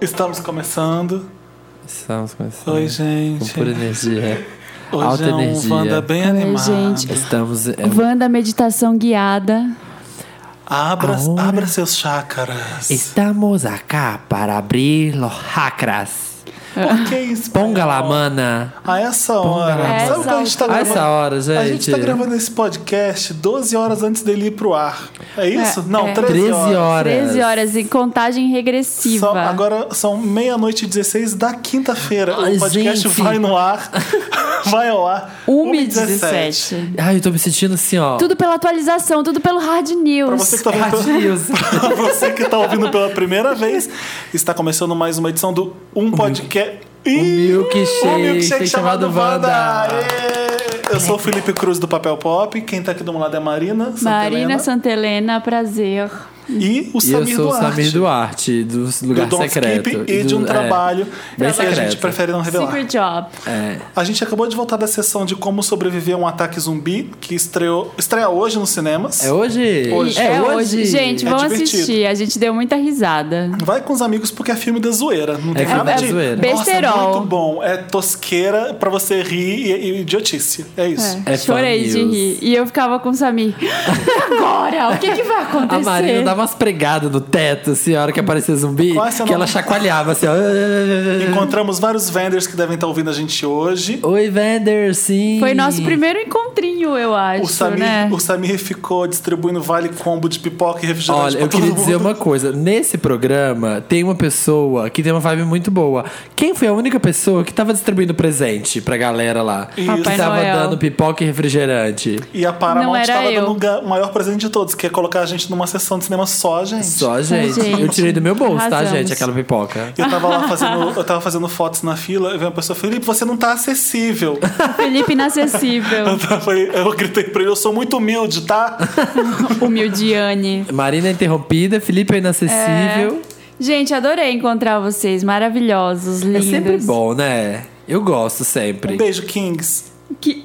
Estamos começando. Estamos começando. Oi, gente. Hum, Com pura energia. Hoje alta é um energia. Wanda bem Oi, animado. gente. Estamos. é, Wanda Meditação Guiada. Abra, Agora- abra seus chácaras. Estamos acá para abrir los chakras. Por que isso? Ponga la mana. A essa hora. Ponga la Sabe mão. quando a gente tá A gravando? essa hora, A gente tá gente. gravando esse podcast 12 horas antes dele ir pro ar. É isso? Não, é. 13 13 horas. horas. 13 horas em contagem regressiva. São- agora são meia-noite e 16 da quinta-feira. Ai, o podcast Ah, gente. vai no ar. vai ao ar. 1h17. 1h17. Ai, eu tô me sentindo assim, ó. Tudo pela atualização, tudo pelo Hard News. Pra você que tá É vendo hard pela- news. Pra você que tá ouvindo pela primeira vez, está começando mais uma edição do Um Podcast. Ih, Um milkshake chamado Wanda. Aê! Eu sou o Felipe Cruz do Papel Pop. Quem tá aqui do meu lado é a Marina. Santelena. Marina Santelena, prazer. E o E eu Samir sou o Duarte. Samir Duarte, do Lugar Do Don't Secreto. Skip e do- de um é, trabalho que bem a gente secreto. prefere não revelar. Secret Job. É. A gente acabou de voltar da sessão de como sobreviver a um ataque zumbi, que estreou, estreia hoje nos cinemas. É hoje? Hoje. É, E hoje. Gente, É vamos divertido. assistir. A gente deu muita risada. Vai com os amigos porque é filme da zoeira. Não tem É nada filme da de. zoeira. Nossa, é Besterol. muito bom. É tosqueira pra você rir e, e idiotice. É isso. É Chorei fã de news. rir. E eu ficava com o Samir. E agora? O que, que vai acontecer? A Marina dava umas pregadas no teto, assim, a hora que aparecia zumbi, Qual é seu que ela nome? chacoalhava, assim, ó. É. Encontramos vários vendors que devem estar ouvindo a gente hoje. Oi, Vander, sim. Foi nosso primeiro encontrinho, eu assim. acho, O Samir, né? o Samir ficou distribuindo vale combo tá de pipoca e refrigerante Olha, pra eu todo queria mundo. dizer uma coisa. Nesse programa, tem uma pessoa que tem uma vibe muito boa. Quem foi a única pessoa que tava distribuindo presente pra galera lá? Isso. que Papai tava Noel. dando pipoca e refrigerante. E a Não Paramount era estava eu. dando o ga- o maior presente de todos, que é colocar a gente numa sessão de cinema só a gente. Só, gente. gente. Eu tirei do meu bolso, tá, Arrasamos. gente? Aquela pipoca. Eu tava lá fazendo, eu tava fazendo fotos na fila, e veio uma pessoa, Felipe, você não tá acessível. Felipe inacessível. Eu, tava- eu gritei pra ele, eu sou muito humilde, tá? Humildiane. Marina é interrompida, Felipe é inacessível. Gente, adorei encontrar vocês. Maravilhosos, É, lindos. sempre bom, né? Eu gosto sempre. Um beijo, Kings. Que...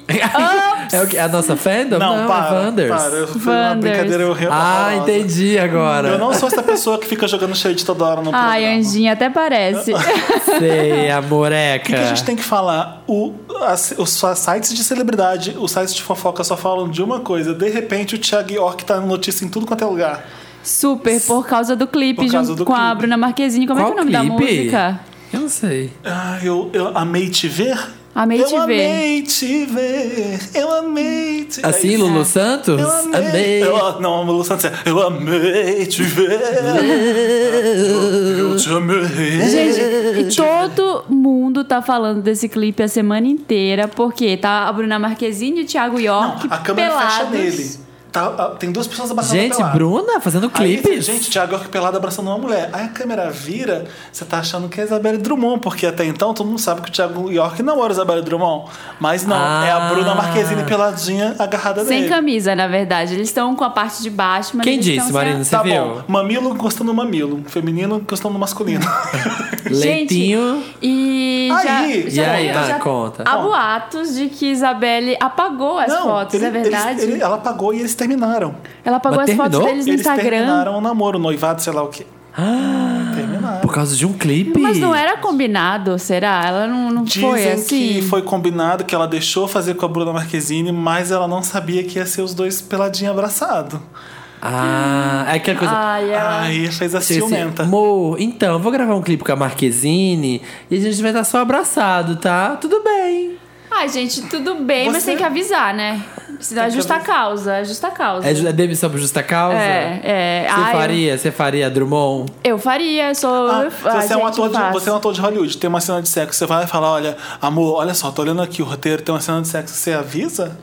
É o que- a nossa fandom? Não, para. é Wanders. Para, eu fui uma Wanders. brincadeira, eu realmente. Ah, entendi agora. Eu não sou essa pessoa que fica jogando shade toda hora no programa. Ai, Anjinha, até parece. sei, a moreca. O que a gente tem que falar? O, as- os só- sites de celebridade, os sites de fofoca só falam de uma coisa. De repente, o Thiago York tá no notícia em tudo quanto é lugar. Super, por causa do clipe Por causa junto do com a clipe. Bruna Marquezine. Como Qual é que é o nome da clipe? música? Eu não sei. Ah, eu, eu amei te ver. Amei eu te ver. amei te ver. Eu amei te ver. Assim, Lulu Santos? Eu amei. Eu, não, Lulu Santos. é, Eu amei te ver. Eu te amei. Gente, e todo mundo tá falando desse clipe a semana inteira, porque tá a Bruna Marquezine e o Thiago Não, York a câmera pelados. fecha nele. Tá, ah, tem duas pessoas abraçando Gente, pelada. Bruna fazendo Aí, clipes? gente, Thiago York pelado abraçando uma mulher. Aí a câmera vira, você tá achando que é a Isabelle Drummond, porque até então todo mundo sabe que o Thiago York não era a Isabelle Drummond. Mas não, Ah. é a Bruna Marquezine peladinha agarrada Sem nele. camisa, na verdade. Eles estão com a parte de baixo, mas Quem eles disse, tão Marina? Você Tá viu? bom, mamilo encostando no mamilo, feminino encostando no masculino. Leitinho. Gente, e já, Aí, já- e aí, já- ah, conta. Há boatos de que Isabelle apagou as não, fotos, ele- é verdade? eles- ele- ela pagou e eles terminaram. Ela apagou Mas as fotos terminou? deles no eles Instagram. terminaram o namoro, o noivado, sei lá o quê. Ah. terminaram. Por causa de um clipe? Mas não era combinado, será? Ela não, não Dizem foi assim? que foi combinado que ela deixou fazer com a Bruna Marquezine, mas ela não sabia que ia ser os dois peladinho abraçado. Ah, é aquela coisa. Ai, ela... Aí fez a Chega assim, ciumenta. Amor, então, eu vou gravar um clipe com a Marquezine e a gente vai estar só abraçado, tá? Tudo bem. Ai, gente, tudo bem, mas Você- tem que avisar, né? Senão é Tem que justa avisar. causa, é justa causa. É ju- é demissão por justa causa? É, é. Você Ai, eu- faria? Você faria, Drummond? Eu, faria, eu sou... Ah, eu- você, é ai, um gente, ator de, faço. você é um ator de Hollywood, tem uma cena de sexo, você vai falar, olha, amor, olha só, tô olhando aqui o roteiro, tem uma cena de sexo, você avisa?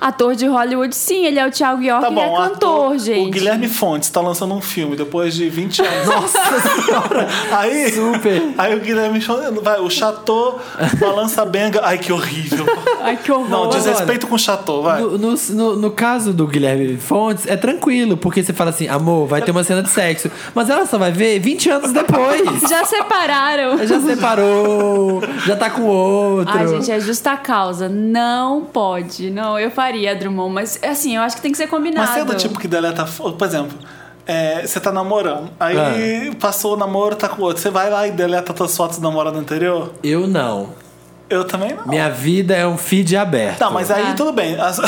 Ator de Hollywood, sim, ele é o Thiago York, Tá ele bom, é ator- cantor, gente. O Guilherme Fontes tá lançando um filme depois de 20 anos. Nossa senhora! Aí, Super. aí o Guilherme Fontes, vai, o Chateau balança a benga. Ai, que horrível. Ai, que horror. Não, Olha. desrespeito com o Chateau, vai. No, no, no- no caso do Guilherme Fontes, é tranquilo, porque você fala assim, amor, vai ter uma cena de sexo. Mas ela só vai ver 20 anos depois. Já separaram. já separou, já tá com outro. Ai, gente, é justa causa. Não pode. Não, eu faria, Drummond. Mas, assim, eu acho que tem que ser combinado. é Mas você é do tipo que deleta. tipo fo- Por exemplo, é, você tá namorando. Aí É. passou o namoro, tá com outro. Você vai lá e deleta todas as fotos do namorado anterior? Eu não. Eu também não. Minha vida é um feed aberto. Não, Tá, mas é aí Ah. tudo bem. As,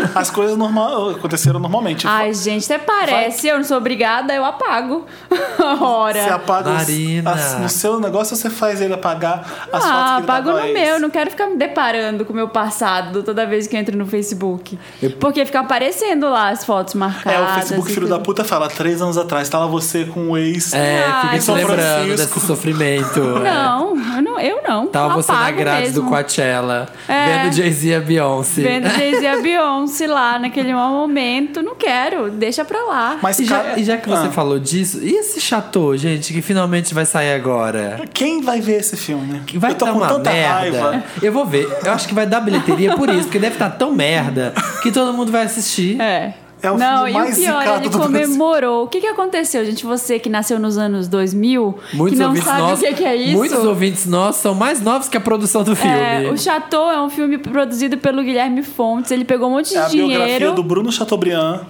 as coisas normal, aconteceram normalmente. Ai, gente, até parece. Eu não sou obrigada, eu apago. Ora. Você apaga os- Marina. as- no seu negócio você faz ele apagar as fotos Ah, que ele apago tava no ex. meu, não quero ficar me deparando com o meu passado toda vez que eu entro no Facebook. Porque fica aparecendo lá as fotos marcadas. É, o Facebook e filho da assim, tudo. puta fala, três anos atrás, tava você com o ex. É, Ai, fica se São lembrando Francisco. desse sofrimento. é. né? Não, eu não. Eu não. Tava você na Apago grade mesmo. do Coachella, É. vendo Jay-Z e a Beyoncé. Vendo Jay-Z e a Beyoncé lá naquele mau momento. Não quero, deixa pra lá. Mas E já, cara- e já que você Ah, falou disso, e esse chateau, gente, que finalmente vai sair agora? Quem vai ver esse filme? Que vai Eu tô tá com uma tanta merda. raiva. Eu vou ver. Eu acho que vai dar bilheteria por isso, porque deve estar tão merda que todo mundo vai assistir. É. É o não, filme e mais o pior, zicado ele do comemorou. O que, que aconteceu, gente? Você que nasceu nos anos 2000, Muitos que não ouvintes sabe nossos, o que, que é isso. Muitos ouvintes nossos são mais novos que a produção do filme. É, o Chateau é um filme produzido pelo Guilherme Fontes. Ele pegou um monte de É a biografia dinheiro. do Bruno Chateaubriand.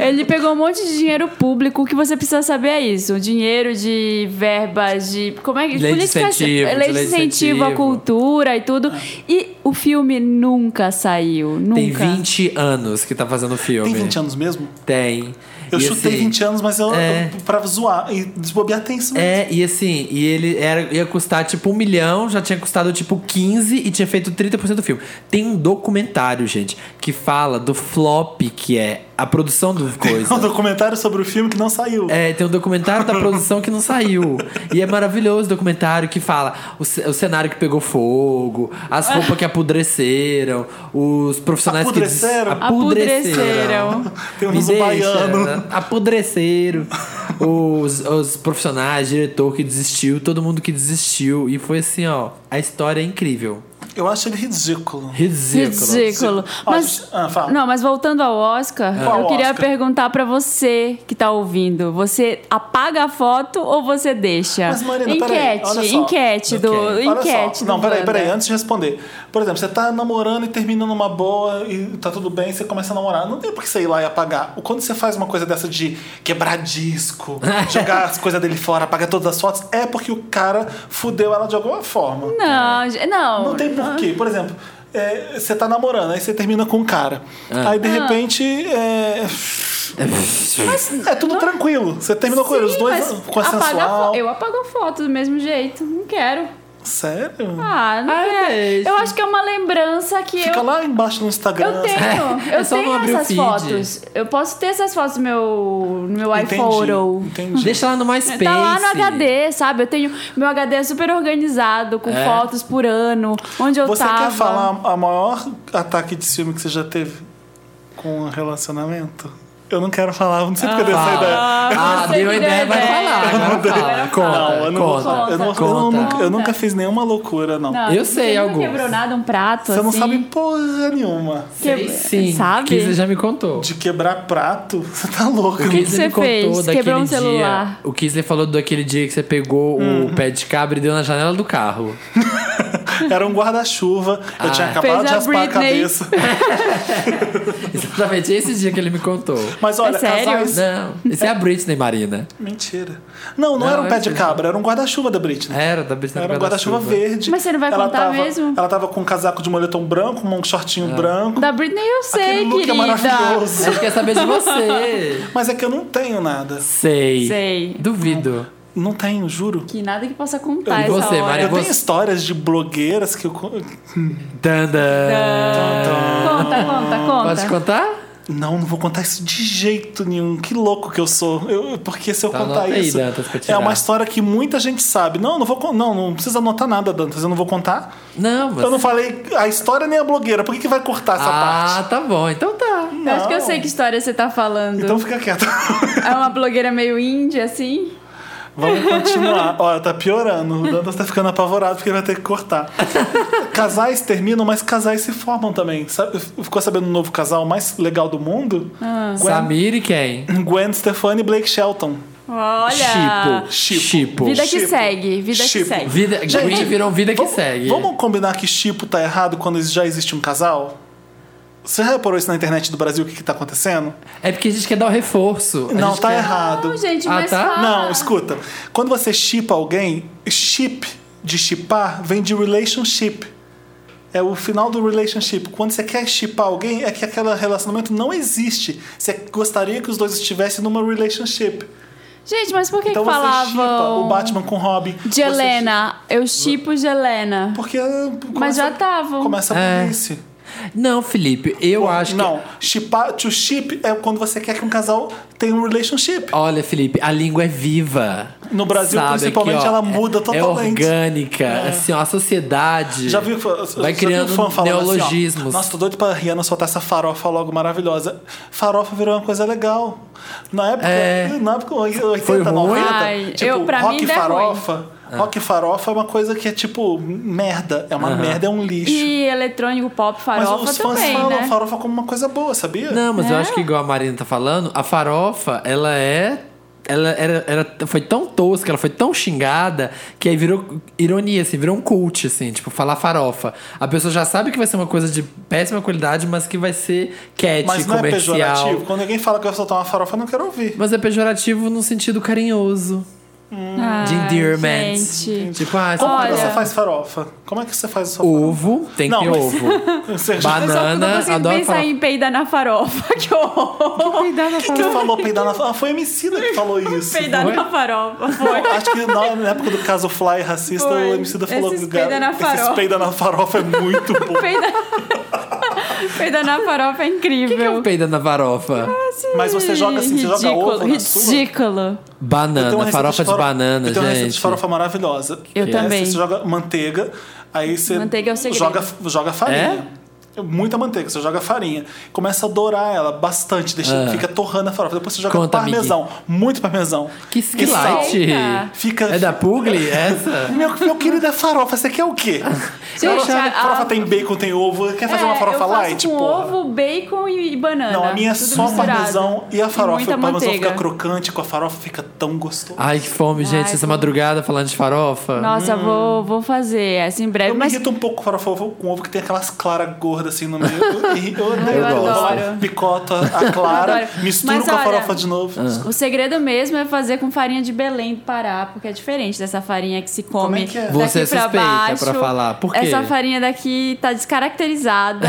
Ele pegou um monte de dinheiro público. O que você precisa saber é isso: dinheiro de verbas, de. Como é que. Lei de incentivo, lei de lei de de incentivo à incentivo. cultura e tudo. E o filme nunca saiu. Nunca. Tem 20 anos que tá fazendo o filme. é Tem 20 anos mesmo? Tem. Eu E, chutei assim, 20 anos, mas eu, é. eu- pra zoar e desbobear tem isso. É, e assim, e ele era, ia custar tipo um milhão, já tinha custado tipo 15 e tinha feito 30% do filme. Tem um documentário, gente, que fala do flop que é a produção do É um coisa. documentário sobre o filme que não saiu. É, tem um documentário da produção que não saiu. E é maravilhoso o documentário que fala o, ce- o cenário que pegou fogo, as roupas que apodreceram, os profissionais Apodreceram? que des- apodreceram. Apodreceram. Temos Me um deixa, baiano. Apodreceram. Os, os profissionais, diretor que desistiu, todo mundo que desistiu. E foi assim, ó. A história é incrível. Eu acho ele ridículo. Ridículo. Ridículo. Ó, Mas, ah, fala. não, mas voltando ao Oscar, Qual eu queria Oscar? perguntar pra você que tá ouvindo: você apaga a foto ou você deixa? Mas, Marina, enquete, peraí, olha só. enquete do. Ok. Olha Enquete. só. do Não, peraí, Wanda. peraí, antes de responder. Por exemplo, você tá namorando e terminando uma boa e tá tudo bem, você começa a namorar. Não tem por que você ir lá e apagar. Quando você faz uma coisa dessa de quebrar disco, jogar as coisas dele fora, apagar todas as fotos, é porque o cara fudeu ela de alguma forma. Não, ge- não. Não tem porquê. Por exemplo, é, você tá namorando, aí você termina com um cara. Ah. Aí Ah. de repente. É, é tudo tranquilo. Você terminou com ele, os Sim, dois mas apaga a consensual. fo- Eu apago a foto do mesmo jeito. Não quero. Sério? Ah, não Ah, quero. deixa. Eu acho que é uma lembrança que Fica eu. lá embaixo no Instagram. Eu tenho, É eu só não tenho abrir o essas feed. fotos. Eu posso ter essas fotos no meu, no meu Entendi, iPhoto. entendi. Deixa lá no MySpace. Tá lá no HD, sabe? Eu tenho. Meu HD é super organizado, com É? fotos por ano, onde eu Você tava. quer falar um a maior ataque de ciúme que você já teve com um relacionamento? Eu não quero falar, não sei porque eu dei essa Fala. ideia. Ah, Eu sei deu a que ideia, deu vai ideia. falar. Agora fala. Conta, Não, eu não vou conta, falar. Eu, não- eu conta. não- eu nunca, eu Conta. nunca fiz nenhuma loucura, não. Não, Eu sei você nunca alguns. quebrou nada, um prato. Você não assim? sabe porra nenhuma. Que- Sim, sabe? que você já me contou. De quebrar prato? Você tá louca. O que Kisley você me contou fez? daquele Quebrou um dia- celular. O Kisley falou daquele dia que você pegou o pé de cabra e deu na janela do carro. Era um guarda-chuva. Eu Ah. tinha Fez acabado de a raspar a Britney. cabeça. Exatamente esse dia que ele me contou. Mas olha, É sério? casais... Não, esse é a Britney, Marina. Mentira. Não, não, Não, era um é pé de mentira. cabra, era um guarda-chuva da É, Britney. Era da Britney Era um do guarda-chuva verde. Mas você não vai ela contar tava, mesmo? Ela tava com um casaco de moletom branco, um shortinho branco. Da Britney eu sei, Aquele look é querida. maravilhoso. A gente quer saber de você. Mas é que eu não tenho nada. Sei. Sei. Duvido. Não tenho, juro. que nada que possa contar E essa você, hora. Maria? Eu tenho você- histórias de blogueiras que eu. co- Dandan. Conta, conta, conta. Pode contar? Não, não vou contar isso de jeito nenhum. Que louco que eu sou. Eu, porque se eu Tá, contar anota aí, isso. Dantas, pra tirar. é uma história que muita gente sabe. Não, não vou con- Não, não precisa anotar nada, Dantas. Eu não vou contar. Não, mas. Eu Então não falei a história nem a blogueira. Por que, que vai cortar essa ah, parte? tá bom. Então tá. Eu acho que eu sei que história você tá falando. Então fica quieto. É uma blogueira meio índia, assim? Vamos continuar. Olha, tá piorando. O Dantas tá ficando apavorado porque ele vai ter que cortar. Casais terminam, mas casais se formam também. Sabe- ficou sabendo um novo casal mais legal do mundo? Ah. Gwen, Samir e quem? Gwen Stefani e Blake Shelton. Olha! Chipo. Chipo. Chipo. Vida que Chipo. segue, vida que Chipo. segue. Vida, Gente, Gente, viram vida É que Vamos- segue. Vamos combinar que Chipo tá errado quando já existe um casal? Você já reparou isso na internet do Brasil, o que, que tá acontecendo? É porque a gente quer dar o reforço. A Não, gente tá quer- errado. Não, gente, Ah, mas tá? fala. Não, escuta. Quando você chipa alguém, chip de chipar vem de relationship. É o final do relationship. Quando você quer chipar alguém, é que aquele relacionamento não existe. Você gostaria que os dois estivessem numa relationship. Gente, mas por que, então que você falavam chipa o Batman com o Robin. de Você chi- Helena? Eu chipo de Helena. Porque. ah, começa- Mas já estavam. Começa É. por isso. Não, Felipe, eu acho que. Não, chipar, to ship é quando você quer que um casal tenha um relationship. Olha, Felipe, a língua é viva. No Brasil, Sabe, principalmente, aqui, ó, ela muda é- É totalmente. orgânica. Assim, ó, a sociedade. Já viu, Vai já criando viu fã falando assim, ó, neologismos. Nossa, tô doido pra Rihanna soltar essa farofa logo maravilhosa. Farofa virou uma coisa legal. Na época, É. na época 80, Foi ruim? Ah. 90, Ai, tipo, eu- pra rock mim ainda é farofa. Rock farofa é uma coisa que é tipo merda. É uma merda, é um lixo. E eletrônico, pop, Mas farofa os fãs também, falam né? farofa como uma coisa boa, sabia? Não, mas eu É. acho que igual a Marina tá falando, a farofa, ela é. Ela era, era- foi tão tosca, ela foi tão xingada, que aí virou ironia, assim, virou um cult, assim, tipo, falar farofa. A pessoa já sabe que vai ser uma coisa de péssima qualidade, mas que vai ser cat, Mas não é comercial. pejorativo. Quando alguém fala que vai soltar uma farofa, eu não quero ouvir. Mas é pejorativo num sentido carinhoso. Ai, de endearment. Ah, gente. Tipo, ah, Como é que Olha. você faz farofa? Como é que você faz a sua ovo, tem Não, que ter mas- ovo. farofa? Você já- Banana. Só que eu não consigo adoro pensar farofa. em peidar na farofa. Que horror. Quem falou peidar na farofa? Ah, foi a Emicida que falou isso. é Peidar Foi? na farofa. Foi. Acho que na, na época do caso Fly racista, Foi. o MC da falou Esses que o cara- peida na farofa." Esses peida na farofa é muito bom. Peidar... peidar na farofa é incrível. O que é um peida na farofa? Mas você joga assim, você ridículo, joga ovo na sua? Ridículo. Eu tenho uma Banana, Então, receita farofa de, faro- banana, Eu tenho uma receita gente. de então, farofa maravilhosa. Eu Que é também. essa, Você joga manteiga, aí você Manteiga é o segredo. joga, joga farinha. É? É Muita manteiga, você joga farinha. Começa a dourar ela bastante, deixa, Ah. fica torrando a farofa. Depois você joga Conta, parmesão, muito parmesão. Que esquilate. Eita. Fica, É da Pugli essa? Meu, meu querido, é farofa, você quer o quê? Gente, Ela já- a- a- farofa tem bacon, tem ovo, quer fazer uma É, farofa eu faço light? com porra? ovo, bacon e, e banana. Não, a minha é Tudo só misturado. parmesão e a farofa. muita o parmesão manteiga. Ah, fica crocante, com a farofa fica tão gostoso. Ai, que fome, gente. Ai, essa tô- madrugada falando de farofa. Nossa, vou, vou fazer essa em breve. eu é, mas me irrito um pouco com farofa com ovo que tem aquelas claras gordas assim no meio. Eu, eu, odeio Eu ovo. adoro. Eu Picoto a clara, adoro. misturo Mas com a olha- Ah. farofa de novo. o segredo mesmo é fazer com farinha de Belém do Pará, porque é diferente dessa farinha que se come Como é que é? daqui Você é pra suspeita baixo. pra falar. Por quê? Essa farinha daqui tá descaracterizada.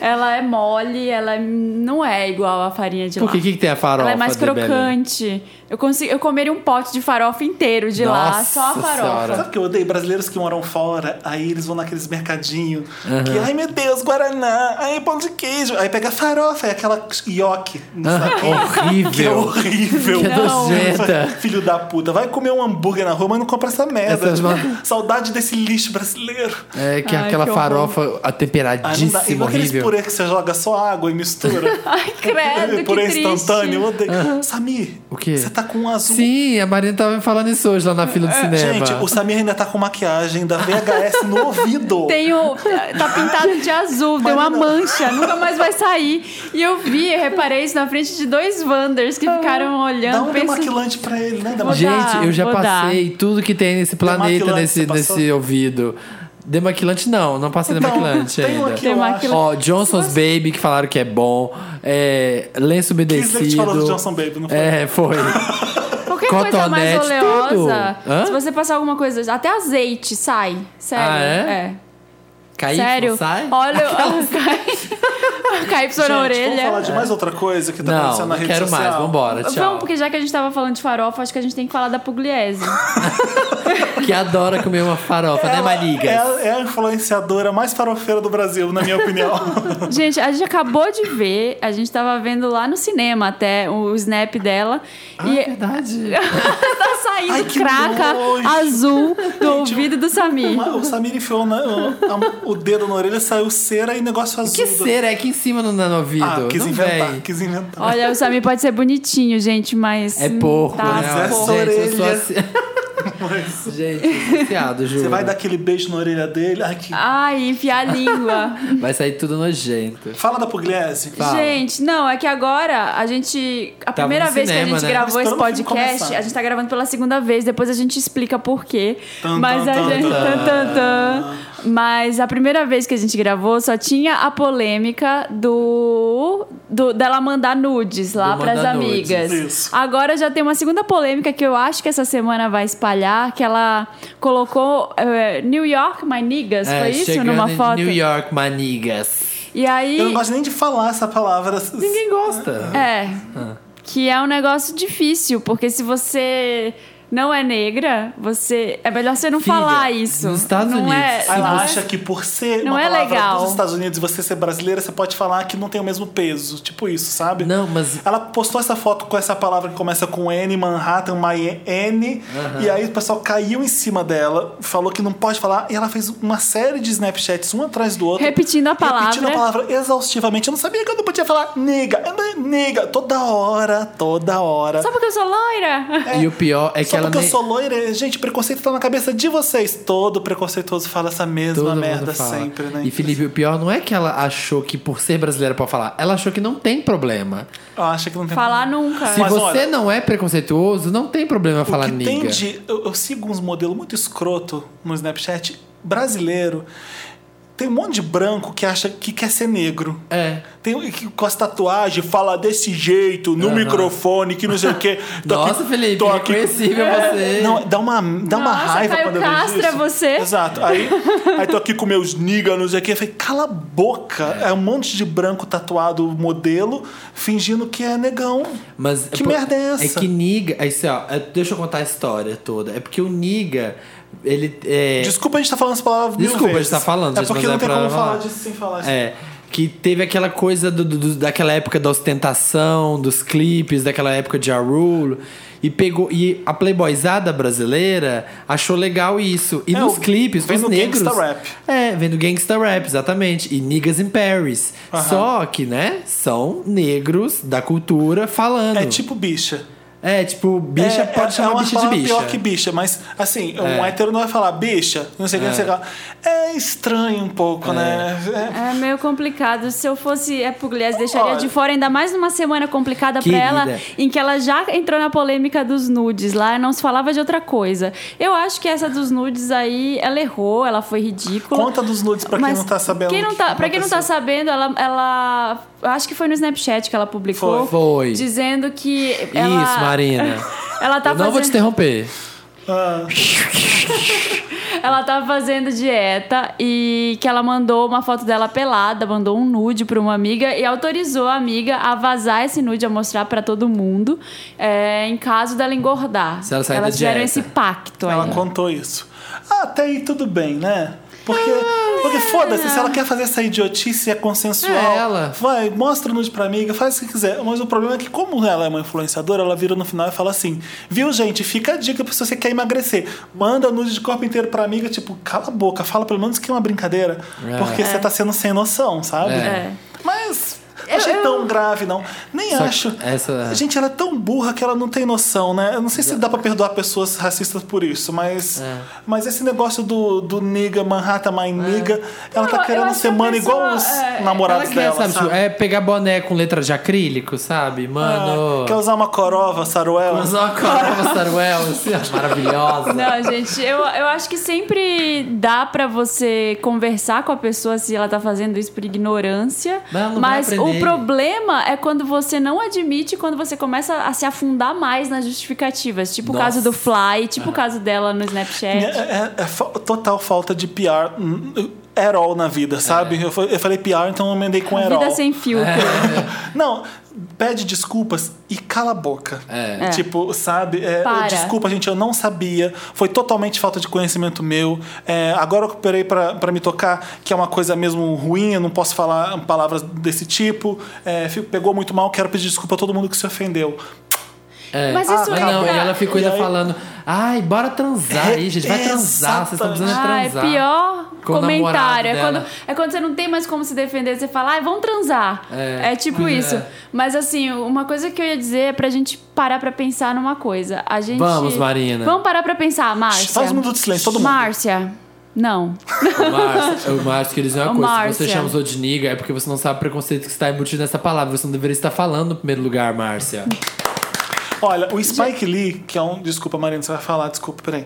Ela é mole, ela não é igual à farinha de Por que, lá. que, que tem a farofa? Ela é mais de Belém? crocante. Eu, consigo, eu comeria um pote de farofa inteiro de lá, Nossa só a farofa. Senhora. Sabe o que eu odeio? Brasileiros que moram fora, aí eles vão naqueles mercadinhos que, ai meu Deus, Guaraná, ai pão de queijo. Aí pega farofa, é aquela ioque no saquinho. Que é Horrível. horrível. Que é Não. nojenta. Filho da puta. Vai comer um hambúrguer na rua, mas não compra essa merda. Tipo, Essas ma- Saudade desse lixo brasileiro. É que Ai, aquela que horror. farofa Ai, Ah, não dá. atemperadíssima, Igual aqueles horrível. É, purê que você joga só água e mistura. Ai, credo, que purê triste. instantâneo. Eu odeio. Samir, Ah. O quê? você tá com um azul. Sim, a Marina tava me falando isso hoje lá na fila do cinema. É, Gente, o Samir ainda tá com maquiagem da VHS no ouvido. Tem o- tá pintado de azul, deu uma mancha, nunca mais vai sair. E eu vi, eu reparei isso na frente de dois Wanders que Ah. ficaram Dá olhando, um pensando. demaquilante pra ele, né? Demaquilante. Gente, eu já vou dar. passei tudo que tem nesse planeta, Demaquilante, você nesse, passou? nesse ouvido. Demaquilante não, não passei demaquilante tem um ainda. aqui, eu acho. Demaquilante. Ó, Johnson's Baby, que falaram que é bom. É, lenço Kisley que te umedecido. falou do Johnson Baby, não foi? É, foi. Qualquer coisa mais cotonete, oleosa, tudo. Hã? se você passar alguma coisa, até azeite sai. Sério. Ah, é? Caiu, Sério. sai? Olha, cai pra na Gente, orelha. vamos falar de mais outra coisa que tá Não, acontecendo na não rede quero social. mais, vambora, tchau. Vamos, um porque já que a gente tava falando de farofa, acho que a gente tem que falar da Pugliese. Que adora comer uma farofa, né, Mariga? É, é a influenciadora mais farofeira do Brasil, na minha opinião. Gente, a gente acabou de ver, a gente tava vendo lá no cinema até o snap dela. É e verdade. tá saindo Ai, que craca nojo. azul do ouvido do Samir. Uma- o Samir enfiou na- o, o dedo na orelha, saiu cera e negócio azul. Que do- cera é aqui em cima no, no ouvido? Ah, quis não inventar, vem. quis inventar. Olha, o Samir pode ser bonitinho, gente, mas. É porco, tá né? Mas essa porco. Gente, eu sou orelha. assim- mas. Gente, viciado, juro. Você vai dar aquele beijo na orelha dele. Ai, que... Ai, enfiar a língua. Vai sair tudo nojento. Fala da Pugliese. Fala. Gente, não, é que agora a gente. A Tava primeira no vez que cinema, a gente né? gravou esse Esperando o filme podcast, começar. a gente tá gravando pela segunda vez, depois a gente explica por quê. Tan, Mas tan, a tan, gente. tan. tan, tan, tan. Mas a primeira vez que a gente gravou só tinha a polêmica do. do- dela mandar nudes lá Do pras mandar nudes. amigas. Isso. Agora já tem uma segunda polêmica que eu acho que essa semana vai espalhar, que ela colocou eh, New York, my niggas, foi isso? É, chegando Numa em foto. New York, manigas. E aí. Eu não gosto nem de falar essa palavra. Ninguém gosta. É. Que é um negócio difícil, porque se você não é negra, você. É melhor você não Filha, falar isso. nos Estados não É, Unidos, se não Ela é- acha que por ser Não uma é palavra legal. dos Estados Unidos e você ser brasileira, você pode falar que não tem o mesmo peso. Tipo isso, sabe? Não, mas- Ela postou essa foto com essa palavra que começa com N, Manhattan, My N. E aí o pessoal caiu em cima dela, falou que não pode falar. E ela fez uma série de Snapchats, um atrás do outro. Repetindo a Repetindo a palavra. palavra exaustivamente. Eu não sabia que eu não podia falar nega, nega. Toda hora, toda hora. Só porque eu sou loira? E o pior é que Só ela porque nem... eu sou loira, gente, preconceito tá na cabeça de vocês. Todo preconceituoso fala essa mesma Todo mundo merda fala. sempre, né? E Felipe, o pior não é que ela achou que por ser brasileira pode falar. Ela achou que não tem problema. Eu acho que não tem Falar problema. nunca. Se Mas você olha- não é preconceituoso, não tem problema O falar que tem niga. de. Eu, eu sigo uns modelos muito escroto no Snapchat brasileiro. Tem um monte de branco que acha que quer ser negro. É. Tem um que com as tatuagens fala desse jeito, no Aham. microfone, que não sei o quê. Tô aqui- Nossa, Felipe, tô aqui- reconhecível você. Não, dá uma, dá uma Nossa, raiva Caio quando eu vejo Castro é isso. você? Exato. Aí, aí tô aqui com meus niggas, não sei o quê. Eu falei, cala a boca. É um monte de branco tatuado modelo fingindo que é negão. Mas Que merda é essa? É que niga... É isso, ó, é- deixa eu contar a história toda. É porque o niga, ele... É, Desculpa a gente tá falando essa palavra mil Desculpa, a gente vezes. tá falando, É gente, porque mas não é tem pra como falar. falar disso sem falar isso. É. Que teve aquela coisa do- do- do- daquela época da ostentação, dos clipes, daquela época de Arul. E pegou. E a playboyzada brasileira achou legal isso. E É, nos o- clipes, vem os do negros. gangsta rap. É, vem do gangsta rap, exatamente. E niggas in Paris. Aham. Só que, né, são negros da cultura falando. É tipo bicha. É, tipo, bicha é, pode é, chamar é uma bicha de palavra bicha. pior que bicha, mas assim, um É. hétero não vai falar bicha, não sei o que, não sei o que. lá. É estranho um pouco, né? É, É meio complicado. Se eu fosse é Pugliese, deixaria de fora, ainda mais numa semana complicada Querida. pra ela, em que ela já entrou na polêmica dos nudes lá, não se falava de outra coisa. Eu acho que essa dos nudes aí, ela errou, ela foi ridícula. Conta dos nudes pra quem Mas não tá sabendo. Quem o não que tá, pra quem não tá aconteceu. sabendo, ela, ela. Acho que foi no Snapchat que ela publicou. Foi. Foi. Dizendo que. Ela, Isso, Marina. Ela tá, Eu não vou te fazendo, interromper. ela tá fazendo dieta e que ela mandou uma foto dela pelada, mandou um nude pra uma amiga e autorizou a amiga a vazar esse nude, a mostrar pra todo mundo, é, em caso dela engordar. Se ela sair Elas da tiveram dieta. esse pacto Ela aí. contou isso. Ah, até aí tudo bem, né? Porque, porque foda-se, se ela quer fazer essa idiotice, é consensual. Ah, É ela. Vai, mostra o nude pra amiga, faz o que quiser. Mas o problema é que, como ela é uma influenciadora, ela vira no final e fala assim: viu, gente, fica a dica se você quer emagrecer. Manda nude de corpo inteiro pra amiga, tipo, cala a boca, fala pelo menos que é uma brincadeira. É. Porque você tá sendo sem noção, sabe? É. Mas. Não achei tão grave, não. Nem Só que acho. essa- Gente, ela é tão burra que ela não tem noção, né? Eu não sei se dá pra perdoar pessoas racistas por isso, mas. É. Mas esse negócio do, do nigga, Manhattan, my nigga, ela eu- tá eu querendo acho ser que a mana igual pessoa, os é, Ela namorados quer, dela. sabe, Sabe, tipo, é pegar boné com letra de acrílico, sabe? Mano. Quer usar uma corova, Saruel? Mas uma coroa Saruel, assim, ó, maravilhosa. Não, gente, eu, eu acho que sempre dá pra você conversar com a pessoa se ela tá fazendo isso por ignorância. Mas ela não vai mas aprender. o problema é quando você não admite, quando você começa a se afundar mais nas justificativas. Tipo Nossa. o caso do Fly, tipo o caso dela no Snapchat. É, é- é fa- total falta de PR hum, at all na vida, sabe? É. Eu, fa- eu falei PR, então eu emendei com at all. Vida sem filtro. Não, pede desculpas e cala a boca. É. Tipo, sabe? é, Para. desculpa, gente, eu não sabia. Foi totalmente falta de conhecimento meu. É, agora eu recuperei pra pra me tocar, que é uma coisa mesmo ruim, eu não posso falar palavras desse tipo. É, fico- pegou muito mal, quero pedir desculpa a todo mundo que se ofendeu. É. Mas Ah, isso mas é. não, acabou. e ela ficou E ainda aí- falando, ai, bora transar aí, gente, vai É, transar, vocês estão precisando Ah, é tá transar. pior Com o namorado comentário. É dela. quando, é quando você não tem mais como se defender, você fala, ai, vamos transar. É. É, tipo É. isso. Mas assim, uma coisa que eu ia dizer é pra gente parar pra pensar numa coisa. A gente. Vamos, Marina. Vamos parar pra pensar, Márcia. Faz um minuto de silêncio, todo mundo. Márcia. Não. O Márcio, o Márcio quer dizer uma O coisa. Se Márcia. você chama os de nigga, é porque você não sabe o preconceito que está embutido nessa palavra. Você não deveria estar falando no primeiro lugar, Márcia. Olha, o Spike Lee, que é um. Desculpa, Marina, você vai falar, desculpa, peraí.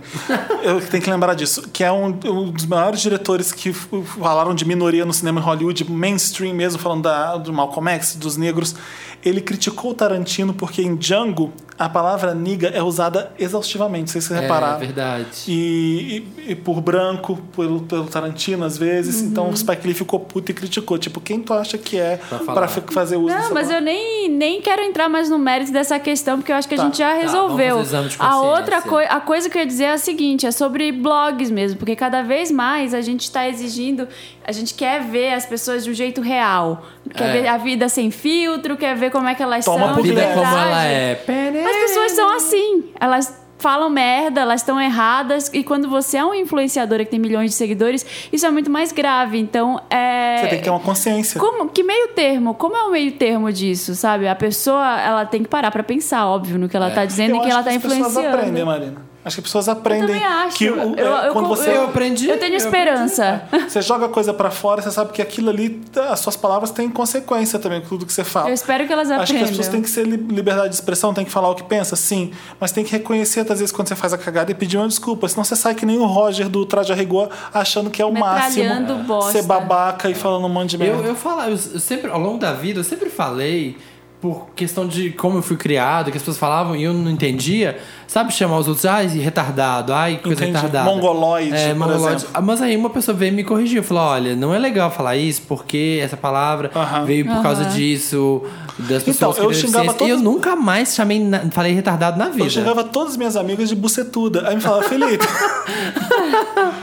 Eu tenho que lembrar disso. Que é um, um dos maiores diretores que f- falaram de minoria no cinema em Hollywood, mainstream mesmo, falando da, do Malcolm X, dos negros. Ele criticou o Tarantino porque em Django a palavra niga é usada exaustivamente, vocês se repararam. É verdade. E, e- e por branco, pelo, pelo Tarantino às Uhum. vezes. Então o Spike Lee ficou puto e criticou. Tipo, quem tu acha que é falar. pra fi- fazer uso dessa é Não, mas palavra? eu nem, nem quero entrar mais no mérito dessa questão, porque eu acho que Tá, a gente já resolveu. vamos fazer exame de a consciência. outra coi a coisa que eu ia dizer é a seguinte, é sobre blogs mesmo, porque cada vez mais a gente está exigindo, a gente quer ver as pessoas de um jeito real. Quer É. ver a vida sem filtro, quer ver como é que elas Toma são. por de Vida verdade. como ela verdade. é. As pessoas são assim. Elas falam merda, elas estão erradas. E quando você é uma influenciadora que tem milhões de seguidores, isso é muito mais grave. Então, é. Você tem que ter uma consciência. Como, que meio termo? Como é o meio termo disso, sabe? A pessoa, ela tem que parar pra pensar, óbvio, no que ela tá dizendo e É. Eu quem acho ela tá As pessoas aprendem, influenciando. Marina. Acho que as pessoas aprendem também acho. que o- é, Eu- eu quando con- você, Eu aprendi. Eu tenho esperança. você joga a coisa pra fora, você sabe que aquilo ali, as suas palavras têm consequência também, tudo que você fala. Eu espero que elas Acho que aprendam. as pessoas têm que ser li- liberdade de expressão, tem que falar o que pensa, sim. Mas tem que reconhecer, às vezes, quando você faz a cagada e pedir uma desculpa. Senão você sai que nem o Roger do Traje a Rigor, achando que é o Metralhando máximo bosta. ser babaca e falando um monte de merda. Eu, eu falo, eu, eu sempre, ao longo da vida, eu sempre falei, por questão de como eu fui criado, que as pessoas falavam e eu não entendia, sabe chamar os outros, ai, retardado, ai, coisa Entendi. retardada. Mongoloide, por exemplo. Ah, Mas aí uma pessoa veio e me corrigiu, falou, olha, não é legal falar isso, porque essa palavra Aham. Então, veio por causa Aham. disso, das pessoas eu que têm xingava deficiência. E eu todos- nunca mais chamei, na- falei retardado na vida. Eu chegava todas as minhas amigas de bucetuda. Aí me falava, Felipe,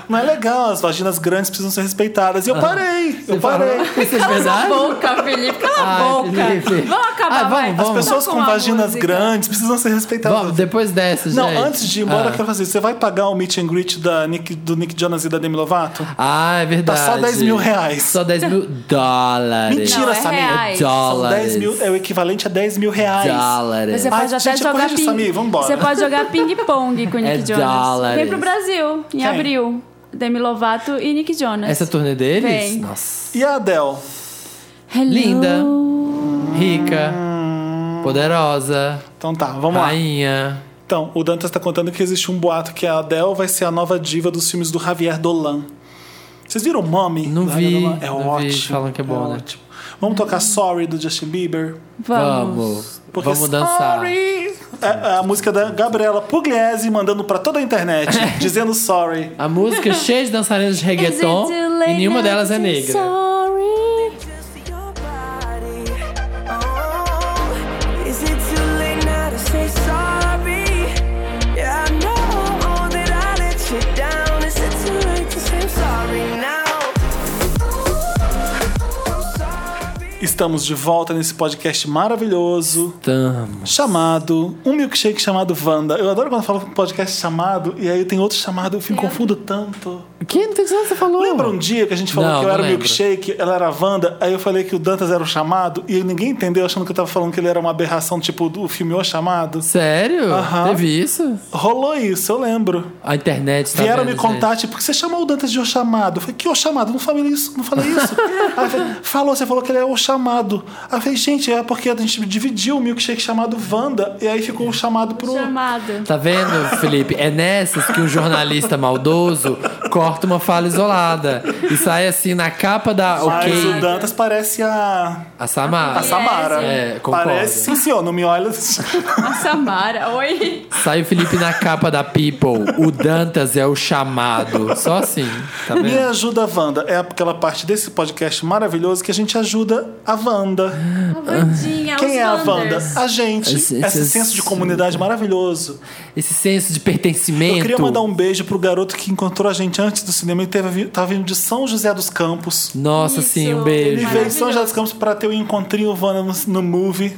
não é legal, as vaginas grandes precisam ser respeitadas. E eu parei, eu Você fala, parei. Isso é de verdade? Boca, Felipe, cala a Ai, boca. Felipe. Vamos acabar, Ah, vamos, vai. As vamos. pessoas Só com uma vaginas música. grandes precisam ser respeitadas. Vamos, depois dessa, não, gente. antes de ir embora, eu Ah. quero fazer. Você vai pagar o meet and greet da Nick- do Nick Jonas e da Demi Lovato? Ah, é verdade. Tá só 10 mil reais. Só 10 mil dólares. Mentira, Não, é Samir. reais. São Dólares. 10 mil, é o equivalente a 10 mil reais. Dólares. Você Ai, pode até gente, jogar corrige isso, Samir, vambora. Você pode jogar ping-pong com o Nick É Jonas. dólares. Vem pro Brasil, em Quem? abril. Demi Lovato e Nick Jonas. Essa é turnê deles? Vem. Nossa. E a Adele? Hello. Linda. Rica. Poderosa. Então tá, Hum. vamos lá. Rainha. Então, o Dantas tá contando que existe um boato que a Adele vai ser a nova diva dos filmes do Javier Dolan. Vocês viram Mommy? Não do vi, Javier Dolan? É não vi, ótimo. falam que é bom, né? ótimo. Vamos tocar Sorry do Justin Bieber. Vamos. Vamos. Vamos dançar. Sorry é a música da Gabriela Pugliese mandando pra toda a internet, dizendo sorry. A música é cheia de dançarinas de Is it reggaeton too late e nenhuma now delas to é say negra. sorry? Just your body. Oh, is it too late now to say sorry? Yeah, I know that I let you down. Is it too late to say I'm sorry now? Estamos de volta nesse podcast maravilhoso. Tamo. chamado, um milkshake chamado Wanda. Eu adoro quando eu falo um podcast chamado e aí tem outro chamado, eu me confundo tanto. Que? Não tem que saber o que você falou. Lembra um dia que a gente falou Não, que eu não era o lembro. milkshake, ela era a Wanda, aí eu falei que o Dantas era o chamado e ninguém entendeu achando que eu tava falando que ele era uma aberração tipo do filme O Chamado? Sério? Aham. Teve isso? Rolou isso, eu lembro. A internet tá Vieram vendo, me contar, gente. tipo, por que você chamou o Dantas de O Chamado? Eu falei, que O Chamado? Eu Não falei isso, não falei isso. Aí eu falei, falou, você falou que ele é O Chamado. Aí eu falei, gente, é porque a gente dividiu o milkshake chamado Wanda e aí ficou o chamado pro... Chamado. Tá vendo, Felipe? É nessas que um jornalista maldoso corta uma fala isolada e sai assim na capa da Mas o OK. Dantas parece a, A Samara. assim. a Samara. É, concordo. parece, sim, senhor, não me olha. A Samara, oi. Sai o Felipe na capa da People. O Dantas é o chamado. Só assim, tá vendo? né? Me ajuda, Wanda. É aquela parte desse podcast maravilhoso que a gente ajuda a Wanda. A Vandinha, os Quem é a Wanda? Wanders. A gente. Esse- Esse esse- senso de comunidade maravilhoso. Esse senso de Eu pertencimento. queria mandar um beijo pro garoto que encontrou a gente antes do cinema. Ele teve, tava vindo de São José dos Campos. Nossa, Isso. sim, um Ele beijo. um veio de São José dos Campos pra ter o encontrinho Wanda no, no movie.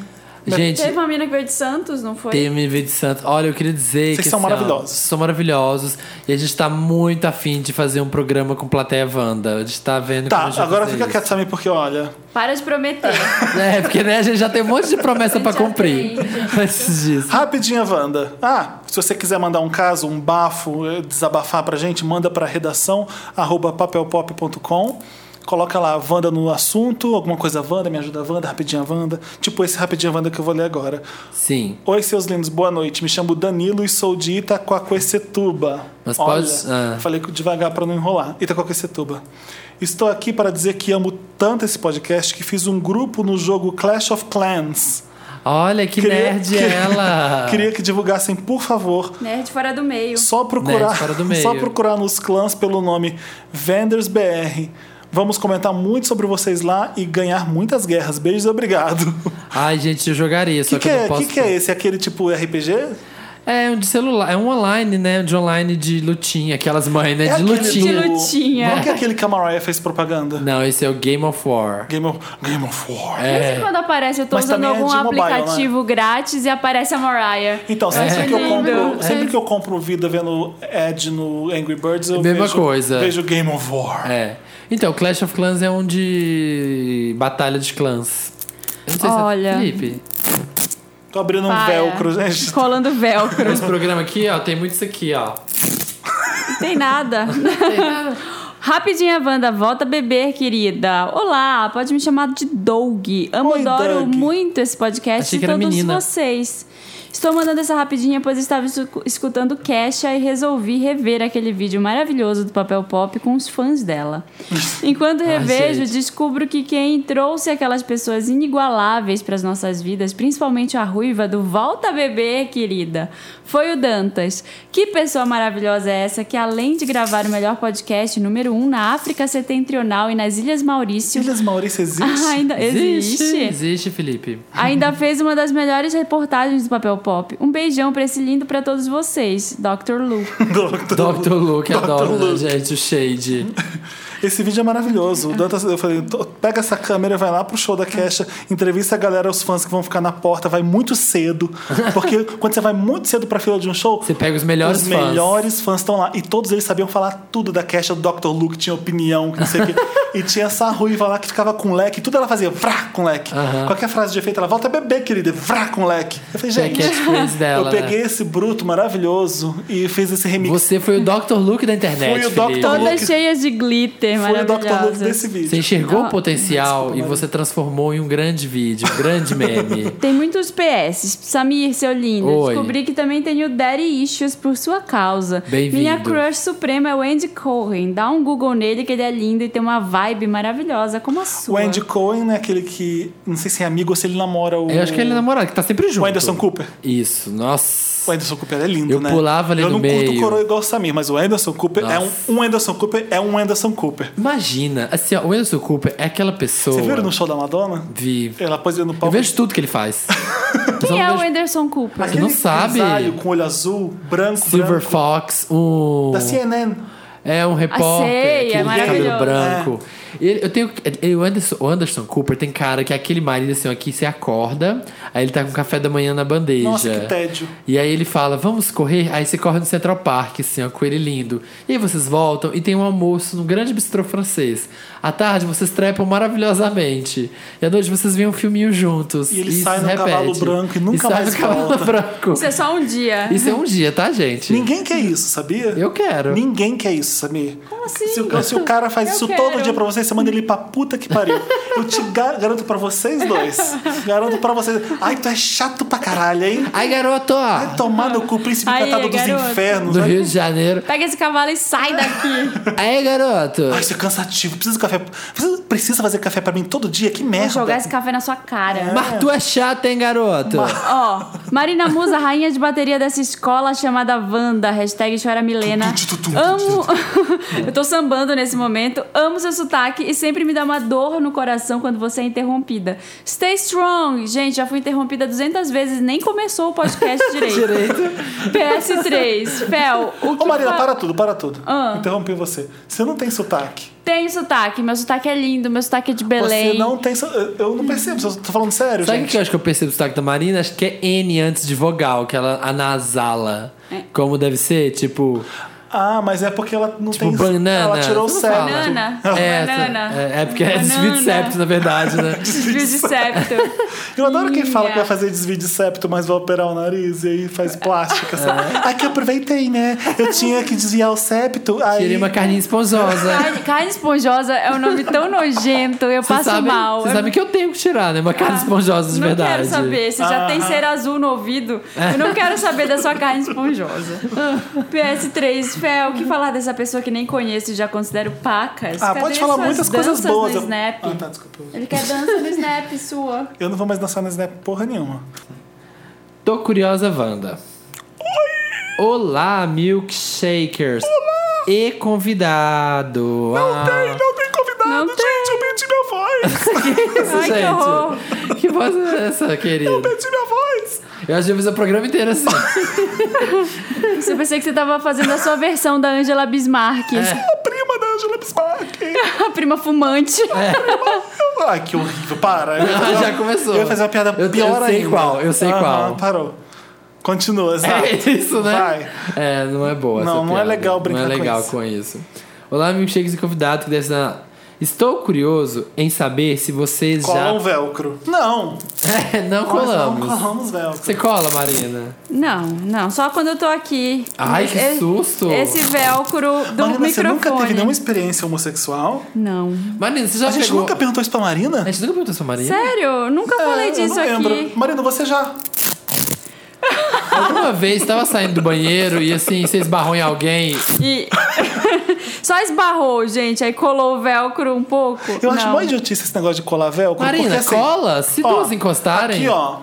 Gente, Teve uma mina que veio de Santos, não foi? TMV de Santos. Olha, eu queria dizer Vocês que. são assim, ó, maravilhosos. são maravilhosos. E a gente tá muito afim de fazer um programa com plateia Wanda. A gente tá vendo Tá, como a gente agora vai fica fazer quieto, Samir, porque olha. Para de prometer. isso. É, porque né, a gente já tem um monte de promessa pra A gente já cumprir antes disso. Rapidinha, Wanda. Ah, se você quiser mandar um caso, um bafo, eh, desabafar pra gente, manda pra redação arroba papelpop.com. Coloca lá Wanda no assunto, alguma coisa Wanda, me ajuda Wanda, rapidinha Wanda. Tipo esse rapidinha Wanda que eu vou ler agora. Sim. Oi, seus lindos, boa noite. Me chamo Danilo e sou de Itaquaquecetuba. Mas Olha, pode- ah. Falei devagar para não enrolar. Itaquaquecetuba. Estou aqui para dizer que amo tanto esse podcast que fiz um grupo no jogo Clash of Clans. Olha que nerd ela. queria que divulgassem, por favor. Nerd né? fora do meio. Só procurar, Nerd fora do meio. só procurar nos clãs pelo nome Vendors BR. Vamos comentar muito sobre vocês lá e ganhar muitas guerras. Beijos, e obrigado. Ai, gente, eu jogaria, O que, só que, que eu é, não posso. que que é esse? Aquele tipo RPG? É um de celular, é um online, né? De online de lutinha, aquelas mães, né? de É aquele lutinha. De do- lutinha. Não que é aquele que a Mariah fez propaganda. Não, esse é o Game of War. Game of, Game of War. É. De vez em quando aparece, eu tô Mas usando também é algum de mobile, um aplicativo grátis e aparece a Mariah. Então, sempre, É. que, eu compro, Lindo. sempre É. que eu compro vida vendo Ed no Angry Birds, eu Mesma vejo, coisa. vejo Game of War. É. Então, Clash of Clans é um de batalha de clãs. Eu não sei Olha. se é Felipe. Tô abrindo um Para. velcro, gente. Colando velcro. Esse programa aqui, ó, tem muito isso aqui, ó. Não tem nada. Rapidinha, Wanda, volta a beber, querida. Olá, pode me chamar de Doug. Amo, Oi, adoro Doug. muito esse podcast Achei e que era todos menina. vocês. Estou mandando essa rapidinha, pois estava escu- escutando Kesha e resolvi rever aquele vídeo maravilhoso do Papel Pop com os fãs dela. Enquanto Ai, revejo, Ah, gente. descubro que quem trouxe aquelas pessoas inigualáveis para as nossas vidas, principalmente a ruiva do Volta Bebê, querida, foi o Dantas. Que pessoa maravilhosa é essa que, além de gravar o melhor podcast número um na África Setentrional e nas Ilhas Maurício, Ilhas Maurício existe? ainda existe? Existe, Felipe. Ainda fez uma das melhores reportagens do Papel Pop. Um beijão pra esse lindo pra todos vocês, Dr. Lu. Doutor. Dr. Luke, Dr. adoro, né, Luke. gente, o shade. Esse vídeo é maravilhoso. O Dantas, eu falei, "Tô- pega essa câmera, vai lá pro show da Kesha, entrevista a galera, os fãs que vão ficar na porta, vai muito cedo. Porque quando você vai muito cedo pra fila de um show, Você pega os melhores os fãs. melhores fãs estão lá. E todos eles sabiam falar tudo da Kesha, do Dr. Luke, tinha opinião, que não sei o quê. E tinha essa ruiva lá que ficava com leque, tudo ela fazia vrá com leque. Aham. Qualquer frase de efeito, ela volta a beber, querida, vrá com leque. Eu falei, Tem a gente, catchphrase dela, né?" eu peguei esse bruto maravilhoso e fiz esse remix. Você foi o Dr. Luke da internet. Fui o Dr. Felipe. Luke. Todas cheias de glitter, Foi o Dr. Luke maravilhosas. desse vídeo. Você enxergou o Não, potencial e você transformou em um grande vídeo, um grande meme. Tem muitos PS. Samir, seu lindo, Oi. descobri que também tenho daddy issues por sua causa. Bem-vindo. Minha crush suprema é o Andy Cohen. Dá um Google nele que ele é lindo e tem uma vibe maravilhosa como a sua. O Andy Cohen, né? Aquele que. Não sei se é amigo ou se ele namora o. Eu acho que ele é namorado, que tá sempre junto. O Anderson Cooper. Isso, nossa. O Anderson Cooper é lindo, Eu né? pulava ali Eu no não curto meio. o coroa igual o Samir, mas o Anderson Cooper é um, Nossa. um Anderson Cooper é um Anderson Cooper. Imagina, assim, ó, o Anderson Cooper é aquela pessoa. Você viram no show da Madonna? Vi. Ela pôs ele no Eu palco. vejo tudo que ele faz. Só Quem é não o vejo- Anderson Cooper? Aquele não sabe. grisalho com olho azul, branco, Silver branco, Fox, um. da CNN. É um repórter. sei, é aquele maravilhoso. cabelo branco. É. Ele- eu tenho. ele- o, Anderson, o Anderson Cooper tem cara que é aquele marido assim, ó, que você acorda, aí ele tá com café da manhã na bandeja. Nossa, que tédio. E aí ele fala, vamos correr? Aí você corre no Central Park, assim, ó, com ele lindo. E aí vocês voltam e tem um almoço num grande bistrô francês. À tarde vocês trepam maravilhosamente. E à noite vocês veem um filminho juntos. E ele isso sai num repete. cavalo branco e nunca sai mais no cavalo volta. branco. Isso é só um dia. Isso é um dia, tá, gente? Ninguém quer isso, sabia? Eu quero. Ninguém quer isso, Samir. Como assim? Se, o- se o cara faz Eu isso quero. todo dia pra você, você manda ele pra puta que pariu. Eu te ga- garanto pra vocês dois. Garanto pra vocês. Ai, tu é chato pra caralho, hein? Ai, garoto! Vai tomar no cu, príncipe Aí, encantado dos garoto. infernos. Do Vai- Rio de Janeiro. Pega esse cavalo e sai daqui. Aí, garoto! Ai, isso é cansativo. Precisa de café. Precisa, precisa fazer café pra mim todo dia? Que Vou merda. jogar esse café na sua cara. Mas tu é chato, hein, garoto? Ó, Marina Musa, rainha de bateria dessa escola chamada Wanda, hashtag chora Milena. Amo. Eu tô sambando nesse momento. Amo seu sotaque e sempre me dá uma dor no coração quando você é interrompida. Stay strong. Gente, já fui interrompida 200 vezes, nem começou o podcast direito. PS3. Fel, o que. Ô, Marina, fa- para tudo, para tudo. Ah. Interrompi você. Você não tem sotaque. tenho sotaque. Meu sotaque é lindo, meu sotaque é de Belém. Você não tem. so- Eu não percebo, eu tô falando sério, Sabe o gente. que eu acho que eu percebo o sotaque da Marina? Acho que é N antes de vogal, que ela anasala. É. Como deve ser, tipo. Ah, mas é porque ela não Tipo, tem. banana. Ela tirou o Você não céu. fala. Banana. É, Banana. é, é porque é desvio de Banana. septo, na verdade, né? Desvio de septo. Eu adoro quem fala que vai Yeah. fazer desvio de septo, mas vai operar o nariz e aí faz plástica. sabe? É. Ah, que eu aproveitei, né? Eu tinha que desviar o septo. Aí... Tirei uma carninha esponjosa. Carne, carne esponjosa é um nome tão nojento, eu Vocês passo sabem, mal. É Vocês Eu- sabem que eu tenho que tirar, né? Uma carne Ah, esponjosa de não verdade. quero saber, se já Ah. tem cera azul no ouvido, eu não quero saber da sua carne esponjosa. PS3, Fel, o que falar dessa pessoa que nem conheço e já considero pacas? Ah, Cadê pode falar suas muitas coisas danças boas. No Eu- Snap? Ah, tá, desculpa. Ele quer dança no Snap sua. Eu não vou mais dançar no Snap porra nenhuma. Tô curiosa, Wanda. Olá, milkshakers. E convidado. Ah. Não tem, Não tem convidado, Ah. Não gente. Eu perdi minha voz. Ai, que horror. gente. Que voz é essa, querida? perdi minha voz. Eu acho que eu fiz o programa inteiro assim. Eu pensei que você tava fazendo a sua versão da Angela Bismarck, A prima da Angela Bismarck. a prima fumante. Ai, que horrível. Para. Eu ia fazer uma- Já começou. Eu ia fazer uma piada Eu- eu pior ainda. sei qual, eu sei Aham, qual. Parou. Continua, exato. É isso, né? Vai. É, não é boa. essa Não, não é piada. legal brincar Não é com legal isso. com isso. Olá, milkshakers e convidado que deve ser. na- Estou curioso em saber se vocês Cola já. um velcro. Não. É, não nós colamos. Não colamos velcro. Você cola, Marina? Não, não, só quando eu tô aqui. Ai, que E- susto. Esse velcro do Marina, microfone. você nunca teve nenhuma experiência homossexual? Não. Marina, você já A gente pegou. nunca perguntou isso pra Marina? A gente nunca perguntou isso pra Marina? Sério? Nunca falei É, disso eu não aqui. lembro. Marina, você já. Alguma vez tava saindo do banheiro e assim, você esbarrou em alguém. E só esbarrou, gente, aí colou o velcro um pouco. Eu acho Não. mó idiotice esse negócio de colar velcro. porque, Marina, assim, cola? Se ó, duas encostarem. Aqui, ó.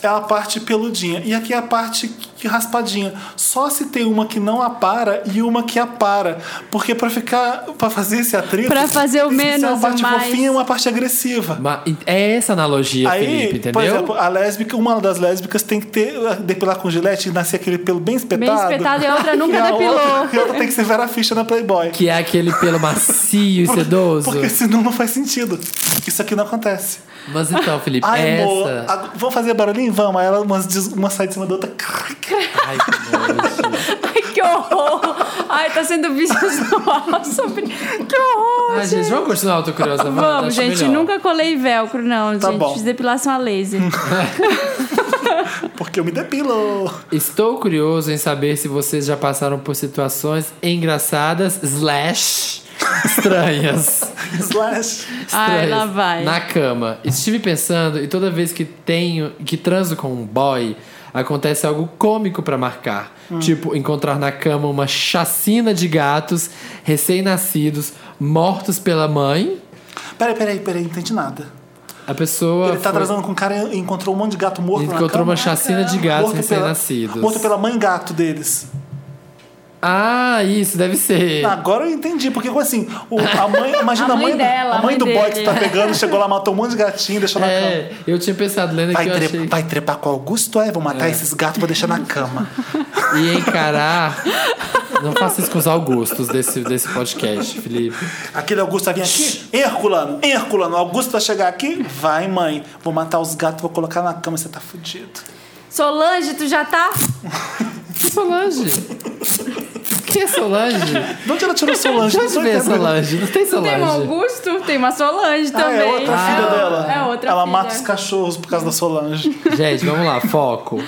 É a parte peludinha. E aqui é a parte que- raspadinha. Só se tem uma que não apara e uma que apara. Porque pra ficar. pra fazer esse atrito. Pra fazer o existe menos, uma parte o mais. fofinha e é uma parte agressiva. Ma- É essa a analogia, Felipe, entendeu? por exemplo, a lésbica, uma das lésbicas tem que ter depilar com gilete e nascer aquele pelo bem espetado. Bem espetado e a outra E nunca a depilou. outra- e a outra tem que ser Vera Ficha na Playboy. Que é aquele pelo macio e sedoso. Porque senão não faz sentido. Isso aqui não acontece. Mas então, Felipe, Ai, amor, essa. a- vamos fazer barulhinho? Vamos. Aí ela umas diz- uma sai de cima da outra. Ai, que nojo. Ai, que horror. Ai, tá sendo visual sobre... Que horror, Ai, gente, gente. vamos continuar o Tô Curiosa Wanda, Vamos, acho gente, melhor. nunca colei velcro, não, Tá gente. bom. Fiz depilação a laser. Porque eu me depilo. Estou curioso em saber se vocês já passaram por situações engraçadas slash estranhas. Slash. Ai, estranhas lá vai. Na cama. Estive pensando e toda vez que tenho, que transo com um boy, acontece algo cômico pra marcar. Hum. Tipo, encontrar na cama uma chacina de gatos recém-nascidos, mortos pela mãe. Peraí, peraí, peraí. Não entendi nada. A pessoa Ele tá foi- atrasando com o cara e encontrou um monte de gato morto na encontrou cama. uma chacina de gatos Morto pela- recém-nascidos. Morto pela mãe gato deles. Ah, isso deve ser. Agora eu entendi, porque assim, o- a mãe, imagina A mãe do- dela, a a mãe mãe do boy que dele. tá pegando, chegou lá, matou um monte de gatinho, deixou na cama. É, eu tinha pensado, lendo Vai, que eu tre- achei. vai trepar com o Augusto, é? Vou matar esses gatos pra deixar na cama. E encarar. Não faça isso com os augustos desse, desse podcast, Felipe. Aquele Augusto vai vir aqui, Herculano, Herculano, Augusto vai chegar aqui, vai mãe, vou matar os gatos, vou colocar na cama, você tá fudido. Solange, tu já tá? Que Solange? Quem é Solange? De onde ela tirou Solange? De Não onde tô vem a entendendo. Solange? Não tem Tem um Solange. Augusto, tem uma Solange Ah, também. é outra filha Ah, dela. É outra ela filha. mata os cachorros por causa da Solange. Gente, vamos lá, foco.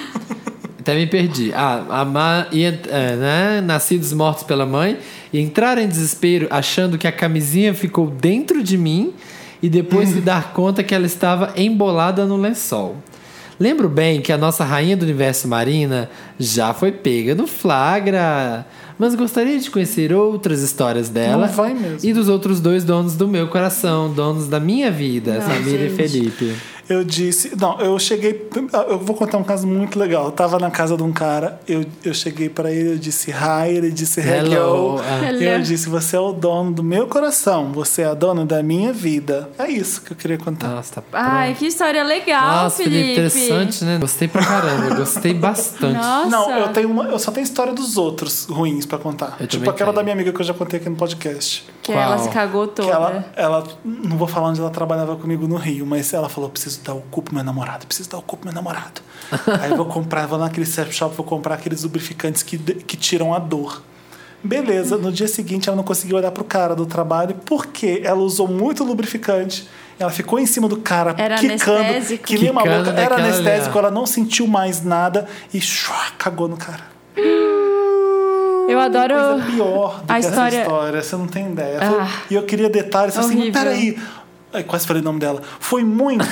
Até me perdi. Ah, a ma... e, ent- é, né? Nascidos mortos pela mãe e entrar em desespero achando que a camisinha ficou dentro de mim e depois se dar conta que ela estava embolada no lençol. Lembro bem que a nossa rainha do universo marina já foi pega no flagra, mas gostaria de conhecer outras histórias dela Não vai mesmo. e dos outros dois donos do meu coração, donos da minha vida, Samira e gente. Felipe. Eu disse. Não, eu cheguei. Eu vou contar um caso muito legal. Eu tava na casa de um cara, eu, eu cheguei pra ele, eu disse hi, ele disse hello. Hello. Ah. Eu Hello. disse, você é o dono do meu coração, você é a dona da minha vida. É isso que eu queria contar. Nossa, tá Ai, que história legal, Nossa, Felipe, Felipe. interessante, né? Gostei pra caramba, gostei bastante. Nossa. Não, eu tenho uma, eu só tenho história dos outros ruins pra contar. Eu tipo também aquela tenho. da minha amiga que eu já contei aqui no podcast. Que que ela Qual? se cagou Que toda. ela, ela, não vou falar onde ela trabalhava comigo no Rio, mas ela falou: preciso dar o cu pro meu namorado, preciso dar o cu pro meu namorado. Aí eu vou comprar, vou naquele self shop, vou comprar aqueles lubrificantes que, de- que tiram a dor. Beleza, no dia seguinte ela não conseguiu olhar pro cara do trabalho porque ela usou muito lubrificante. Ela ficou em cima do cara, Era quicando, anestésico. que nem uma Quicando boca. Era daquela ali, ó. anestésico, ela não sentiu mais nada e shua, cagou no cara. Eu adoro. Coisa pior do Ah, a que história- essa história, você não tem ideia. Ah. e eu queria detalhes, eu falei assim, Horrível. peraí. Aí quase falei o nome dela. Foi muito,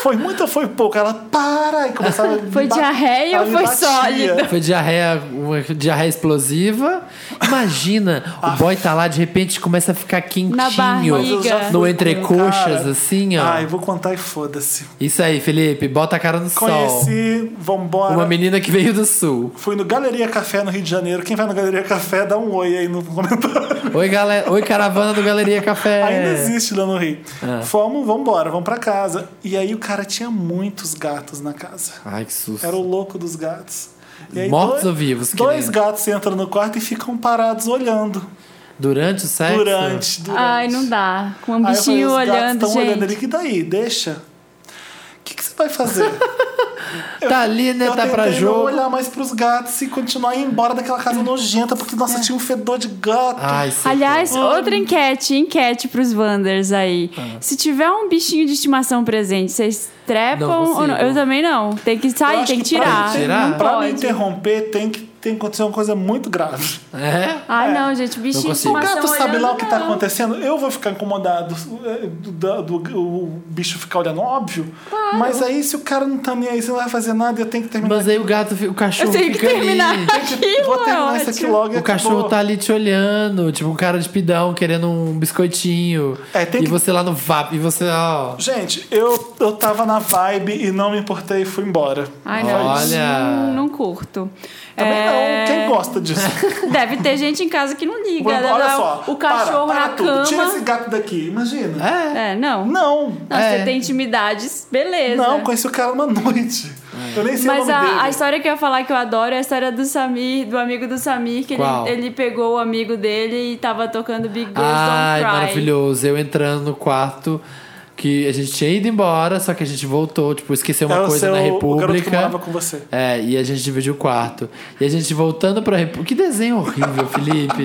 foi muito ou foi pouco? Ela, para! E começava a me Foi ba- diarreia ela ou me foi batia. sólida? Foi diarreia, uma diarreia explosiva. Imagina, o boy tá lá, de repente começa a ficar Na Ah. Mas eu quentinho. já barriga. fui No com entrecoxas, cara. assim, ó. Ai, vou contar e foda-se. Isso aí, Felipe, bota a cara no sol. Conheci, vambora. Uma menina que veio do sul. Fui no Galeria Café no Rio de Janeiro. Quem vai no Galeria Café, dá um oi aí no comentário. Oi, galera. Oi, caravana do Galeria Café. É. Ainda existe lá no Rio. Fomos, vambora, vamos pra casa. E aí o cara tinha muitos gatos na casa. Ai, que susto. Era o louco dos gatos. E Mortos ou vivos, que Dois nem- gatos entram no quarto e ficam parados olhando Durante o sexo? durante, durante. Ai, não dá. Com um Aí eu falei, bichinho os gatos olhando, tão gente. olhando ali, que daí? Deixa. O que, que você vai fazer? Tá ali, né? eu tá pra tentei jogo. não olhar mais pros gatos e continuar indo embora daquela casa nojenta, porque, É. nossa, tinha um fedor de gato. Ai, sei. Aliás, outra enquete, enquete pros Wanders aí. Ah. Se tiver um bichinho de estimação presente, vocês trepam Não ou não? consigo. Eu também não. Tem que Eu sair, acho tem que pra- tirar. Tem que tirar? Não Pra me pode. interromper, tem que, tem que acontecer uma coisa muito grave. É? Ai, não, gente, bichinho Não de consigo. O estimação. gato sabe lá o olhando, que tá não. acontecendo? Eu vou ficar incomodado é, do, da- do- o bicho ficar olhando, óbvio. Mas aí, se o cara não tá nem aí, você não vai fazer nada, eu tenho que terminar. Mas aí o gato, fi- o cachorro Eu tenho que fica terminar ali. aqui, Vou terminar é isso aqui ótimo. logo e O cachorro acabou. tá ali te olhando, tipo um cara de pidão querendo um biscoitinho. É, tem e que- você lá no VAP, e você, ó. Gente, eu, eu tava na vibe e não me importei e fui embora. Ai, não. Olha. Hum, Não curto. Também É, não, quem gosta disso? Deve ter gente em casa que não liga. né? Olha só. O cachorro para, para na tudo. cama. Tira esse gato daqui, imagina. É. É, não. não. Não, É. Você tem intimidades, beleza. não, conheci o cara uma noite. É. Eu nem sei o é. Mas nome dele. a, a história que eu ia falar que eu adoro é a história do Samir, do amigo do Samir, que ele, Qual? ele pegou o amigo dele e tava tocando Big Girls Ai, Don't Cry. maravilhoso. Eu entrando no quarto. Que a gente tinha ido embora, só que a gente voltou, tipo, esqueceu uma Era o coisa seu- na O garoto que República. morava com você. É, e a gente dividiu o quarto. E a gente voltando pra República. Que desenho horrível, Felipe.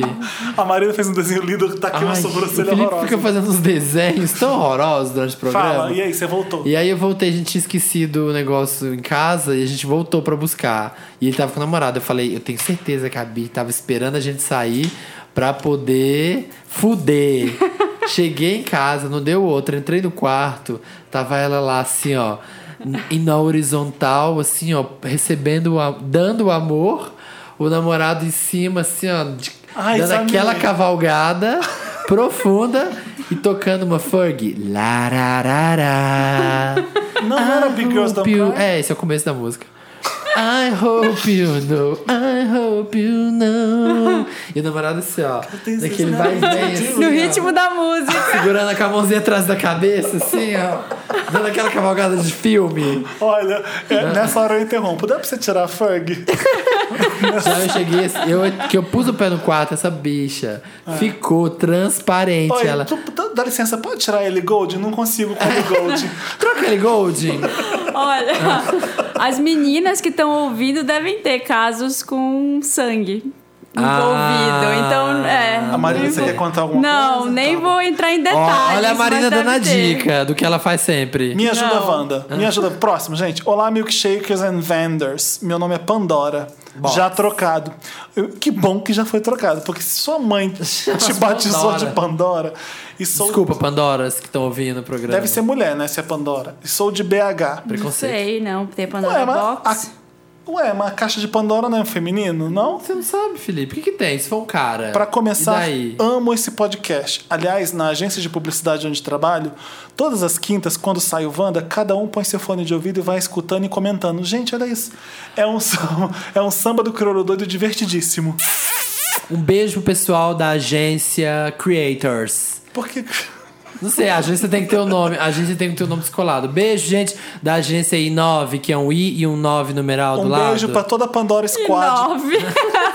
A Marina fez um desenho lindo, tá aqui uma Ai, o sobrancelha Felipe horrorosa. fica fazendo uns desenhos tão horrorosos durante o programa. Fala, e aí, você voltou? E aí eu voltei, a gente tinha esquecido o negócio em casa e a gente voltou pra buscar. E ele tava com o namorado. Eu falei, eu tenho certeza que a Bi tava esperando a gente sair pra poder fuder. Cheguei em casa, não deu outra, entrei no quarto, tava ela lá assim, ó, e na horizontal, assim, ó, recebendo, o a- dando o amor, o namorado em cima, assim, ó, de- Ai, dando Samir. aquela cavalgada profunda e tocando uma Ferg. Lararará. Não, não era Big Girls Don't Hope you- Cry? É, esse é o começo da música. I hope you know, I hope you know. E o namorado assim, ó. tenho Daquele vai e certeza. vem, assim, No ó, ritmo da música. Segurando com a mãozinha atrás da cabeça, assim, ó. Dando aquela cavalgada de filme. Olha, é, nessa hora eu interrompo. Dá pra você tirar a Ferg? Já eu cheguei, assim, eu, que eu pus o pé no quarto, essa bicha ficou transparente. Oi, ela. Ah. tu- tu- dá licença, pode tirar ele Gold? Não consigo com ele Gold. Troca ele, Golding. Olha, as meninas que estão ouvindo devem ter casos com sangue envolvido. Ah. Então, é. A Marina, Nem você vou- quer contar alguma Não, coisa? nem Tá. vou entrar em Ó, detalhes. olha a mas Marina deve dando a ter. dica do que ela faz sempre. Me ajuda, Não. Wanda. Me ajuda. Próximo, gente. Olá, milkshakers and vendors. Meu nome é Pandora. Já trocado. Eu- que bom que já foi trocado, porque se sua mãe te batizou Pandora. de Pandora e sou. Desculpa, Pandoras que estão ouvindo o programa. Deve ser um mulher, né? Se é Pandora. E sou de BH. Não preconceito. sei, não. Tem Pandora Ué, mas. Box. é A, ué, mas a caixa de Pandora não é feminino, não? Você não sabe, Felipe. O que, que tem? Se for um cara. Pra começar, E daí? amo esse podcast. Aliás, na agência de publicidade onde trabalho, todas as quintas, quando sai o Wanda, cada um põe seu fone de ouvido e vai escutando e comentando. Gente, olha isso. É um, samba- é um samba do crioulo doido divertidíssimo. Um beijo pessoal da agência Creators. Porque. Não sei, a agência tem que ter o nome. A agência tem que ter o nome descolado. Beijo, gente, da agência I9, que é um I e um 9 numeral do Um lado. beijo pra toda a Pandora E Squad. nove.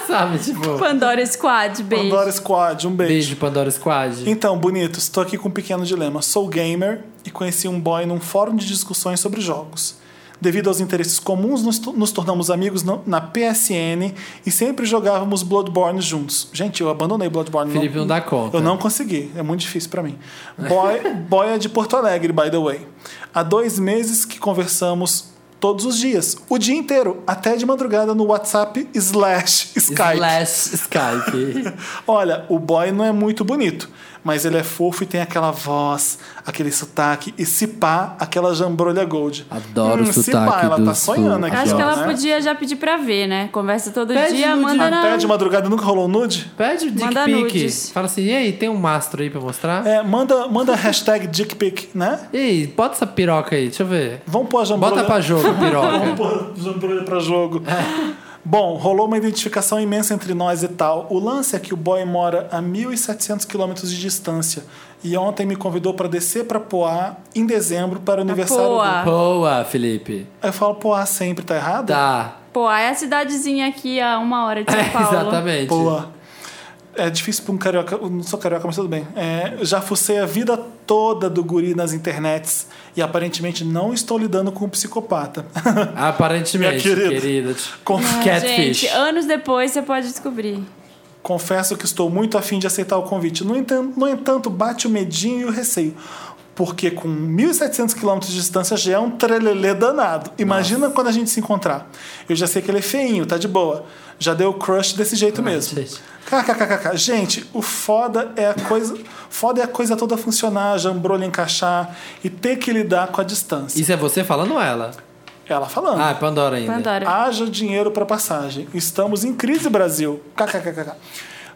Sabe, tipo. Pandora Squad, beijo. Pandora Squad, um beijo. Beijo, Pandora Squad. Então, bonitos, tô aqui com um pequeno dilema. Sou gamer e conheci um boy num fórum de discussões sobre jogos. Devido aos interesses comuns, nos, to- nos tornamos amigos no- na PSN e sempre jogávamos Bloodborne juntos. Gente, eu abandonei Bloodborne. Felipe não dá conta. Eu não consegui, é muito difícil pra mim. Boy, boy é de Porto Alegre, by the way. Há dois meses que conversamos todos os dias, o dia inteiro, até de madrugada no WhatsApp slash Skype. Slash Skype. Olha, o boy não é muito bonito, mas ele é fofo e tem aquela voz, aquele sotaque e se pá, aquela jambrolha gold. Adoro o se pá, sotaque ela do tá sonhando sul. aqui, Acho ó, que ela né? podia já pedir pra ver, né? Conversa todo Pede dia, nude. manda na. Até de madrugada nunca rolou um nude? Pede o dick Manda pic. nudes. Fala assim, e aí, tem um mastro aí pra mostrar? É, manda, manda hashtag dick pic, né? E aí, bota essa piroca aí, deixa eu ver. Vamos pôr a jambrolha. Bota pra É. jogo, Vamos piroca. pôr a jambrolha pra jogo. Bom, rolou uma identificação imensa entre nós e tal. O lance é que o boy mora a 1.700 quilômetros de distância. E ontem me convidou pra descer pra Poá em dezembro para o aniversário Poá. do Boa, Felipe. Eu falo, pô, ah, sempre tá errado? Tá. Pô, aí a cidadezinha aqui a uma hora de São É, Paulo. exatamente. Pô. É difícil pra um carioca. Eu não sou carioca, mas tudo bem. É, já fucei a vida toda do guri nas internets e aparentemente não estou lidando com um psicopata. Aparentemente, Minha querida. querida. Conf- Ah, Catfish. Gente, anos depois você pode descobrir. Confesso que estou muito afim de aceitar o convite. No entanto, no entanto, bate o medinho e o receio. Porque com 1.700 quilômetros de distância já é um trelelê danado. Imagina quando a gente se encontrar. Eu já sei que ele é feinho, tá de boa. Já deu crush desse jeito mesmo. Ah, gente. KKKKK. Gente, o foda é a coisa. Foda é a coisa toda funcionar, a jambrolha encaixar e ter que lidar com a distância. Isso é você falando ou ela? Ela falando. Ah, é Pandora ainda. Pandora. Haja dinheiro para passagem. Estamos em crise, Brasil. KKKKK.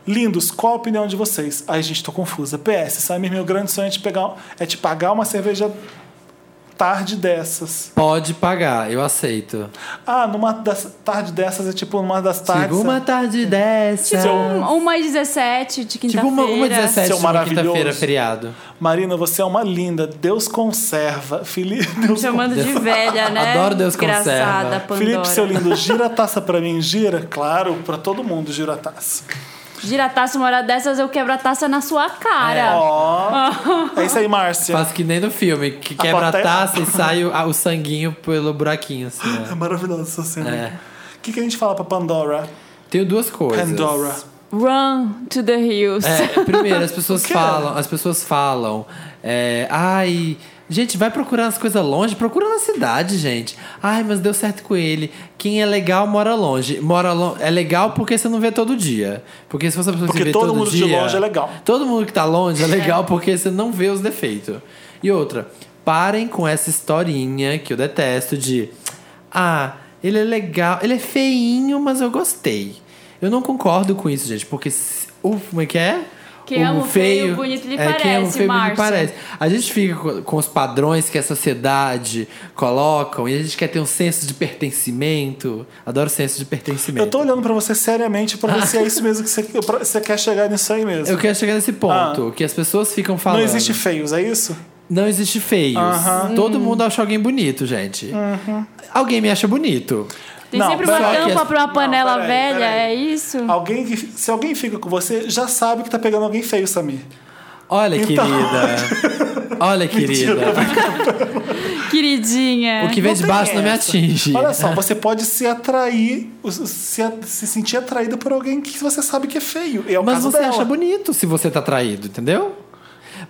Lindos, qual a opinião de vocês? Ai, gente, tô confusa. PS, Samir, meu grande sonho é te, pegar, é te pagar uma cerveja tarde dessas. Pode pagar, eu aceito. Ah, numa das tarde dessas é tipo numa das tardes. Chegou uma tarde dessa. Tipo um- uma e 17 de quinta-feira. Tipo uma, uma 17 Seu de quinta-feira, maravilhoso. feriado. Marina, você é uma linda. Deus conserva. Felipe, Deus Chamando de velha, né? Adoro Deus Engraçada, conserva. Pandora. Felipe, seu lindo, gira a taça pra mim, gira? Claro, pra todo mundo gira a taça. Gira a taça uma hora dessas, eu quebro a taça na sua cara. Ó. É isso aí, Márcia. Faz que nem no filme, que quebra a plateia- taça e sai o, a- o sanguinho pelo buraquinho, assim. É Né? maravilhosa essa cena. O É. que, que a gente fala pra Pandora? Tenho duas coisas. Pandora. Run to the hills. É, primeiro, as pessoas O quê? falam, as pessoas falam. é, ai, gente, vai procurar as coisas longe, procura na cidade, gente. Ai, mas deu certo com ele. Quem é legal mora longe. Mora lo- é legal porque você não vê todo dia. Porque se você é uma pessoa que Porque vê todo todo mundo de dia, longe é legal. Todo mundo que tá longe é legal porque você não vê os defeitos. E outra, parem com essa historinha que eu detesto de ah, ele é legal, ele é feinho, mas eu gostei. Eu não concordo com isso, gente, porque se- o como é que é? Quem ama o feio, bonito lhe Quem ama o parece, feio, bonito lhe Márcia. parece. A gente fica co- com os padrões que a sociedade colocam e a gente quer ter um senso de pertencimento. Adoro senso de pertencimento. Eu tô olhando pra você seriamente pra ver se é isso mesmo que você, pra- você quer chegar nisso aí mesmo. Eu quero chegar nesse ponto, que as pessoas ficam falando. Ah. Não existe feios, é isso? Não existe feios. Aham. Uhum. Todo mundo acha alguém bonito, gente. Alguém me acha bonito. Tem Não, sempre uma pera- só que tampa as- pra uma Não, panela peraí, velha, peraí. é isso? Alguém que, se alguém fica com você, já sabe que tá pegando alguém feio, Samir. Olha, Então- querida. Olha, querida. Queridinha. O que vem de Não tem baixo não me essa. atinge. Olha só, você pode se atrair, se, se sentir atraído por alguém que você sabe que é feio. É o Mas caso você dela. acha bonito se você tá traído, entendeu?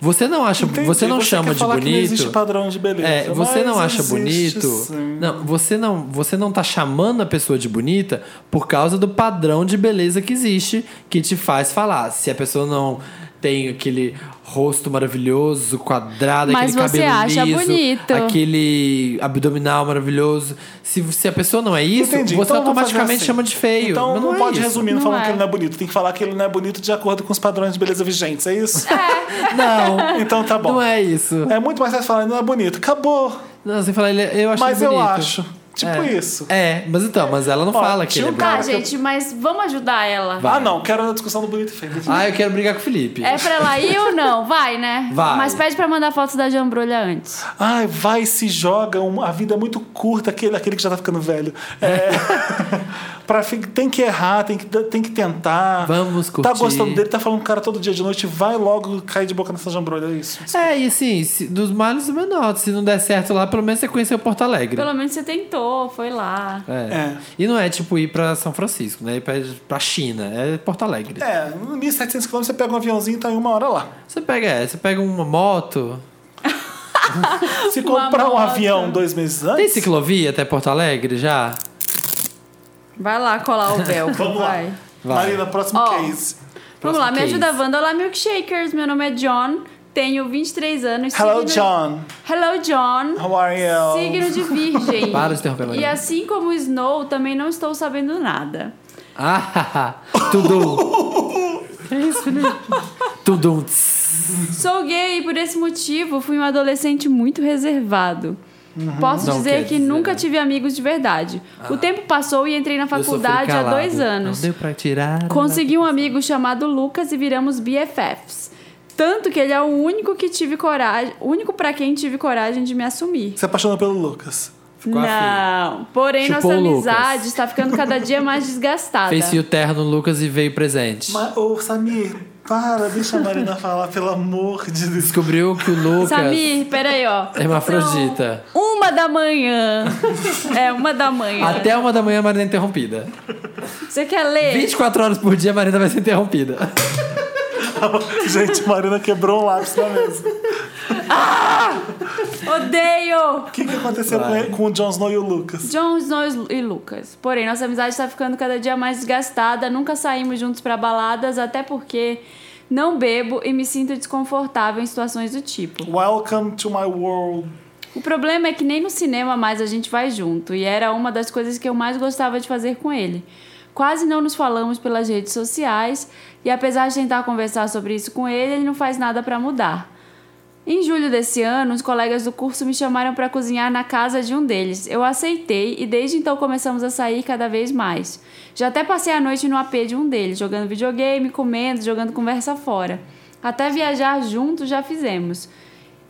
Você não acha, Entendi. você não Você chama quer de falar que bonito. não existe padrão de beleza, É, você mas não acha existe bonito. sim. Não, você não, você não tá chamando a pessoa de bonita por causa do padrão de beleza que existe que te faz falar. Se a pessoa não tem aquele rosto maravilhoso, quadrado, Mas aquele você cabelo acha liso, bonito. aquele abdominal maravilhoso. Se, se a pessoa não é isso, Entendi. você Então eu vou fazer automaticamente assim. chama de feio. Então Mas não, é pode isso. resumir não Não falando é. que ele não é bonito. Tem que falar que ele não é bonito de acordo com os padrões de beleza vigentes, é isso? Não. Então tá bom. Não é isso. É muito mais fácil falar, não é bonito. Acabou. Não, você fala, ele- eu acho Mas ele eu bonito. acho. Tipo isso. É, mas então, mas ela não Ó, fala que tinha ele é um branco. cara Tá, que eu- gente, mas vamos ajudar ela. Vai. Ah, não, quero a discussão do bonito e feio. Ah, eu quero brigar com o Felipe. É pra ela ir ou não? Vai, né? Vai. Mas pede pra mandar fotos da jambrolha antes. Ai, vai, se joga, um- a vida é muito curta, aquele, aquele que já tá ficando velho. É, pra fi- tem que errar, tem que, tem que tentar. Vamos Tá curtir. gostando dele, tá falando com o cara todo dia de noite, vai logo cair de boca nessa jambrolha, é isso. É, e assim, se- dos males do menor. Se não der certo lá, pelo menos você conheceu Porto Alegre. Pelo menos você tentou, foi lá. É. É. E não é tipo ir pra São Francisco, né? Ir pra, pra China. É Porto Alegre. É, 1.700 km você pega um aviãozinho e tá em uma hora lá. Você pega, é, você pega uma moto. Se Uma comprar um moto. avião dois meses Ah, Tem antes. ciclovia até Porto Alegre já? Vai lá colar o véu. Vamos lá. vai. Vai. Marina, próximo Ó. case. Vamos lá, me case. ajuda, Wanda. Olá, milkshakers. Meu nome é John, tenho 23 anos. Hello, signo- John. Hello, John. How are you? Signo de virgem. Para de interromper, Marina. E assim como Snow, também não estou sabendo nada. Ah, tudo. que isso, Felipe? Tudum. tss. Sou gay e por esse motivo fui um adolescente muito reservado. Posso Não dizer quer que dizer. Ah. nunca tive amigos de verdade. O tempo passou e entrei na Eu sofri faculdade há calado. dois anos. Não deu pra tirar. Consegui um amigo chamado Lucas e viramos BFFs. Tanto que ele é o único que tive coragem, único pra quem tive coragem de me assumir. Se apaixonou pelo Lucas. Ficou Não. Porém, Chupou nossa o Lucas. amizade está ficando cada dia mais desgastada. Fez fio terno no Lucas e veio presente. Mas, ô, Samir, para, deixa a Marina falar, pelo amor de Deus. Descobriu que o Lucas Samir, peraí, ó. é hermafrodita. Uma da manhã. É, uma da manhã. Até uma da manhã a Marina é interrompida. Você quer ler? 24 horas por dia a Marina vai ser interrompida. Gente, Marina quebrou um lápis na mesa. Odeio! O que, que aconteceu com, ele- com o Jon Snow e o Lucas? Jon Snow e Lucas. Porém, nossa amizade está ficando cada dia mais desgastada. Nunca saímos juntos para baladas, até porque não bebo e me sinto desconfortável em situações do tipo. Welcome to my world. O problema é que nem no cinema mais a gente vai junto, e era uma das coisas que eu mais gostava de fazer com ele. Quase não nos falamos pelas redes sociais, e apesar de tentar conversar sobre isso com ele, ele não faz nada para mudar. Em julho desse ano, os colegas do curso me chamaram para cozinhar na casa de um deles. Eu aceitei e desde então começamos a sair cada vez mais. Já até passei a noite no AP de um deles, jogando videogame, comendo, jogando conversa fora. Até viajar juntos já fizemos.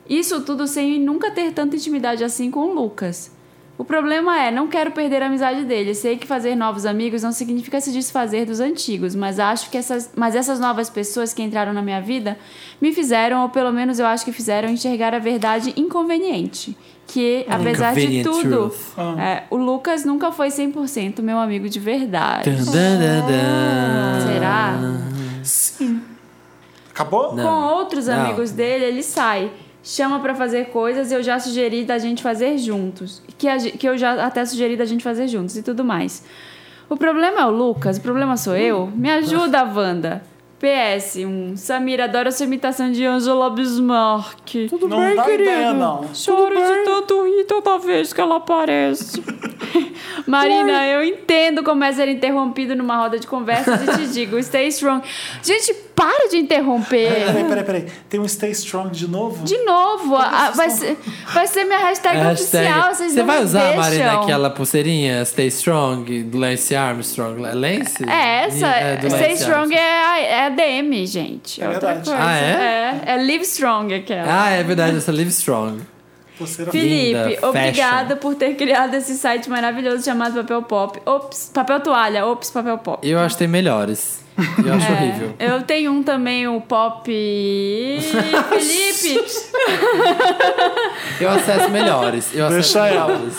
Isso tudo sem nunca ter tanta intimidade assim com o Lucas. O problema é, não quero perder a amizade dele. Sei que fazer novos amigos não significa se desfazer dos antigos, mas acho que essas, mas essas novas pessoas que entraram na minha vida me fizeram, ou pelo menos eu acho que fizeram, enxergar a verdade inconveniente. Que, apesar de Inconvenient tudo, truth. é, o Lucas nunca foi 100% meu amigo de verdade. Dun, dun, dun, dun. Será? Sim. Acabou? Não. Com outros Não. amigos dele, ele sai. Chama pra fazer coisas e eu já sugeri da gente fazer juntos. Que, a ge- que eu já até sugeri da gente fazer juntos e tudo mais. O problema é o Lucas, o problema sou eu. Hum. Me ajuda, Wanda. PS, um Samir adora sua imitação de Angela Bismarck. Tudo Não bem, dá querido? ideia, não. Choro de tanto rir toda vez que ela aparece. Marina, eu entendo como é ser interrompido numa roda de conversas e te digo, stay strong. Gente, para de interromper. Peraí, peraí, peraí. Tem um Stay Strong de novo? De novo, a- a- vai, ser, vai ser minha hashtag, É a hashtag. oficial, vocês Você não vai me usar, deixam. Marina, aquela pulseirinha Stay Strong, do Lance Armstrong. né? Lance? É essa, do Lance stay Armstrong. strong é a, é a DM, gente. É, É outra verdade. coisa. Ah, é? É, é live strong aquela. Ah, é verdade, essa Live Strong. Você era... Felipe, Linda, obrigada fashion. por ter criado esse site maravilhoso chamado Papel Pop. Ops, papel toalha, ops, papel pop. Eu acho que tem melhores. Eu acho É, horrível. Eu tenho um também, o Pop. Ih, Felipe! Eu acesso melhores. Eu acesso Deixa ela. melhores.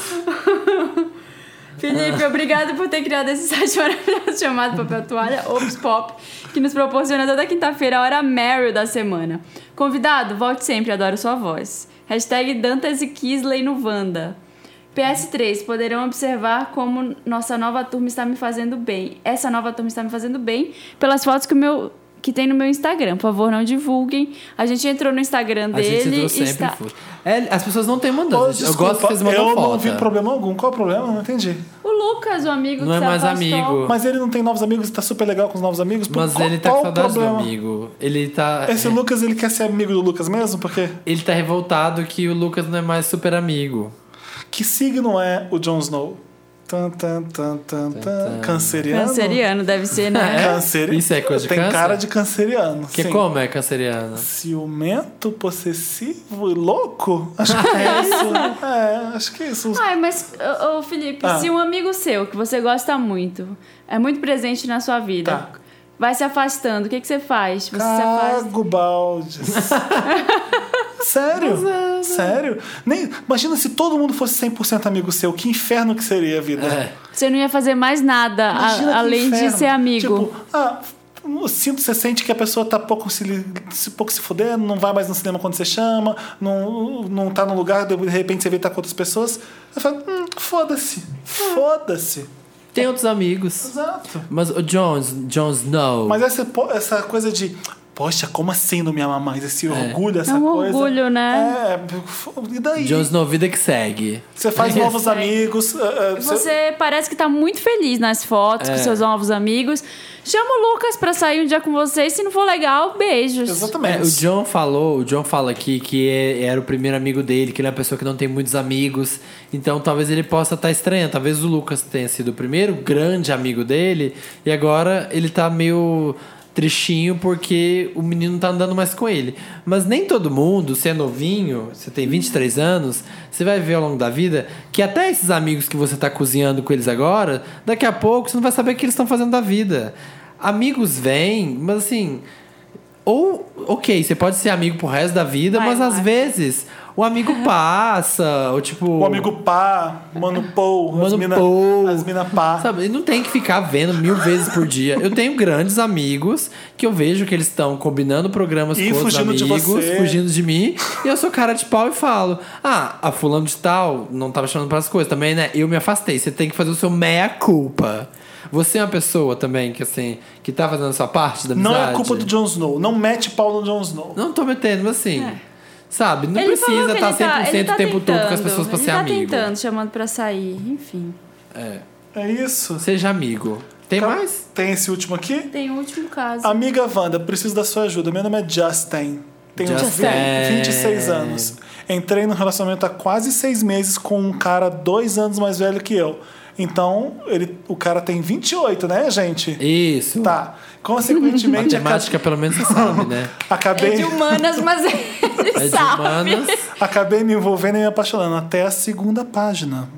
Felipe, obrigado por ter criado esse site maravilhoso chamado Papel Toalha, Ops Pop, que nos proporciona toda quinta-feira a hora Meryl da semana. Convidado, volte sempre, adoro sua voz. Hashtag Dantas e Kisley no Wanda. PS3, poderão observar como nossa nova turma está me fazendo bem. Essa nova turma está me fazendo bem pelas fotos que o meu que tem no meu Instagram. Por favor, não divulguem. A gente entrou no Instagram A gente dele entrou e sempre está foto. É, as pessoas não têm mandado. Ô, gente. eu desculpa, gosto que vocês mandam eu foto. não vi problema algum. Qual é o problema? Eu Não entendi. O Lucas, o amigo Não que é se mais afastou. amigo. Mas ele não tem novos amigos, tá super legal com os novos amigos. Por- Mas qual- ele tá qual com o saudade do problema? amigo. Ele tá. Esse Lucas, ele quer ser amigo do Lucas mesmo? Porque Ele tá revoltado que o Lucas não é mais super amigo. Que signo é o Jon Snow? Tan, tan, tan, tan, tan. Canceriano? Canceriano deve ser, né? Câncer. Isso é coisa de Tem câncer? cara de canceriano. Que sim. como é canceriano? Ciumento, possessivo e louco? Acho que é isso. é, acho que é isso. Ai, mas, ô, ô, Felipe, Ah. se um amigo seu que você gosta muito é muito presente na sua vida, Tá. vai se afastando, o que, que você faz? é Você se afasta. Cago baldes. Sério? Sério? Nem, imagina se todo mundo fosse 100% amigo seu, que inferno que seria a vida. É. Você não ia fazer mais nada a- Imagina que além inferno. de ser amigo. Tipo, ah, eu sinto, você sente que a pessoa tá pouco se, li- se- pouco se fudendo, não vai mais no cinema quando você chama, não, não tá no lugar, de repente você vê que tá com outras pessoas. Eu falo, hum, foda-se. Foda-se. Tem outros amigos. Exato. Mas o Jones, Jon Snow. Mas essa, po- essa coisa de, poxa, como assim não me ama mais? Esse orgulho, essa É um coisa. orgulho, né? É, f- e daí? Jon Snow, vida que segue. Você faz É. novos amigos. ah, ah, você- Você parece que tá muito feliz nas fotos Tipo, É. com seus novos amigos. Chama o Lucas pra sair um dia com vocês. Se não for legal, beijos. Exatamente. É, o John falou, o John fala aqui que é- era o primeiro amigo dele, que ele é uma pessoa que não tem muitos amigos. Então talvez ele possa estar estranhando. Talvez o Lucas tenha sido o primeiro grande amigo dele. E agora ele tá meio tristinho porque o menino não tá andando mais com ele. Mas nem todo mundo, se é novinho, você tem 23 anos, você vai ver ao longo da vida que até esses amigos que você tá cozinhando com eles agora, daqui a pouco você não vai saber o que eles estão fazendo da vida. Amigos vêm, mas assim, ou, ok, você pode ser amigo pro resto da vida, Vai, mas vai. às vezes o amigo passa, ou tipo. O amigo pá, Mano Paul, as Mano mina, Paul. as mina pá. Sabe, não tem que ficar vendo mil vezes por dia. Eu tenho grandes amigos que eu vejo que eles estão combinando programas E com outros fugindo amigos, de você. fugindo de mim, e eu sou cara de pau e falo: Ah, a fulano de tal não tava chamando pras coisas também, né? Eu me afastei. Você tem que fazer o seu meia-culpa. Você é uma pessoa também que, assim, que tá fazendo a sua parte da Não amizade. é culpa do Jon Snow. Não mete pau no Jon Snow. Não tô metendo, mas assim. Sabe, não É. Ele falou precisa que estar ele tá- 100% ele tá o tempo todo com as tentando. pessoas pra ele ser tá amigo. tentando, chamando pra sair, enfim. É. É isso. Seja amigo. Tá. Tem mais? Tem esse último aqui? Tem o último caso. Amiga Wanda, preciso da sua ajuda. Meu nome é Justin. Tenho uns Justin. 26 anos. Entrei num relacionamento há quase seis meses com um cara dois anos mais velho que eu. Então, ele, o cara tem 28, né, gente? Isso. Tá. Consequentemente, Matemática, pelo menos você sabe, né? É acabei. de humanas, mas ele É de sabe. humanas. Acabei me envolvendo e me apaixonando até a segunda página.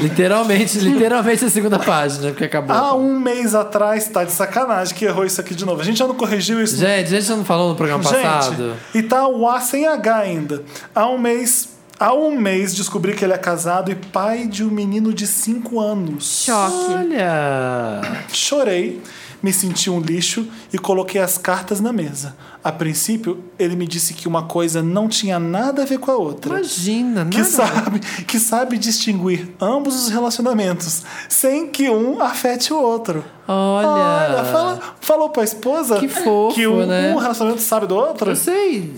Literalmente, literalmente a segunda página, porque acabou. Há um mês atrás, tá de sacanagem que errou isso aqui de novo. A gente já não corrigiu isso. Gente, a gente não falou no programa Tá passado? Gente, e tá o A sem H ainda. Há um mês, há um mês descobri que ele é casado e pai de um menino de 5 anos. Choque. Olha! Chorei, me senti um lixo e coloquei as cartas na mesa. A princípio, ele me disse que uma coisa não tinha nada a ver com a outra. Imagina, né? que sabe, que sabe distinguir ambos os relacionamentos sem que um afete o outro. Olha. Olha, fala- falou pra esposa Que fofo, que um, né? um relacionamento sabe do outro. Eu sei,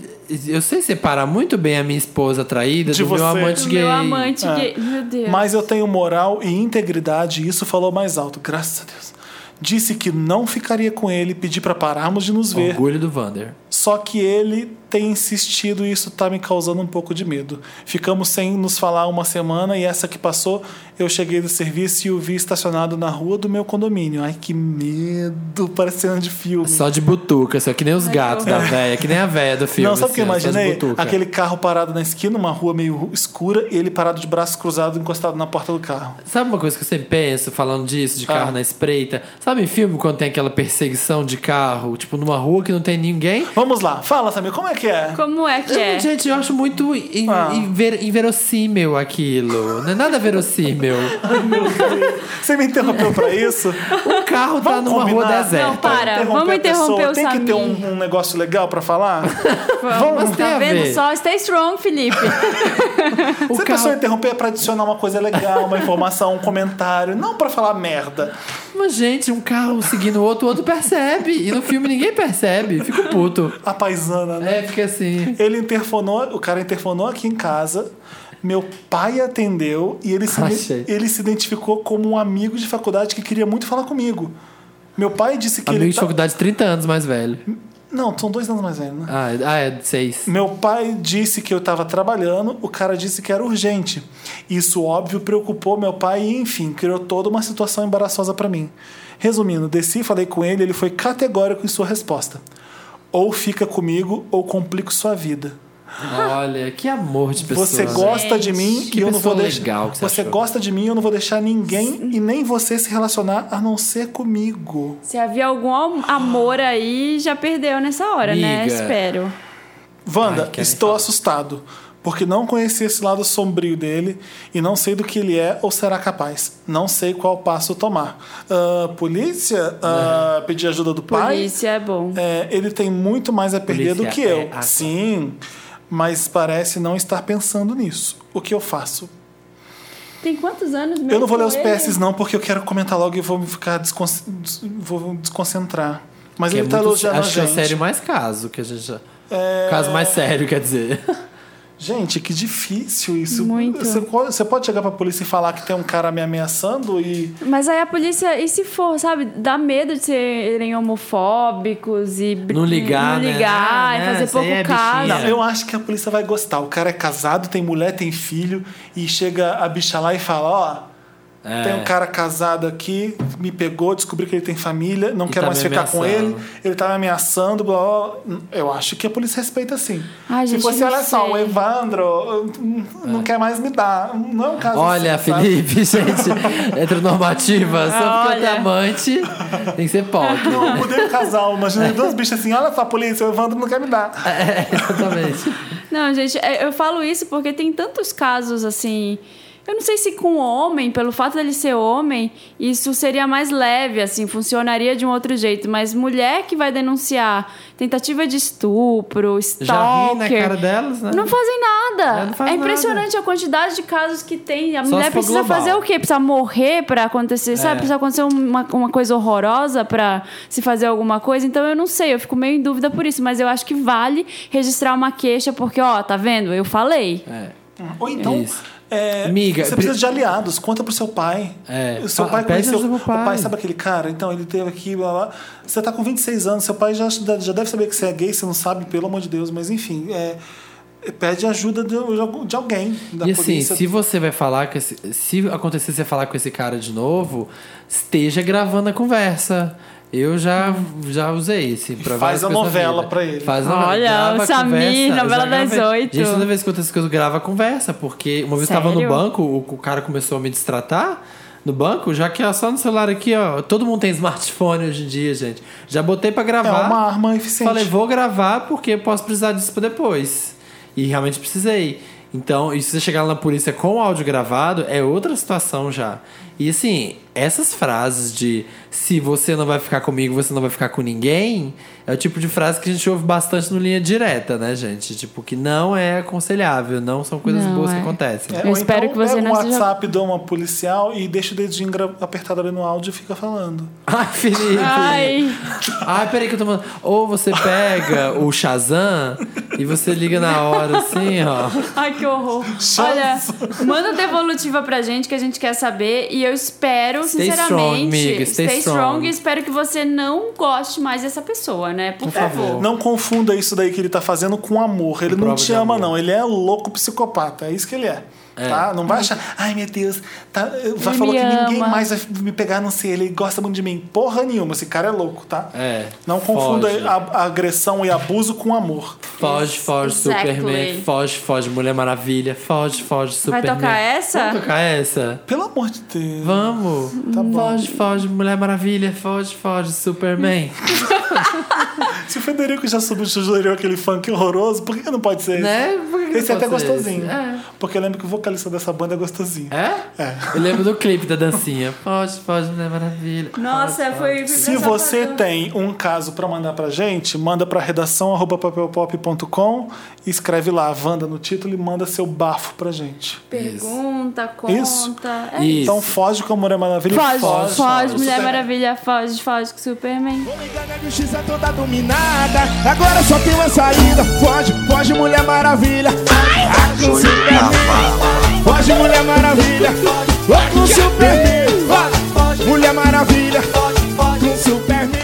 eu sei separar muito bem a minha esposa traída De do você. meu amante O gay. Meu amante gay. Meu Deus. É. Mas eu tenho moral e integridade e isso falou mais alto, graças a Deus. Disse que não ficaria com ele, pedi pra pararmos de nos ver. Orgulho do Vander. Só que ele tem insistido e isso tá me causando um pouco de medo. Ficamos sem nos falar uma semana e essa que passou, eu cheguei do serviço e o vi estacionado na rua do meu condomínio. Ai, que medo, parece cena de filme. Só de butuca, só que nem os gatos da véia, que nem a véia do filme. Não, sabe o que assim, eu ó, só de imaginei? butuca. Aquele carro parado na esquina, uma rua meio escura, e ele parado de braços cruzados, encostado na porta do carro. Sabe uma coisa que eu sempre penso, falando disso, de carro Ah. na espreita? Sabe em filme quando tem aquela perseguição de carro, tipo numa rua que não tem ninguém? Vamos lá, fala, Samir, como é que é? Como é que é? Gente, eu acho muito in- Ah. inver- inverossímil aquilo. Não é nada verossímil. Você me interrompeu pra isso? O carro tá Vamos numa rua combinar? deserta. Não, para. Interromper vamos a interromper pessoa, o Tem que ter Samir. um, um negócio legal pra falar? Mas tem Tá a vendo ver. só? Stay strong, Felipe. O Se a carro- pessoa interromper é pra adicionar uma coisa legal, uma informação, um comentário, não pra falar merda. Mas, gente, um carro seguindo o outro, o outro percebe. E no filme ninguém percebe. Fico puto. A paisana, né? É, fica assim. Ele interfonou, o cara interfonou aqui em casa. Meu pai atendeu e ele se, Achei. ele se identificou como um amigo de faculdade que queria muito falar comigo. Meu pai disse que Amigo ele. de tá- faculdade 30 anos mais velho. Não, são dois anos mais velho, né? Ah, é- ah, é seis. Meu pai disse que eu estava trabalhando, o cara disse que era urgente. Isso, óbvio, preocupou meu pai e, enfim, criou toda uma situação embaraçosa para mim. Resumindo, desci, falei com ele, ele foi categórico em sua resposta. Ou fica comigo ou complico sua vida. Olha, que amor de pessoa. Você né? gosta de Gente. mim Que e eu não vou pessoa deixar. legal que você achou. gosta de mim e eu não vou deixar ninguém e nem você se relacionar a não ser comigo. Se havia algum am- amor aí, já perdeu nessa hora, né? Amiga. Espero. Wanda, Ai, Kevin, estou fala. assustado, porque não conheci esse lado sombrio dele e não sei do que ele é ou será capaz. Não sei qual passo tomar. Ah, polícia? Ah, Pedir ajuda do pai? Polícia é bom. É, ele tem muito mais a perder Polícia do que é eu. azar. Sim, mas parece não estar pensando nisso. O que eu faço? Tem quantos anos mesmo? Eu não vou ler os ele? PS não, porque eu quero comentar logo e vou me ficar descon... des- vou desconcentrar. Mas Que é ele tá muito, elogiando a acho que é gente. o sério mais caso que a gente já. É. Caso mais sério, quer dizer. Gente, que difícil isso. Muito. Você, co- você pode chegar pra polícia e falar que tem um cara me ameaçando e. Mas aí a polícia, e se for, sabe? Dá medo de serem homofóbicos e... br- Não ligar, Não né? ligar Ah, e né? fazer Isso aí pouco é caso. Não, bichinha. É. eu acho que a polícia vai gostar. O cara é casado, tem mulher, tem filho, e chega a bicha lá e fala: Ó, É. tem um cara casado aqui, me pegou, descobri que ele tem família, não quero tá mais me ficar com ele, ameaçando. ele tá me ameaçando, blá, blá, blá. Eu acho que a polícia respeita sim. Ai, Se gente, fosse, não olha só, sei. o Evandro hum, não quer mais me dar. Não é um caso Olha, assim, sabe? Felipe, gente, heteronormativa, só porque Olha. é amante, tem que ser pop. Eu mudei o casal, imaginei duas bichas assim, olha só, polícia, o Evandro não quer me dar. É, exatamente. Não, gente, é, eu falo isso porque tem tantos casos assim. Eu não sei se com homem, pelo fato dele ser homem, isso seria mais leve, assim, funcionaria de um outro jeito. Mas mulher que vai denunciar tentativa de estupro, stalker. Já ri na cara delas, né? Não fazem nada. É, não faz é impressionante a quantidade de casos que tem. A Só se mulher for precisa global. fazer o quê? Precisa morrer pra acontecer, É. sabe? Precisa acontecer um, uma, uma coisa horrorosa pra se fazer alguma coisa. Então eu não sei, eu fico meio em dúvida por isso, mas eu acho que vale registrar uma queixa, porque, ó, tá vendo? Eu falei. É. Ou então, Isso. é, Amiga, você precisa pre- de aliados, conta pro seu pai. É, O seu fa- pai pede conheceu. ajuda O pro pai. pai sabe aquele cara, então ele teve aqui, blá blá. Você tá com 26 anos, seu pai já, já deve saber que você é gay, você não sabe, pelo amor de Deus, mas enfim. é, pede ajuda de, de alguém da E assim, polícia. se você vai falar com esse. Se acontecer você falar com esse cara de novo, esteja gravando a conversa. Eu já, já usei esse pra Faz várias a coisas na novela vida. pra ele. Faz a novela. Olha, grava o a Samir, conversa, eu novela já gravei. das oito. Gente, toda vez que acontece coisa, eu gravo a conversa, porque uma vez eu tava no Sério? banco, o, o cara começou a me destratar no banco, já que é só no celular aqui, ó. Todo mundo tem smartphone hoje em dia, gente. Já botei pra é gravar. uma arma eficiente. Falei, vou gravar porque eu posso precisar disso pra depois. E realmente precisei. Então, e se você chegar lá na polícia com o áudio gravado, é outra situação já. E assim, essas frases de se você não vai ficar comigo, você não vai ficar com ninguém, é o tipo de frase que a gente ouve bastante no linha direta, né, gente? Tipo, que não é aconselhável, não são coisas Não, boas é. que acontecem. É, Eu ou espero então que você pega não um seja- WhatsApp de uma policial e deixa o dedinho gra- apertado ali no áudio e fica falando. Ai, Felipe! Ai, Ai, peraí que eu tô mandando. Ou você pega o Shazam e você liga na hora, assim, ó. ai, que horror. Olha, manda um devolutiva pra gente que a gente quer saber. E eu espero, Stay strong, sinceramente, amiga, stay strong. e espero que você não goste mais dessa pessoa, né? Por, favor. favor. Não confunda isso daí que ele tá fazendo com amor. Ele não prova te de ama, amor. não. Ele é louco psicopata. É isso que ele é. Tá? Não vai achar. Ai, meu Deus. Tá, vai Ele falou me que ninguém ama." mais vai me pegar, não sei. Ele gosta muito de mim. Porra nenhuma. Esse cara é louco, tá? É, Não confunda foge. a- a agressão e abuso com amor. Foge, foge, Exactly. Superman. Foge, foge, Mulher Maravilha. Foge, foge, Vai Superman. tocar essa? Vamos tocar essa? Pelo amor de Deus. Vamos. Tá bom. Foge, foge, Mulher Maravilha. Foge, foge, Superman. Se o Federico já sugeriu aquele funk horroroso, por que não pode ser Né? Por que esse? que Esse é não até pode ser gostosinho. esse? É. Porque eu lembro que o vocalista dessa banda é gostosinho. É? É. Eu lembro do clipe da dancinha. Foge, foge, Mulher Maravilha. Nossa, foi. Se você tem um caso pra mandar pra gente, manda pra redação arroba papelpop.com e escreve lá, Wanda, no título e manda seu bafo pra gente. Pergunta, conta. Isso. É Isso. Então foge com a Mulher Maravilha. e Foge, foge, Foge, Mulher Superman. Maravilha, foge, foge com Superman. Vou ligar na justiça toda dominada. Agora só tem uma saída. Foge, foge, Mulher Maravilha. Vai com Superman. Foge, Mulher Maravilha. Vai com Superman. Mulher Maravilha. Com Superman.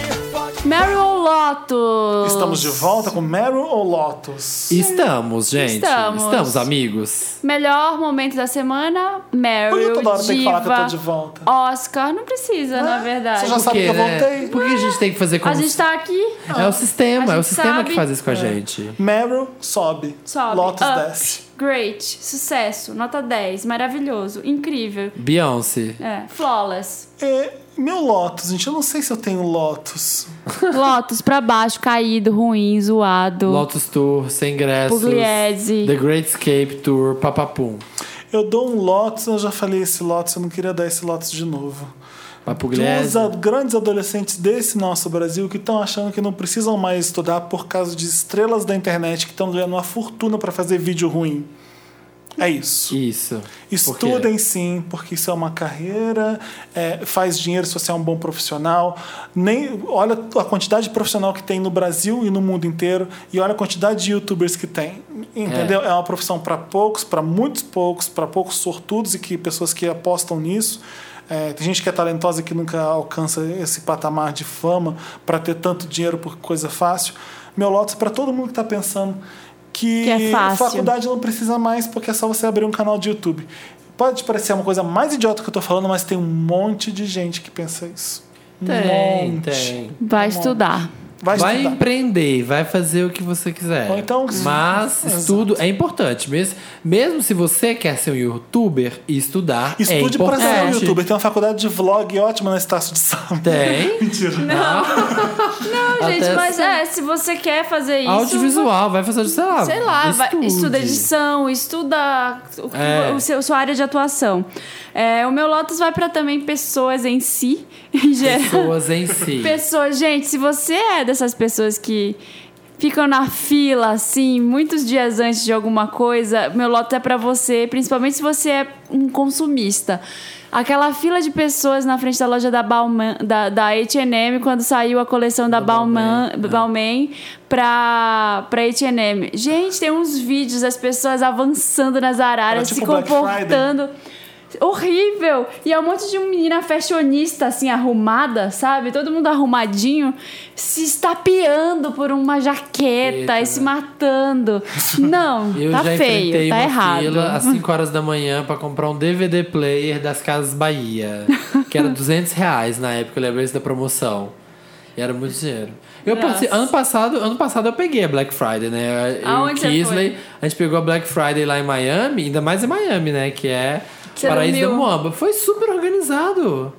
Meryl Lotus. Estamos de volta com Meryl ou Lotus? Estamos, gente. Estamos. amigos. Melhor momento da semana, Meryl, Por que toda hora diva, tem que falar que eu tô de volta? É, Oscar. Não precisa, na verdade. Você já Por sabe que quê, eu né? voltei? Por que a gente tem que fazer com A gente tá aqui. É o sistema, A é o gente sistema sabe. que faz isso com a gente. Meryl sobe. Sobe. Lotus up, desce. Great. Sucesso. Nota 10. Maravilhoso. Incrível. Beyoncé. É. Flawless. É, meu Lotus, gente, eu não sei se eu tenho Lotus. Lotus pra baixo, caído, ruim, zoado. Lotus Tour, sem ingressos. Pugliese. The Great Escape Tour, papapum. Eu dou um Lotus, eu já falei esse Lotus, eu não queria dar esse Lotus de novo. Duas Papugliese. a- grandes adolescentes desse nosso Brasil que estão achando que não precisam mais estudar por causa de estrelas da internet que estão ganhando uma fortuna pra fazer vídeo ruim. É isso. Isso. Por quê? Estudem sim, porque isso é uma carreira, é, faz dinheiro se você é um bom profissional. Nem, olha a quantidade de profissional que tem no Brasil e no mundo inteiro, e olha a quantidade de youtubers que tem. Entendeu? É, uma profissão para poucos, para muitos poucos, para poucos sortudos e que pessoas que apostam nisso. É, tem gente que é talentosa e que nunca alcança esse patamar de fama para ter tanto dinheiro por coisa fácil. Meu Lotus para todo mundo que está pensando que, Que é fácil. faculdade verdade, não precisa mais, porque é só você abrir um canal de YouTube. Pode parecer uma coisa mais idiota que eu tô falando, mas tem um monte de gente que pensa isso. Um Tem, monte. tem. Vai é estudar. Vai, Vai estudar. empreender, vai fazer o que você quiser. Ou então- Mas Exato. estudo é importante. Mesmo, mesmo se você quer ser um youtuber, estudar é Estude pra importante. ser um youtuber. Tem uma faculdade de vlog ótima na Estácio de Samba. Tem. Mentira. Não, Até gente, mas essa- é, se você quer fazer isso. Audiovisual, vai fazer, sei lá. Sei lá, vai- Ah, estude. estuda edição, estuda o, que- É. o seu, sua área de atuação. É, o meu Lotus vai pra também pessoas em si, em geral. Pessoas em si. Pessoas, gente, se você é dessas pessoas que ficam na fila, assim, muitos dias antes de alguma coisa, meu lote é pra você, principalmente se você é um consumista. Aquela fila de pessoas na frente da loja da Balmain, da, da H&M, quando saiu a coleção da Da Balmain, Balmain, é. Balmain pra, pra H&M. Gente, tem uns vídeos das pessoas avançando nas araras, Era se tipo Black Friday. comportando. Horrível! E é um monte de menina fashionista, assim, arrumada, sabe? Todo mundo arrumadinho, se estapeando por uma jaqueta Eita, né? e se matando. Não, Eu tá já feio, enfrentei tá uma errado. fila às 5 horas da manhã pra comprar um DVD player das Casas Bahia, que era 200 reais na época, eu lembro isso da promoção. E era muito dinheiro. Eu Nossa. passei, ano, passado, ano passado eu peguei a Black Friday, né? Eu, Aonde você foi? Kisley, a gente pegou a Black Friday lá em Miami, ainda mais em Miami, né? Que é Você Paraíso da dormiu. Moamba. Foi super organizado.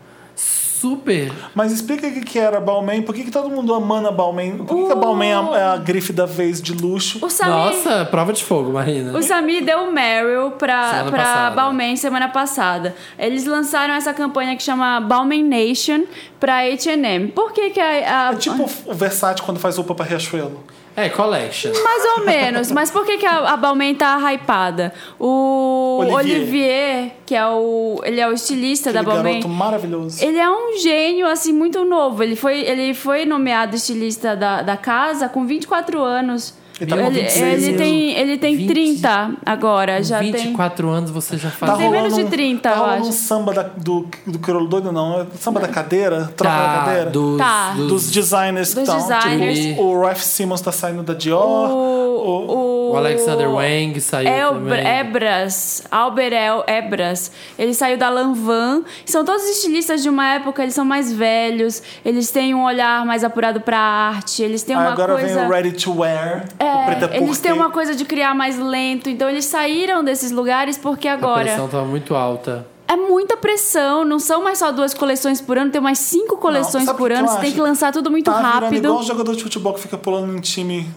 Super. Mas explica o que que era Balmain. Por que, que todo mundo amando a Balmain? Por que, que a Balmain é a, é Uh. a grife da vez de luxo? O Samir, Nossa, prova de fogo, Marina. o Samir deu o Meryl pra, Semana pra passada. Balmain semana passada. Eles lançaram essa campanha que chama Balmain Nation pra H&M. Por que que a... a- É tipo o Versace quando faz roupa pra Riachuelo. É, Collection. Mais ou menos. Mas por que, que a, a Balmain tá hypada? O Olivier. Olivier. que é o. Ele é o estilista Aquele da Balmain. garoto maravilhoso. Ele é um gênio, assim, muito novo. Ele foi, ele foi nomeado estilista da, da casa com 24 anos. Ele tá com ele, 26 ele mesmo. tem, ele tem 20. 30 agora, já tem. 24 anos você já faz. Tá Tem menos rolando de um, 30, tá eu rolando acho. um samba da- do, do Criolo Doido, não. É samba da cadeira? Troca da Ah, cadeira? dos, Tá. dos- Dos designers que Dos estão. designers. Tipo, o Ralph Simmons tá saindo da Dior. O, O Alexander Wang saiu El também. Ebras, Albert El Ebras. Ele saiu da Lanvin. São todos estilistas de uma época, eles são mais velhos, eles têm um olhar mais apurado pra arte, eles têm Aí uma Ah, agora coisa... vem o Ready to Wear. o Preta É, eles Porter. têm uma coisa de criar mais lento, então eles saíram desses lugares porque A agora pressão tava muito alta. é muita pressão, não são mais só duas coleções por ano, tem mais cinco coleções sabe o por que ano, eu você tem acho? que lançar tudo muito tá virando rápido. igual um jogador de futebol que fica pulando em time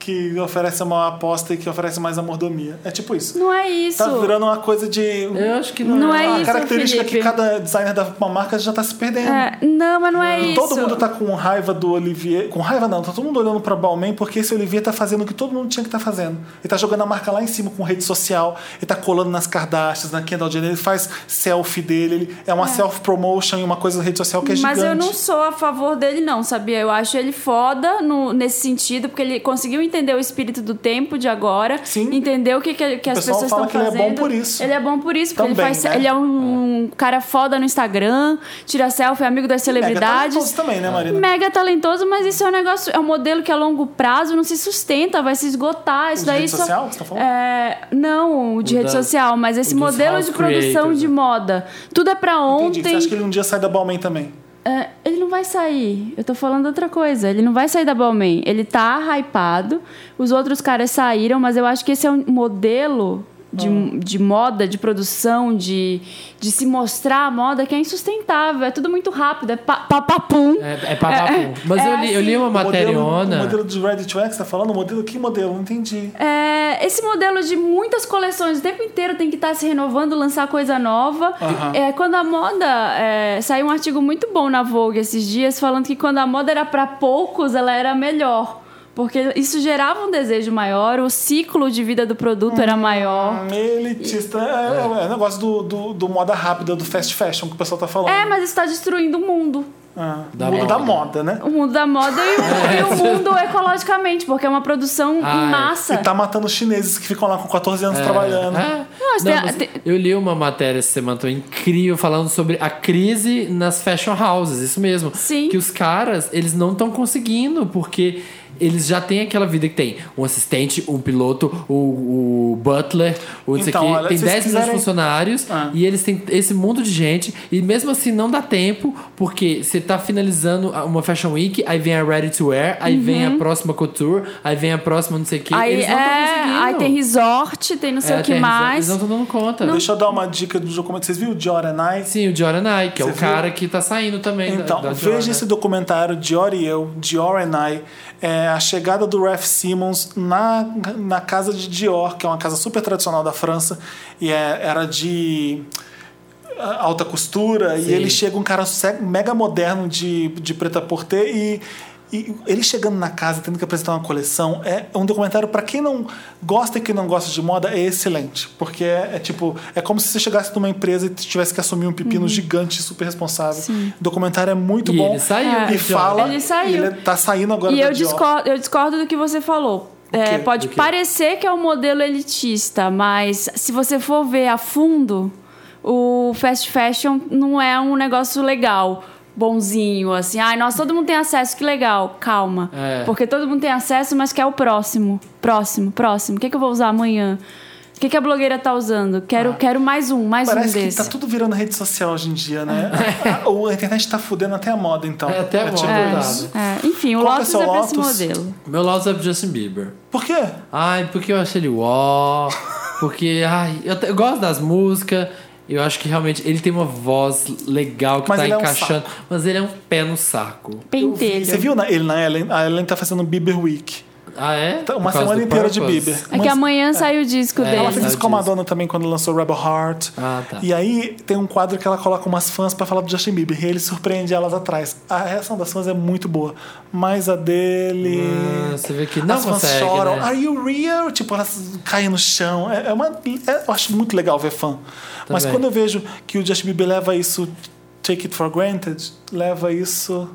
que oferece uma aposta e que oferece mais amordomia. É tipo isso. Não é isso. Tá virando uma coisa de... Eu acho que não, Não é uma isso, característica Felipe. que cada designer da uma marca já tá se perdendo. É, não, mas não é isso. Todo mundo tá com raiva do Olivier. Com raiva não, tá todo mundo olhando pra Balmain porque esse Olivier tá fazendo o que todo mundo tinha que tá fazendo. Ele tá jogando a marca lá em cima com rede social, ele tá colando nas Kardashians, na Kendall Jenner, ele faz selfie dele, ele- é uma self-promotion e uma coisa na rede social que é Mas gigante. eu não sou a favor dele, não, sabia? Eu acho ele foda no- nesse sentido, porque ele conseguiu entender o espírito do tempo de agora, Sim. entender o que, que, que O as pessoal pessoas fala estão que ele é fazendo. bom por isso. Ele é bom por isso, porque ele, Também, faz, né? ele é um cara foda no Instagram, tira selfie, é amigo das Mega celebridades. talentoso também, né, Marina? Mega talentoso, mas isso é um negócio, é um modelo que a longo prazo não se sustenta, vai se esgotar. Isso O de daí rede só, social, você tá falando? É, não o de O rede da- social, mas esse dos modelo house de produção creators, de né? moda. Tudo é pra Entendi. Você ontem. acha que ele um dia sai da Balmain também? É, ele não vai sair. Eu tô falando outra coisa. Ele não vai sair da Balmain. Ele tá hypado. Os outros caras saíram, mas eu acho que esse é um modelo de, de moda, de produção, de, de se mostrar a moda que é insustentável. É tudo muito rápido. É pa- papapum. É, é papapum. Mas é eu, li, eu li assim. uma O modelo- materiona. O modelo de Reddit que você tá falando? O modelo, que modelo? Não entendi. É, esse modelo de muitas coleções o tempo inteiro tem que estar se renovando, lançar coisa nova. Aham. É, quando a moda. é, saiu um artigo muito bom na Vogue esses dias falando que quando a moda era para poucos, ela era melhor. Porque isso gerava um desejo maior, o ciclo de vida do produto era maior. Elitista. É, é, é negócio do, do, do moda rápida, do fast fashion que o pessoal tá falando. É, mas isso está destruindo o mundo. Ah, o Da mundo da moda. moda, né? O mundo da moda e o, e o mundo ecologicamente, porque é uma produção É Ah, é. em massa. E tá matando os chineses que ficam lá com 14 anos trabalhando. Ah, Não, não, tem- mas tem- Eu li uma matéria essa semana também, incrível falando sobre a crise nas fashion houses, isso mesmo. Sim. Que os caras, eles não estão conseguindo, porque eles já têm aquela vida que tem um assistente, um piloto, o, o butler, o não sei o Então, quê. olha, tem se vocês 10 milhões de quiserem- funcionários Ah. e eles têm esse mundo de gente e mesmo assim não dá tempo, porque você tá finalizando a- uma fashion week, aí vem a ready to wear, aí vem a próxima couture, aí vem a próxima não sei o quê. Uhum. Aí, eles não estão é, conseguindo. aí tem resort, tem não sei É, o que tem, mais. Eles não estão dando conta. Deixa eu dar uma dica do documento. Vocês viram o Dior and I? Sim, o Dior and I, que é Você o viu? cara que tá saindo também. da- Então, da Dior, veja né? esse documentário Dior e Eu, Dior and I, é a chegada do Raf Simmons na, na casa de Dior, que é uma casa super tradicional da França, e é- era de ah, alta costura, e Sim. ele chega um cara se- mega moderno de, de preta porter e e ele chegando na casa, tendo que apresentar uma coleção, é um documentário pra quem não gosta e quem não gosta de moda, é excelente. Porque é, é tipo, é como se você chegasse numa empresa e tivesse que assumir um Uhum. pepino gigante e super responsável. O documentário é muito E bom. ele saiu, E né, Dior? fala. É. Ele saiu. e ele tá saindo agora E da eu Dior. discordo, eu discordo do que você falou. quê? É, pode Do quê? parecer que é um modelo elitista, mas se você for ver a fundo, o fast fashion não é um negócio legal, bonzinho, assim. Ai, nossa, todo mundo tem acesso, que legal. Calma. É. Porque todo mundo tem acesso, mas quer o próximo. Próximo, próximo. O que, que eu vou usar amanhã? O que, que a blogueira tá usando? Quero, quero mais um, mais um Ah. Parece que desse. tá tudo virando rede social hoje em dia, né? A- a, a internet tá fudendo até a moda, então. É, até a moda, tipo tá. isso. É, enfim, o Qual que é Lotus seu é pra esse Lotus? modelo. Meu Laus é pro Justin Bieber. Por quê? Ai, porque eu achei ele uó. Porque, ai, eu, te- eu gosto das músicas. Eu acho que realmente ele tem uma voz legal que Mas tá ele é um encaixando. mas ele é um pé no saco. Pentelho. é um Você viu na- ele na Ellen? A Ellen tá fazendo Bieber Week. Ah, é? Tá Por Uma causa semana do inteira de Purpose? Bieber. É que Mas- amanhã sai o disco né? É, dele. Ela fez isso com a disso. Madonna também quando lançou Rebel Heart. Ah, tá. E aí tem um quadro que ela coloca umas fãs pra falar do Justin Bieber e ele surpreende elas atrás. A reação das fãs é muito boa, mas a dele. Ah, você vê que não As fãs consegue, choram. né? Are you real? Tipo, elas caem no chão. É, é uma, é- eu acho muito legal ver fã. Mas Também. quando eu vejo que o Justin Bieber leva isso, take it for granted, leva isso.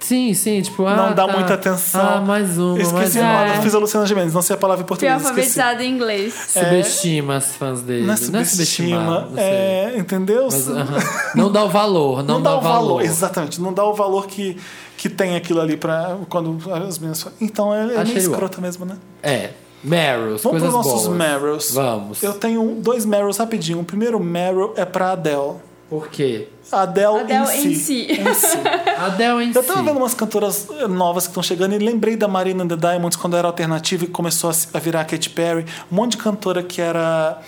Sim, sim, tipo, ah, não dá tá. muita atenção. Ah, mais uma, mais Esqueci a uma. É, palavra, fiz a Luciana Gimenez, não sei a palavra em Fui português. Esqueci. alfabetizada em inglês. é Subestima as fãs dele. Não é Não é subestimar. subestima. não sei. É, entendeu? Mas, aham. Não dá o valor, não, não, dá, o valor. valor. Exatamente, não dá o valor que, que tem aquilo ali pra quando as meninas falam. Então ele é Achei meio bom. escrota mesmo, né? É. Meryls, Vamos coisas pros nossos boas. Meryls. Vamos. Eu tenho dois Meryls rapidinho. O primeiro Meryl é pra Adele. Por quê? Adele, Adele em em si. si. si. Adele em Eu si. tava vendo umas cantoras eh, novas que estão chegando e lembrei da Marina and the Diamonds quando era alternativa e começou a se- a virar a Katy Perry. Um monte de cantora que era.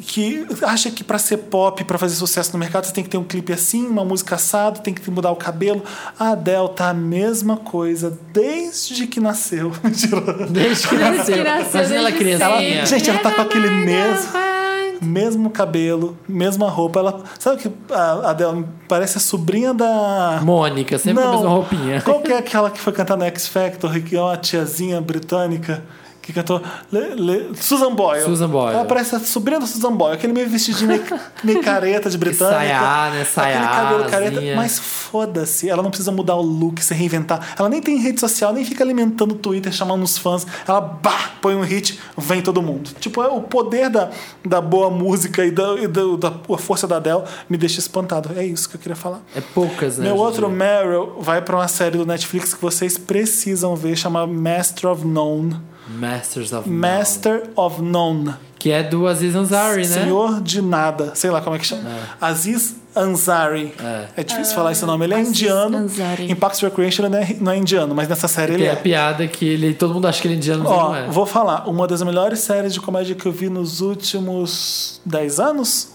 que acha que pra ser pop, pra fazer sucesso no mercado, você tem que ter um clipe assim, uma música assado, tem que mudar o cabelo. A Adele tá a mesma coisa desde que nasceu. Mentira. Desde que Desde nasceu. que nasceu, Imagina ela desde criancinha. sempre. Gente, ela tá com aquele mesmo. Mesmo cabelo, mesma roupa. Ela, sabe que a Adele parece a sobrinha da Mônica, sempre com a mesma roupinha. Qual que é aquela que foi cantar no X Factor, que é uma tiazinha britânica? que cantou Le- Le- Susan Boyle. Susan Boyle. Ela parece a sobrinha da Susan Boyle, aquele meio vestidinho meio, meio careta de britânica. Saiá, né? Aquele cabelo careta. Saiázinha. Mas foda-se, ela não precisa mudar o look, se reinventar. Ela nem tem rede social, nem fica alimentando o Twitter, chamando os fãs. Ela bah, põe um hit, vem todo mundo. Tipo, é o poder da, da boa música e, da, e da, da- a força da Adele me deixa espantado. É isso que eu queria falar. É poucas, né? Meu hoje em outro dia. Meryl vai pra uma série do Netflix que vocês precisam ver, chama Master of None. Masters of None. Master of None. Que é do Aziz Ansari, né? Senhor de nada. Sei lá como é que chama. Aziz Ansari. É. É, difícil falar esse nome. Ele é indiano. Ansari. Em Parks and Recreation ele não é, não é indiano, mas nessa série ele Tem a é. piada que ele, todo mundo acha que ele é indiano, mas ele Ó, não é. vou falar. Uma das melhores séries de comédia que eu vi nos últimos 10 anos.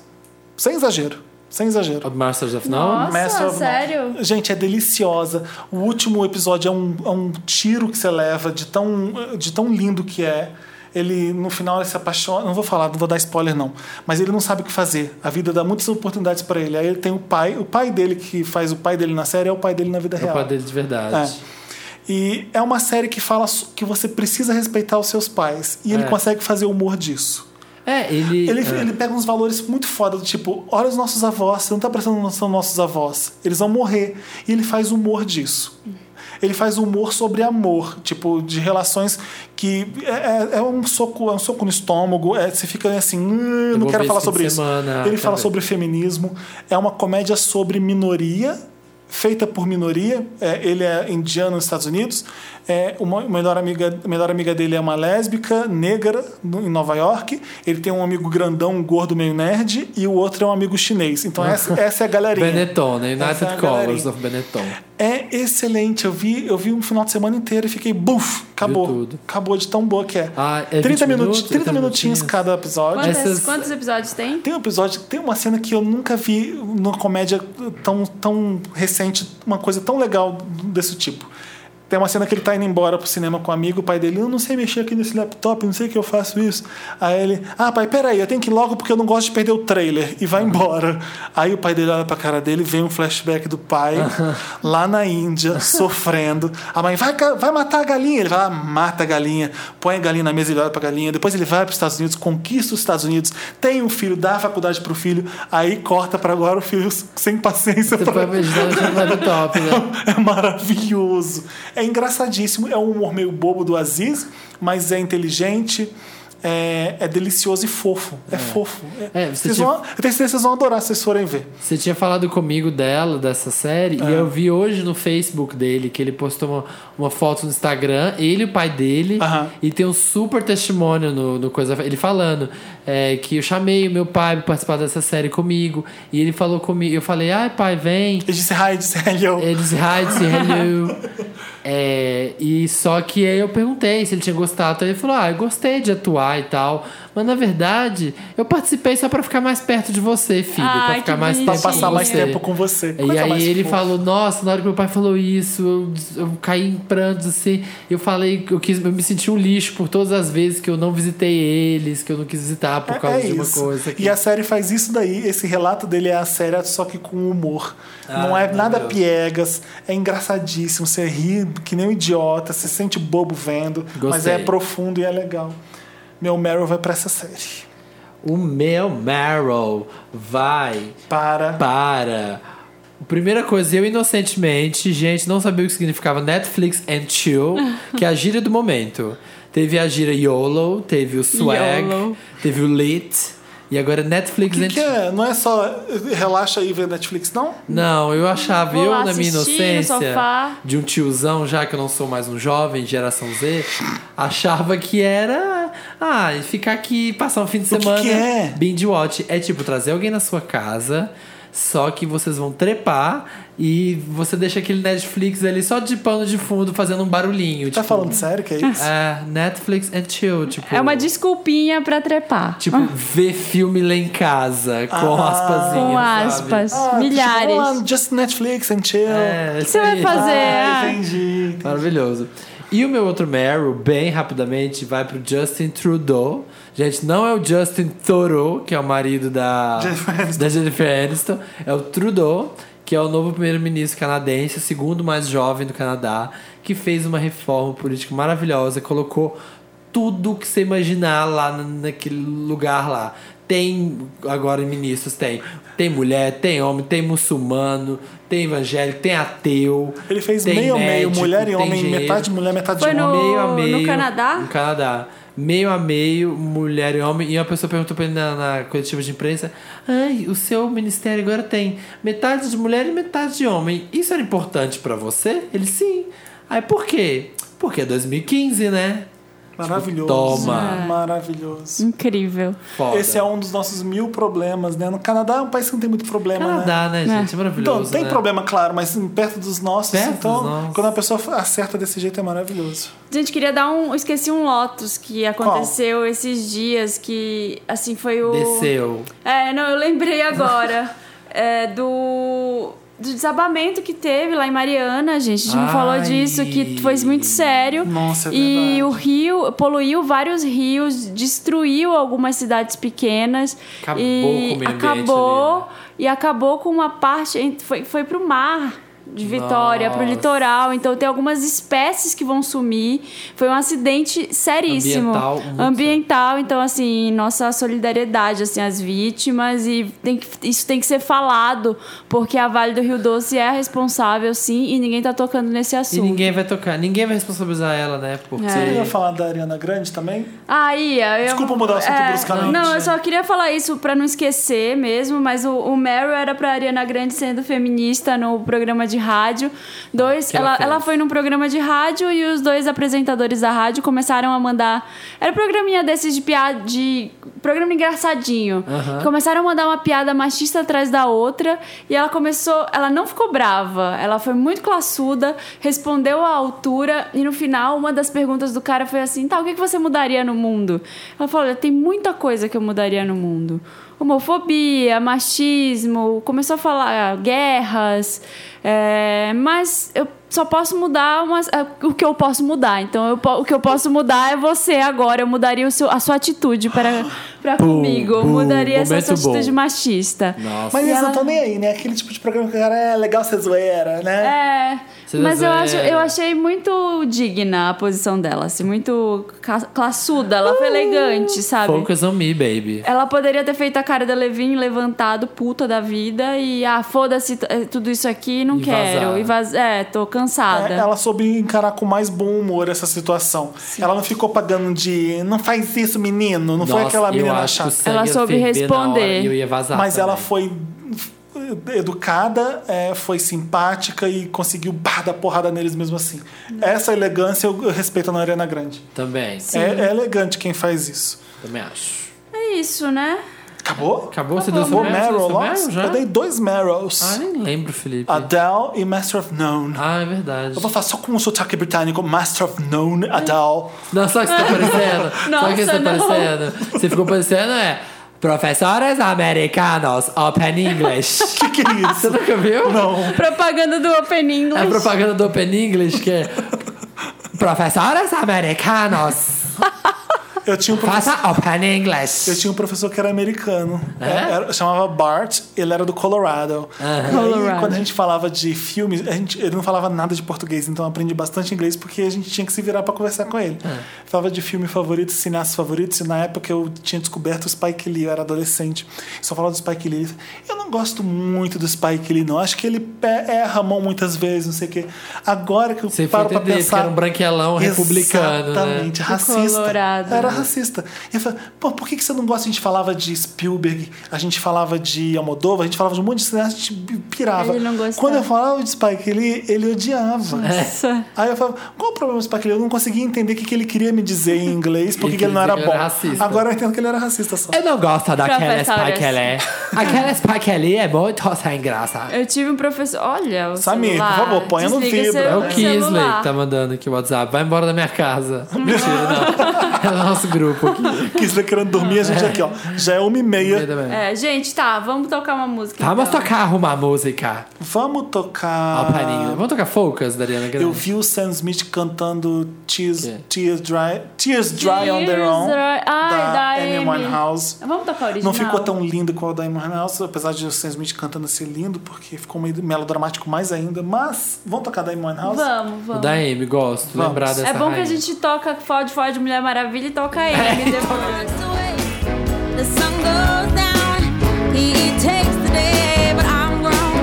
Sem exagero. Sem exagero. É Masters of None? Nossa, Master of None. sério? Gente, é deliciosa. O último episódio é um, é um tiro que você leva de tão, de tão lindo que é. Ele, no final, ele se apaixona. Não vou falar, não vou dar spoiler, não. Mas ele não sabe o que fazer. A vida dá muitas oportunidades pra ele. Aí ele tem o pai. O pai dele, que faz o pai dele na série, é o pai dele na vida É o real. pai dele de verdade. É. E é uma série que fala so- que você precisa respeitar os seus pais. E ele É. consegue fazer humor disso. É, ele. Ele, é. ele pega uns valores muito foda, do tipo, olha os nossos avós, você não tá prestando atenção nos nossos avós, eles vão morrer. E ele faz humor disso. Ele faz humor sobre amor, tipo, de relações que é, é- é um soco, é um soco no estômago, é, você fica assim, "Hum, não vou quero ver falar esse fim de sobre isso. semana, ele quero fala ver. sobre feminismo, é uma comédia sobre minoria, feita por minoria. É, ele é indiano nos Estados Unidos. É, uma a melhor amiga, a melhor amiga dele é uma lésbica negra no- em Nova York. Ele tem um amigo grandão, um gordo, meio nerd, e o outro é um amigo chinês. Então essa, essa é a galerinha. Benetton, né? Essa é United a Colors galerinha. of Benetton. É excelente. Eu vi, eu vi um final de semana inteiro e fiquei, buf, acabou. Viu tudo. Acabou de tão boa que é. Ah, é 30 20 minutos, 30 minutinhos minutinhos? cada episódio. Quantas- Essas- Quantos episódios tem? Tem um episódio, tem uma cena que eu nunca vi numa comédia tão, tão recente, uma coisa tão legal desse tipo. Tem uma cena que ele tá indo embora pro cinema com um amigo, o pai dele, eu não sei mexer aqui nesse laptop, não sei que eu faço isso. Aí ele, ah, pai, peraí, eu tenho que ir logo porque eu não gosto de perder o trailer. E vai embora. Aí o pai dele olha pra cara dele, vem um flashback do pai lá na Índia, sofrendo. A mãe, vai, ca- vai matar a galinha. Ele vai lá, mata a galinha, põe a galinha na mesa e olha pra galinha. Depois ele vai pros Estados Unidos, conquista os Estados Unidos, tem um filho, dá a faculdade pro filho. Aí corta pra agora o filho sem paciência Você pra pode imaginar o chamado top, né? é maravilhoso. É engraçadíssimo. É um humor meio bobo do Aziz, mas é inteligente. É, é delicioso e fofo. É, fofo. É, você vocês tinha- vão, eu tenho certeza que vocês vão adorar se vocês forem ver. Você tinha falado comigo dela, dessa série, É. e eu vi hoje no Facebook dele que ele postou uma, uma foto no Instagram, ele e o pai dele, Aham. e tem um super testemunho no, no Coisa. Ele falando é, que eu chamei o meu pai pra participar dessa série comigo, e ele falou comigo, eu falei, ai pai, vem. Ele disse hi, disse hello. Ele disse hi, disse hello. É, e só que aí eu perguntei se ele tinha gostado. Então ele falou: Ah, eu gostei de atuar e tal. Mas na verdade, eu participei só pra ficar mais perto de você, filho. Ai, pra ficar que mais perto Pra bonitinho. passar de mais você. tempo com você. é E Coisa mais aí ele fofa. falou, nossa, na hora que meu pai falou isso, eu, eu caí em prantos, assim. Eu falei, eu, quis, eu me senti um lixo por todas as vezes que eu não visitei eles, que eu não quis visitar por É- causa é de uma isso. coisa. que- E a série faz isso daí. Esse relato dele é a série, só que com humor. não é nada piegas, é engraçadíssimo. Você ri que nem um idiota, se sente bobo vendo, mas Gostei. é profundo e é legal. Meu Meryl vai pra essa série. O meu Meryl vai Para. para. Primeira coisa, eu inocentemente, gente, não sabia o que significava Netflix and Chill, que é a gíria do momento. Teve a gíria YOLO, teve o Swag, YOLO. teve o Lit, e agora Netflix O and que é? Não é só eh, relaxa e vê Netflix, não? Não, eu achava, Vou eu lá na minha assistir no inocência, sofá. de um tiozão, já que eu não sou mais um jovem, geração Z, achava que era. Ah, ficar aqui, passar um fim de O que semana. que é? Binge watch. É tipo, trazer alguém na sua casa. Só que vocês vão trepar e você deixa aquele Netflix ali só de pano de fundo fazendo um barulhinho. Tá tipo, falando sério que é isso? É, Netflix and chill, tipo. É uma Ah. desculpinha pra trepar. Tipo, ver filme lá em casa, com aspas. Com aspas. Milhares. Ah, just Netflix and chill. É, O que você vai fazer? Ah, Ah, entendi. Maravilhoso. E o meu outro Meryl, bem rapidamente, vai pro Justin Trudeau. Gente, não é o Justin Thoreau, que é o marido da Jennifer da Jennifer Aniston. É o Trudeau, que é o novo primeiro-ministro canadense, o segundo mais jovem do Canadá, que fez uma reforma política maravilhosa, colocou tudo que você imaginar lá na- naquele lugar lá. Tem, agora em ministros tem, tem mulher, tem homem, tem muçulmano, tem evangélico, tem ateu. Ele fez tem meio a meio, médico, mulher e tem homem, engenheiro. metade mulher, metade Foi homem. no- meio a meio. no Canadá? No Canadá. Meio a meio, mulher e homem. E uma pessoa perguntou pra ele na, na coletiva de imprensa: Ai, o seu ministério agora tem metade de mulher e metade de homem. Isso era importante pra você? Ele sim. Aí por quê? Porque é 2015, né? Maravilhoso. Toma. Maravilhoso. Incrível. Foda. Esse é um dos nossos mil problemas, né? No Canadá é um país que não tem muito problema, né? Canadá, né, gente? É maravilhoso. Então, tem né? problema, claro, mas perto dos nossos, Perto dos então, nossos. quando a pessoa acerta desse jeito é maravilhoso. Gente, queria dar um. eu Esqueci um Lotus que aconteceu esses dias, que assim foi o. Desceu. É, não, eu lembrei agora. é, do. Do desabamento que teve lá em Mariana, gente. A gente não Ai. falou disso, que foi muito sério. Nossa, é verdade. E o rio poluiu vários rios, destruiu algumas cidades pequenas. Acabou com e o meio ambiente acabou ali, né? e acabou com uma parte. ent- Foi, foi pro mar de Vitória, pro litoral. Então tem algumas espécies que vão sumir. Foi um acidente seríssimo. Ambiental, muito Ambiental, então, assim, nossa solidariedade, assim, às vítimas. E tem que, isso tem que ser falado, porque a Vale do Rio Doce é responsável, sim, e ninguém tá tocando nesse E assunto. ninguém vai tocar, ninguém vai responsabilizar ela, né? Porque. É. Eu ia falar da Ariana Grande também. Ah, ia. Eu... é, Desculpa mudar o assunto bruscamente. Não, eu só queria falar isso pra não esquecer mesmo, mas o, o Meryl era pra Ariana Grande sendo feminista no programa de rádio. Dois, Que ela ela, fez. ela foi num programa de rádio e os dois apresentadores da rádio começaram a mandar. Era um programinha desses de piada. de. programa engraçadinho. Começaram a mandar uma piada machista atrás da outra e ela começou. Ela não ficou brava, ela foi muito classuda, respondeu à altura e no final uma das perguntas do cara foi assim: tá, o que que você mudaria no mundo? Ela falou: olha, tem muita coisa que eu mudaria no mundo. Homofobia, machismo, começou a falar ah, guerras, é, mas eu só posso mudar umas- ah, o que eu posso mudar. Então, eu po- o que eu posso mudar é você agora. Eu mudaria o seu- a sua atitude para, para comigo. Eu bum, mudaria essa sua momento bom. atitude machista. Nossa. Mas E eles não ela- estão nem aí, né? Aquele tipo de programa que o cara é legal ser zoeira, né? É, Você mas já eu, acho, era. eu achei muito digna a posição dela, assim, muito ca- classuda, ela foi Uh! elegante, sabe? Focus on me, baby. Ela poderia ter feito a cara da Levin levantado, puta da vida, e ah, foda-se t- eh, tudo isso aqui, não E quero. vazar. E vaz... É, tô cansada. É, Ela soube encarar com mais bom humor essa situação. Ela não ficou pagando de não faz isso, menino. Não foi Nossa, aquela eu menina acho que o chata. sangue Ela ia soube ferver na hora responder. e eu ia vazar Mas ela também. foi educada, é, foi simpática e conseguiu bar da porrada neles mesmo assim. Essa elegância eu eu respeito na Ariana Grande. Também. É, é elegante quem faz isso. Também acho. É isso, né? Acabou? Acabou? Você deu Acabou. seu Vou Meryl? Meryl, Você deu seu Lopes? Meryl já? Eu dei dois Meryls. Ah, nem lembro, Felipe. Adele e Master of None. Ah, é verdade. Eu vou falar só com o sotaque britânico, Master of None, Adele. Não, só que você tá parecendo. só que você tá Nossa, não. parecendo. Você ficou parecendo, é. Professores americanos, Open English. Que que é Você isso? nunca viu? Não. Propaganda do Open É English. a propaganda do Open English que é. Professores americanos, Eu tinha um professor. faça Open English. Eu tinha um professor que era americano. É? É, era- chamava Bart, ele era do Colorado. E aí, Colorado. quando a gente falava de filmes, a gente- ele não falava nada de português, então eu aprendi bastante inglês porque a gente tinha que se virar pra conversar com ele. Ah. Falava de filme favorito, cineastas favoritos, e na época eu tinha descoberto o Spike Lee, eu era adolescente. Só falava do Spike Lee. Eu não gosto muito do Spike Lee, não. Acho que ele pe- erra a mão muitas vezes, não sei o quê. Agora que eu Você foi paro pra entender que pensar. era um branquelão republicano, né? Exatamente, racista. Colorado, Era né? racista. E eu falei, pô, por que, que você não gosta? A gente falava de Spielberg, a gente falava de Almodóvar, a gente falava de um monte de cineasta, a gente pirava. Ele não gostava. Quando eu falava de Spike Lee, ele odiava. Nossa. Aí eu falava, qual o problema do Spike Lee? Eu não conseguia entender o que, que ele queria me dizer em inglês, porque Ele que ele não queria era dizer que bom. ele era racista. Agora eu entendo que ele era racista só. Eu não gosto daquela Professores. Spike Lee. Aquela Spike Lee é muito sem graça. Eu tive um professor. Olha, o Samir, por celular. favor, ponha no Desliga vibra. É seu o Kisley celular. que tá mandando aqui o WhatsApp. Vai embora da minha casa. Mentira, não. É o nosso nosso grupo aqui. Que você tá querendo dormir, a gente aqui, ó. Já é uma e meia. É, gente, tá, vamos tocar uma música. Vamos então. tocar, arrumar música. Vamos Ó, tocar. o paninho. Ah. Vamos tocar Focus, da Ariana Grande. Eu vi o Sam Smith cantando Tears, Que? Tears Dry, Tears Dry on Their Tears Own Dry- Ai, da Amy Amy. Winehouse. Vamos tocar a original. Não ficou tão lindo qual o da Amy Winehouse, apesar de o Sam Smith cantando ser lindo, porque ficou meio melodramático mais ainda. Mas vamos tocar da Amy Winehouse? Vamos, O vamos. da Amy, gosto. Vamos. Lembrar dessa É bom que a rainha. gente toca Fode Fode Mulher Maravilha e toca É, ele depois. The sun goes down, he takes the day, but I'm grown.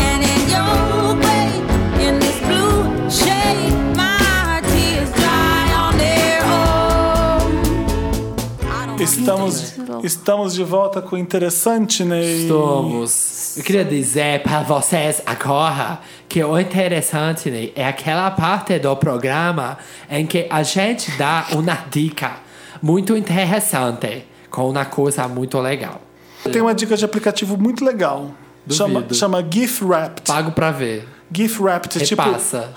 And in your way, in this blue shade, my tears dry on their own. I don't Estamos, estamos de volta com o Interessante, Ney. Estamos. Eu queria dizer para vocês agora que o interessante né, é aquela parte do programa em que a gente dá uma dica muito interessante com uma coisa muito legal. Tem uma dica de aplicativo muito legal. Chama, Duvido. chama GIF Wrapped. Pago pra ver. GIF Wrapped é tipo. Repassa.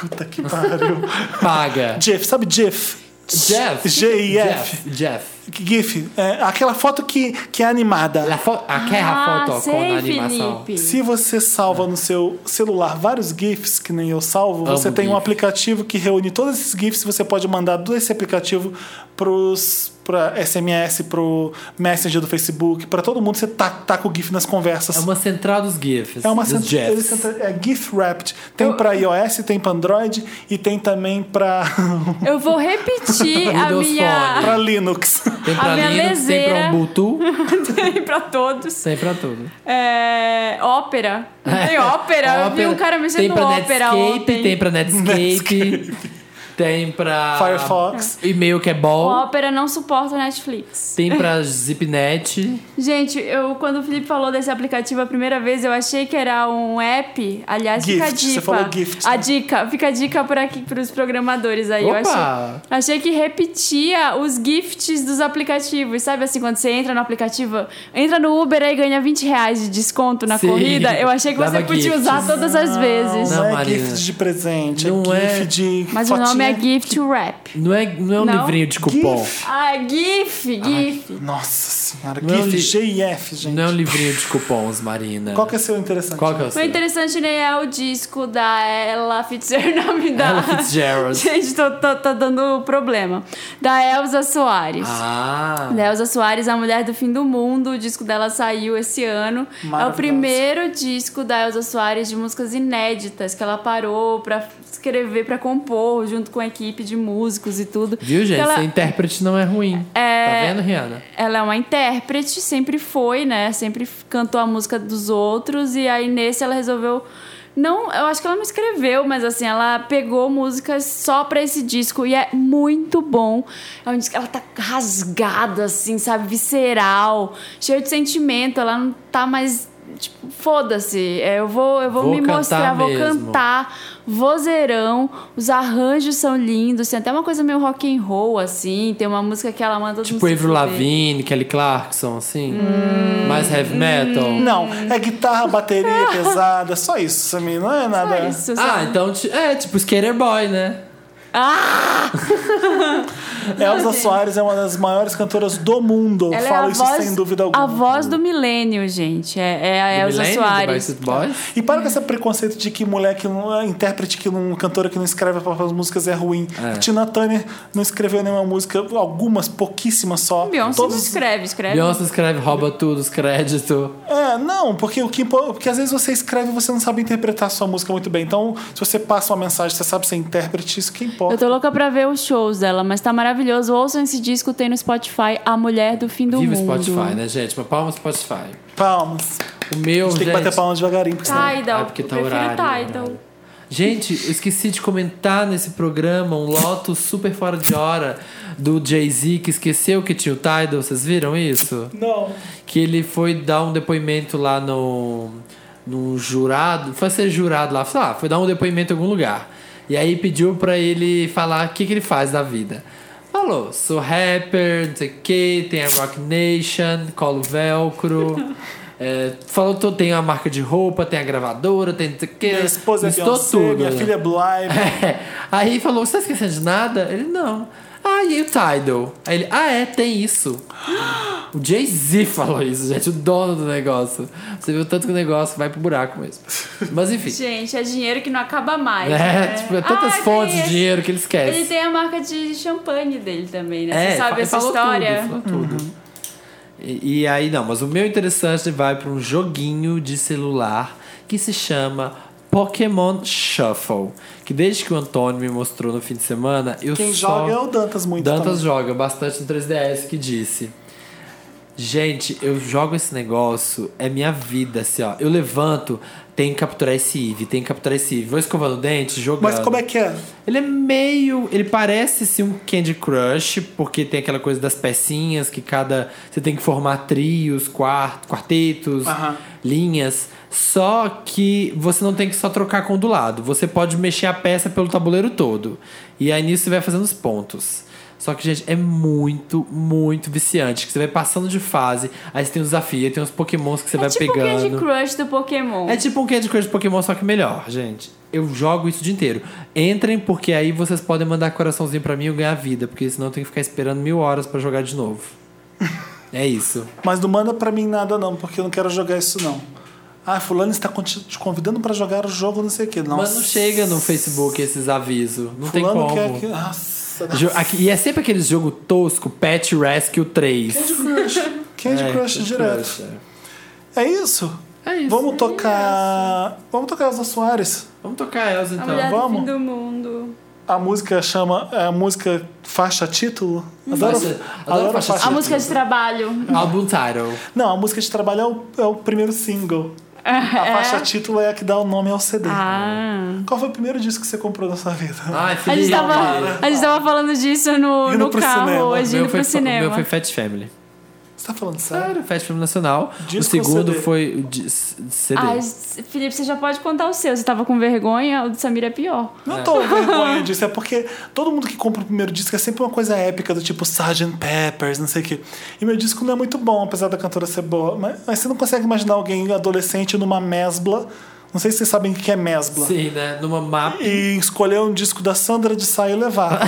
Puta que pariu. Paga. GIF, sabe GIF? Jeff. G-I-F. Jeff. Jeff. GIF. É aquela fofoto que, que é animada. La fo aquela ah, foto sei, com a animação. Felipe. Se você salva no seu celular vários GIFs, que nem eu salvo, você tem um GIF. aplicativo que reúne todos esses GIFs e você pode mandar desse aplicativo pros, pra SMS, pro Messenger do Facebook, pra todo mundo. Você taca, taca o GIF nas conversas. É uma central dos GIFs. É uma dos cent- Jeffs. ele centra- é GIF Wrapped. Tem pra iOS, tem pra Android e tem também pra Eu vou repetir a Windows minha. Ah. pra Linux. Tem pra A minha Linux, tem pra leseira. Ubuntu, pra todos. tem pra tudo. É, ópera. Não tem ópera. Eu vi um cara mexendo É. tem pra no ópera Netscape, ontem. Tem pra Netscape, tem pra... Firefox. E-mail que é bom. Ópera não suporta Netflix. Tem pra Zipnet. Gente, eu quando o Felipe falou desse aplicativo a primeira vez, eu achei que era um app. Aliás, fica a Gift, você dica. falou gift, A né? dica, fica a dica por aqui pros programadores aí. Eu Opa! achei, achei que repetia os gifts dos aplicativos. Sabe assim, quando você entra no aplicativo, entra no Uber aí e ganha 20 reais de desconto na Sim. corrida. Eu achei que Dava você podia gifts. usar todas as vezes. Não, Não, é Marina. GIF de presente, Não é GIF é. de Mas o nome é fotinha. Gift Wrap. Não é, não é um Não? livrinho de cupom. Ah, GIF, GIF. Nossa senhora, Não é um GIF, li- GIF, gente. Não é um livrinho de cupons, Marina. Qual que é seu interessante? Qual que é o O seu? interessante nem é o disco da Ella Fitzgerald, nome da... Ella Fitzgerald. Gente, tô, tô- tô dando problema. Da Elza Soares. Ah, Da Elza Soares, A Mulher do Fim do Mundo. O disco dela saiu esse ano. É o Maravilhosa. primeiro disco da Elza Soares de músicas inéditas, que ela parou pra escrever, pra compor, junto com a equipe de músicos e tudo. viu, gente? Ela- Ser intérprete não é ruim. Tá É. vendo, Rihanna? ela é uma intérprete, sempre foi, né? Sempre f- cantou a música dos outros e aí nesse ela resolveu não, eu acho que ela não escreveu, mas assim, ela pegou músicas só pra esse disco e é muito bom. É um disco que ela tá rasgada assim, sabe, visceral, cheio de sentimento, ela não tá mais tipo, foda-se, é, eu vou eu vou, Vou me cantar mostrar, vou mesmo. cantar tá vozeirão, os arranjos são lindos, tem até uma coisa meio rock and roll, assim, tem uma música que ela manda... Tipo Avril Lavigne, Kelly Clarkson, assim. Hum. Mais heavy metal. Não, é guitarra, bateria pesada, só isso, Samir, não é nada. Isso, Ah, sabe? então ti- é tipo Skater Boy, né? Elza Soares é uma das maiores cantoras do mundo. Ela é Falo a isso voz- sem dúvida alguma. A voz do milênio, gente, é, é a Elza Millennium, Soares. Do Backstreet Boys. E é. para com esse preconceito de que mulher que não é intérprete, que não cantora que não escreve as próprias músicas é ruim. É. Tina Turner não escreveu nenhuma música, algumas, pouquíssimas só. Beyoncé não Todos- escreve, escreve. Beyoncé escreve, rouba tudo, os créditos. É, não, porque o que impo- porque às vezes você escreve e você não sabe interpretar a sua música muito bem. Então, se você passa uma mensagem, você sabe ser intérprete, isso que Eu importa. tô louca pra ver os shows dela, mas tá maravilhoso. Ouçam esse disco, tem no Spotify A Mulher do Fim do Viva o Mundo. Spotify, né, gente? Uma palma pro Spotify. Palmas. O meu, A gente... gente tem que bater palmas devagarinho, porque senão. Tidal, Ah, porque tá eu prefiro horário, Tidal. horário. Gente, eu esqueci de comentar nesse programa um loto super fora de hora do Jay-Z que esqueceu que tinha o Tidal. Vocês viram isso? Não. que ele foi dar um depoimento lá no, no jurado, foi ser jurado lá, sei lá, foi dar um depoimento em algum lugar. E aí pediu pra ele falar o que, que ele faz da vida. Falou, sou rapper, não sei o que, tem a Rock Nation, colo velcro. é, falou, tô, tem a marca de roupa, tem a gravadora, tem não sei o que. Minha né? esposa é Beyoncé, minha filha é Bly. É. Aí falou, você tá esquecendo de nada? Ele, não. Ah, e o Tidal? Aí ele, ah, é, tem isso. O Jay-Z falou isso, gente, o dono do negócio. Você viu tanto que o negócio vai pro buraco mesmo. Mas enfim. Gente, é dinheiro que não acaba mais. É, né? tipo, é tantas Ah, fontes tem de esse- dinheiro que ele esquece. Ele tem a marca de champanhe dele também, né? Você fa- sabe É, ele essa falou história? Uhum. Tudo, falou tudo. E, e aí, não, mas o meu interessante vai para um joguinho de celular que se chama Pokémon Shuffle. Que desde que o Antônio me mostrou no fim de semana, eu Quem só... joga é o Dantas muito Dantas também. joga bastante no 3DS que disse. Gente, eu jogo esse negócio, é minha vida, assim, ó. Eu levanto, tem que capturar esse Eve, tem que capturar esse Eve. Vou escovando o dente, jogando. Mas como é que é? Ele é meio. Ele parece sim um Candy Crush, porque tem aquela coisa das pecinhas que cada. Você tem que formar trios, quart- quartetos, Aham. linhas. Só que você não tem que só trocar com o do lado. Você pode mexer a peça pelo tabuleiro todo. E aí nisso você vai fazendo os pontos. Só que, gente, é muito, muito viciante. Que você vai passando de fase, aí você tem um desafio, aí tem uns pokémons que você é vai tipo pegando. o Candy Crush do Pokémon. É tipo um Candy Crush Pokémon, só que melhor, gente. Eu jogo isso o dia inteiro. Entrem, porque aí vocês podem mandar coraçãozinho pra mim e eu ganhar vida, porque senão eu tenho que ficar esperando mil horas pra jogar de novo. é isso. Mas não manda pra mim nada, não, porque eu não quero jogar isso, não. Ah, fulano está conti- te convidando pra jogar o jogo, não sei o quê. Nossa. Mas não chega no Facebook esses avisos. Não fulano tem quer como. que... Nossa, Jo- aqui- e é sempre aquele jogo tosco, Pet Rescue 3. Candy Crush. Candy É, Crush direto. Crush, é. É isso? É isso. Vamos tocar... Vamos tocar Elza Soares. Vamos tocar Elsa A então. mulher vamos? do fim do mundo. A música chama... é A música faixa título? Adoro, Faixa- adoro faixa A música de trabalho. Album title. Não, a música de trabalho é o, é o primeiro single. A faixa título é a que dá o nome ao CD. Tipo, Ah. Qual foi o primeiro disco que você comprou na sua vida? Ai, A gente, Felipe. tava, a gente tava falando disso no, Indo no pro carro cinema. O hoje, meu foi- indo o pro meu cinema. foi Fat Family. Você tá falando sério? Claro, Fast Film Nacional. Disco o segundo ou CD? foi o di- CD. Ai, Felipe, você já pode contar o seu. Você tava com vergonha, o do Samir é pior. Não tô com vergonha disso, é porque todo mundo que compra o primeiro disco é sempre uma coisa épica, do tipo Sgt. Peppers, não sei o quê. E meu disco não é muito bom, apesar da cantora ser boa. Mas, mas você não consegue imaginar alguém adolescente numa mesbla. Não sei se vocês sabem o que é mesbla. Sim, né? Numa mapa. E escolher um disco da Sandra de sair e levar.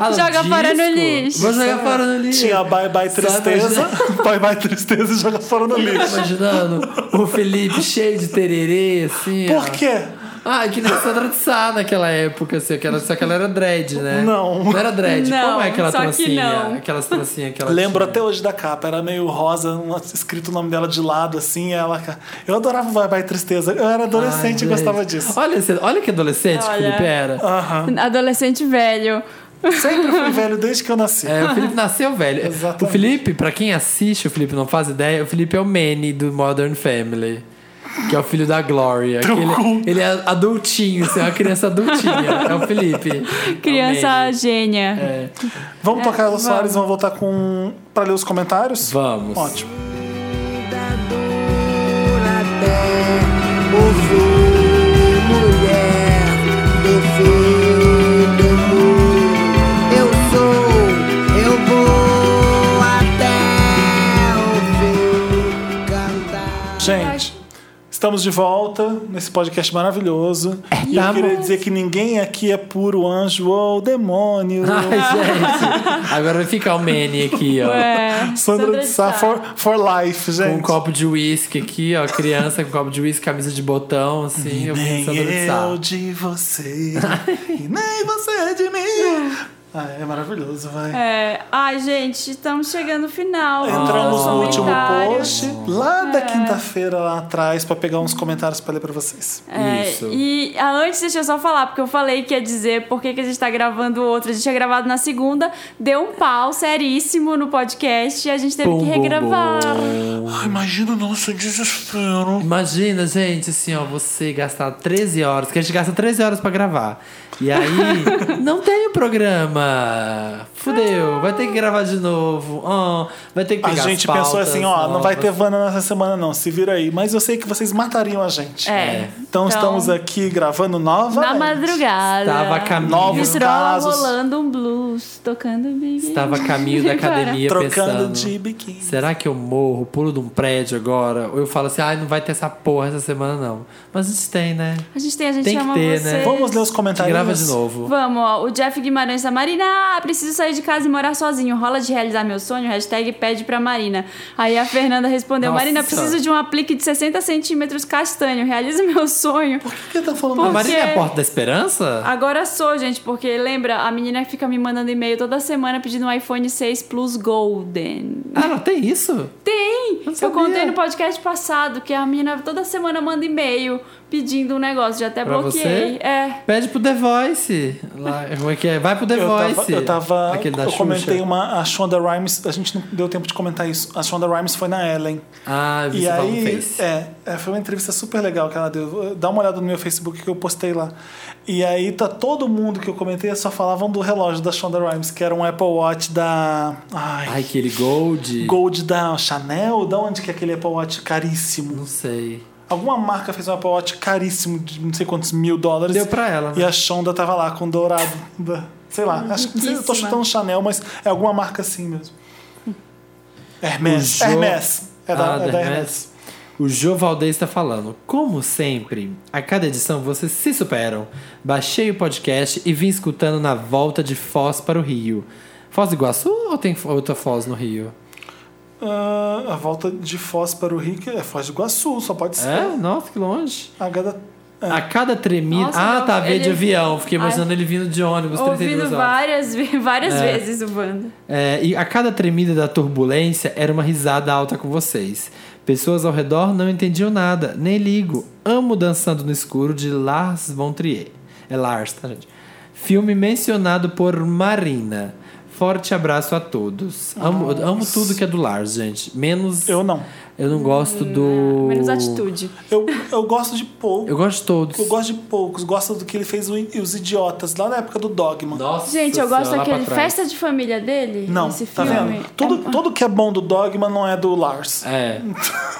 Ah, Joga fora no lixo. Vou jogar fora no lixo. Tinha Bye Bye Só Tristeza, imagina- Bye Bye Tristeza e joga fora no lixo. Imaginando o Felipe cheio de tererê, assim. ó. Por quê? Ah, que nem a Sandra de Sá naquela época, assim. Aquela, só que ela era dread, né? Não. Não era dread. Como Não, é aquela só que trancinha? não. Aquelas trancinhas que ela Lembro tinha? até hoje da capa, era meio rosa, um- escrito o nome dela de lado, assim, e ela. Eu adorava Bye Bye Tristeza. Eu era adolescente Ai, e gostava gente. disso. Olha, esse- olha que adolescente que o Olha. Felipe era. Aham. Adolescente velho. Sempre fui velho desde que eu nasci. É, o Felipe nasceu velho. Exatamente. O Felipe, pra quem assiste, o Felipe não faz ideia, o Felipe é o Manny do Modern Family. Que é o filho da Gloria. que ele, ele é adultinho, assim, é uma criança adultinha. É o Felipe. É o Criança Manny. gênia. É. Vamos tocar Elza vamos. Soares, vamos voltar com para ler os comentários? Vamos. Ótimo. Gente, estamos de volta nesse podcast maravilhoso. e eu tá queria bom. dizer que ninguém aqui é puro anjo ou demônio. Ai, gente. Agora vai ficar o Manny aqui, ó. É, Sandra, de Sá for, for life, Com um gente. copo de uísque aqui, ó. Criança com um copo de uísque, camisa de botão, assim. Eu Nem pensando de eu sal. de você, e nem você de mim. Ah, é maravilhoso, vai. É. Ai, gente, estamos chegando no final. Entramos Os no último comentários. post, lá É. da quinta-feira lá atrás, pra pegar uns comentários pra ler pra vocês. É, Isso. E ah, antes, deixa eu só falar, porque eu falei que ia dizer por que que a gente tá gravando outro. A gente tinha gravado na segunda, deu um pau seríssimo no podcast e a gente teve Bum, que bum, regravar. bum. Ai, imagina o nosso desespero. Imagina, gente, assim, ó, você gastar 13 horas, que a gente gasta 13 horas pra gravar. E aí, não tem o programa. Ah. Fudeu, vai ter que gravar de novo. Ah, vai ter que A pegar gente as pensou pautas assim, ó, não vai novas. ter Vanda nessa semana não, se vira aí. Mas eu sei que vocês matariam a gente. É. Então, estamos aqui gravando nova. Na madrugada. Estava a caminho. Novos Vitrola casos. rolando um blues, tocando big. Estava a caminho da academia Trocando pensando. de biquíni. Será que eu morro, pulo de um prédio agora? Ou eu falo assim, ai, não vai ter essa porra essa semana, não. Mas a gente tem, né? A gente tem, a gente Tem que ama ter, né? vocês. Vamos ler os comentários. Grava de novo. Vamos, ó. O Jeff Guimarães da Marina. Ah, preciso sair de casa e morar sozinho. Rola de realizar meu sonho? Hashtag pede pra Marina. Aí a Fernanda respondeu: Nossa. Marina, preciso de um aplique de 60 centímetros castanho. Realiza meu sonho. Por que tá falando A Por- mais? Marina é quê? a Porta da Esperança? Agora sou, gente, porque lembra, a menina fica me mandando e-mail toda semana pedindo um iPhone 6 Plus Golden. Ah, não tem isso? Tem! Não Eu sabia. contei no podcast passado que a menina toda semana manda e-mail pedindo um negócio. Já até Pra você? bloqueei. É. Pede pro The Voice. Lá, como é que é? Vai pro The Eu Voice. tava, eu tava- Aquele da eu Xuxa. comentei um- uma, a Shonda Rhimes, a gente não deu tempo de comentar isso. A Shonda Rhimes foi na Ellen. Ah, eu vi E você falando aí, Face. é, é, foi uma entrevista super legal que ela deu. Dá uma olhada no meu Facebook que eu postei lá. E aí, tá todo mundo que eu comentei só falavam do relógio da Shonda Rhimes, que era um Apple Watch da. Ai, Ai, aquele Gold. Gold da Chanel? Da onde que é aquele Apple Watch caríssimo? Não sei. Alguma marca fez um Apple Watch caríssimo de não sei quantos mil dólares. Deu pra ela, né? E a Shonda tava lá com dourado. da- sei lá, acho que não sei, eu tô Riquíssima. chutando Chanel, mas é alguma marca assim mesmo. O Hermes. Jo- Hermes. É da, Ah, é da da Hermes. Hermes. O Jô Valdez está falando. Como sempre, a cada edição vocês se superam. Baixei o podcast e vim escutando na volta de Foz para o Rio. Foz do Iguaçu ou tem outra Foz no Rio? Ah, a volta de Foz para o Rio, que é Foz do Iguaçu, só pode ser. É? Nossa, que longe. A gada- é. A cada tremida... Nossa, ah, não, tá, veio de ele- avião. Fiquei imaginando ele vindo de ônibus 32 Ouvindo horas. várias, ve- várias vezes o Wanda. É, e a cada tremida da turbulência era uma risada alta com vocês. Pessoas ao redor não entendiam nada, nem ligo. Amo Dançando no Escuro de Lars von Trier. É Lars, tá, gente? Filme mencionado por Marina. Forte abraço a todos. Amo, amo tudo que é do Lars, gente. Menos. Eu não. eu não gosto do. Ah, Menos atitude. Eu, eu gosto de pouco. Eu gosto de todos. Eu gosto de poucos, gosto do que ele fez o In- os idiotas lá na época do Dogma. Nossa, Gente, eu senhora, gosto lá daquele pra trás. Festa de Família dele. Não, esse tá filme. vendo? Tudo, é- tudo que é bom do Dogma não é do Lars. É.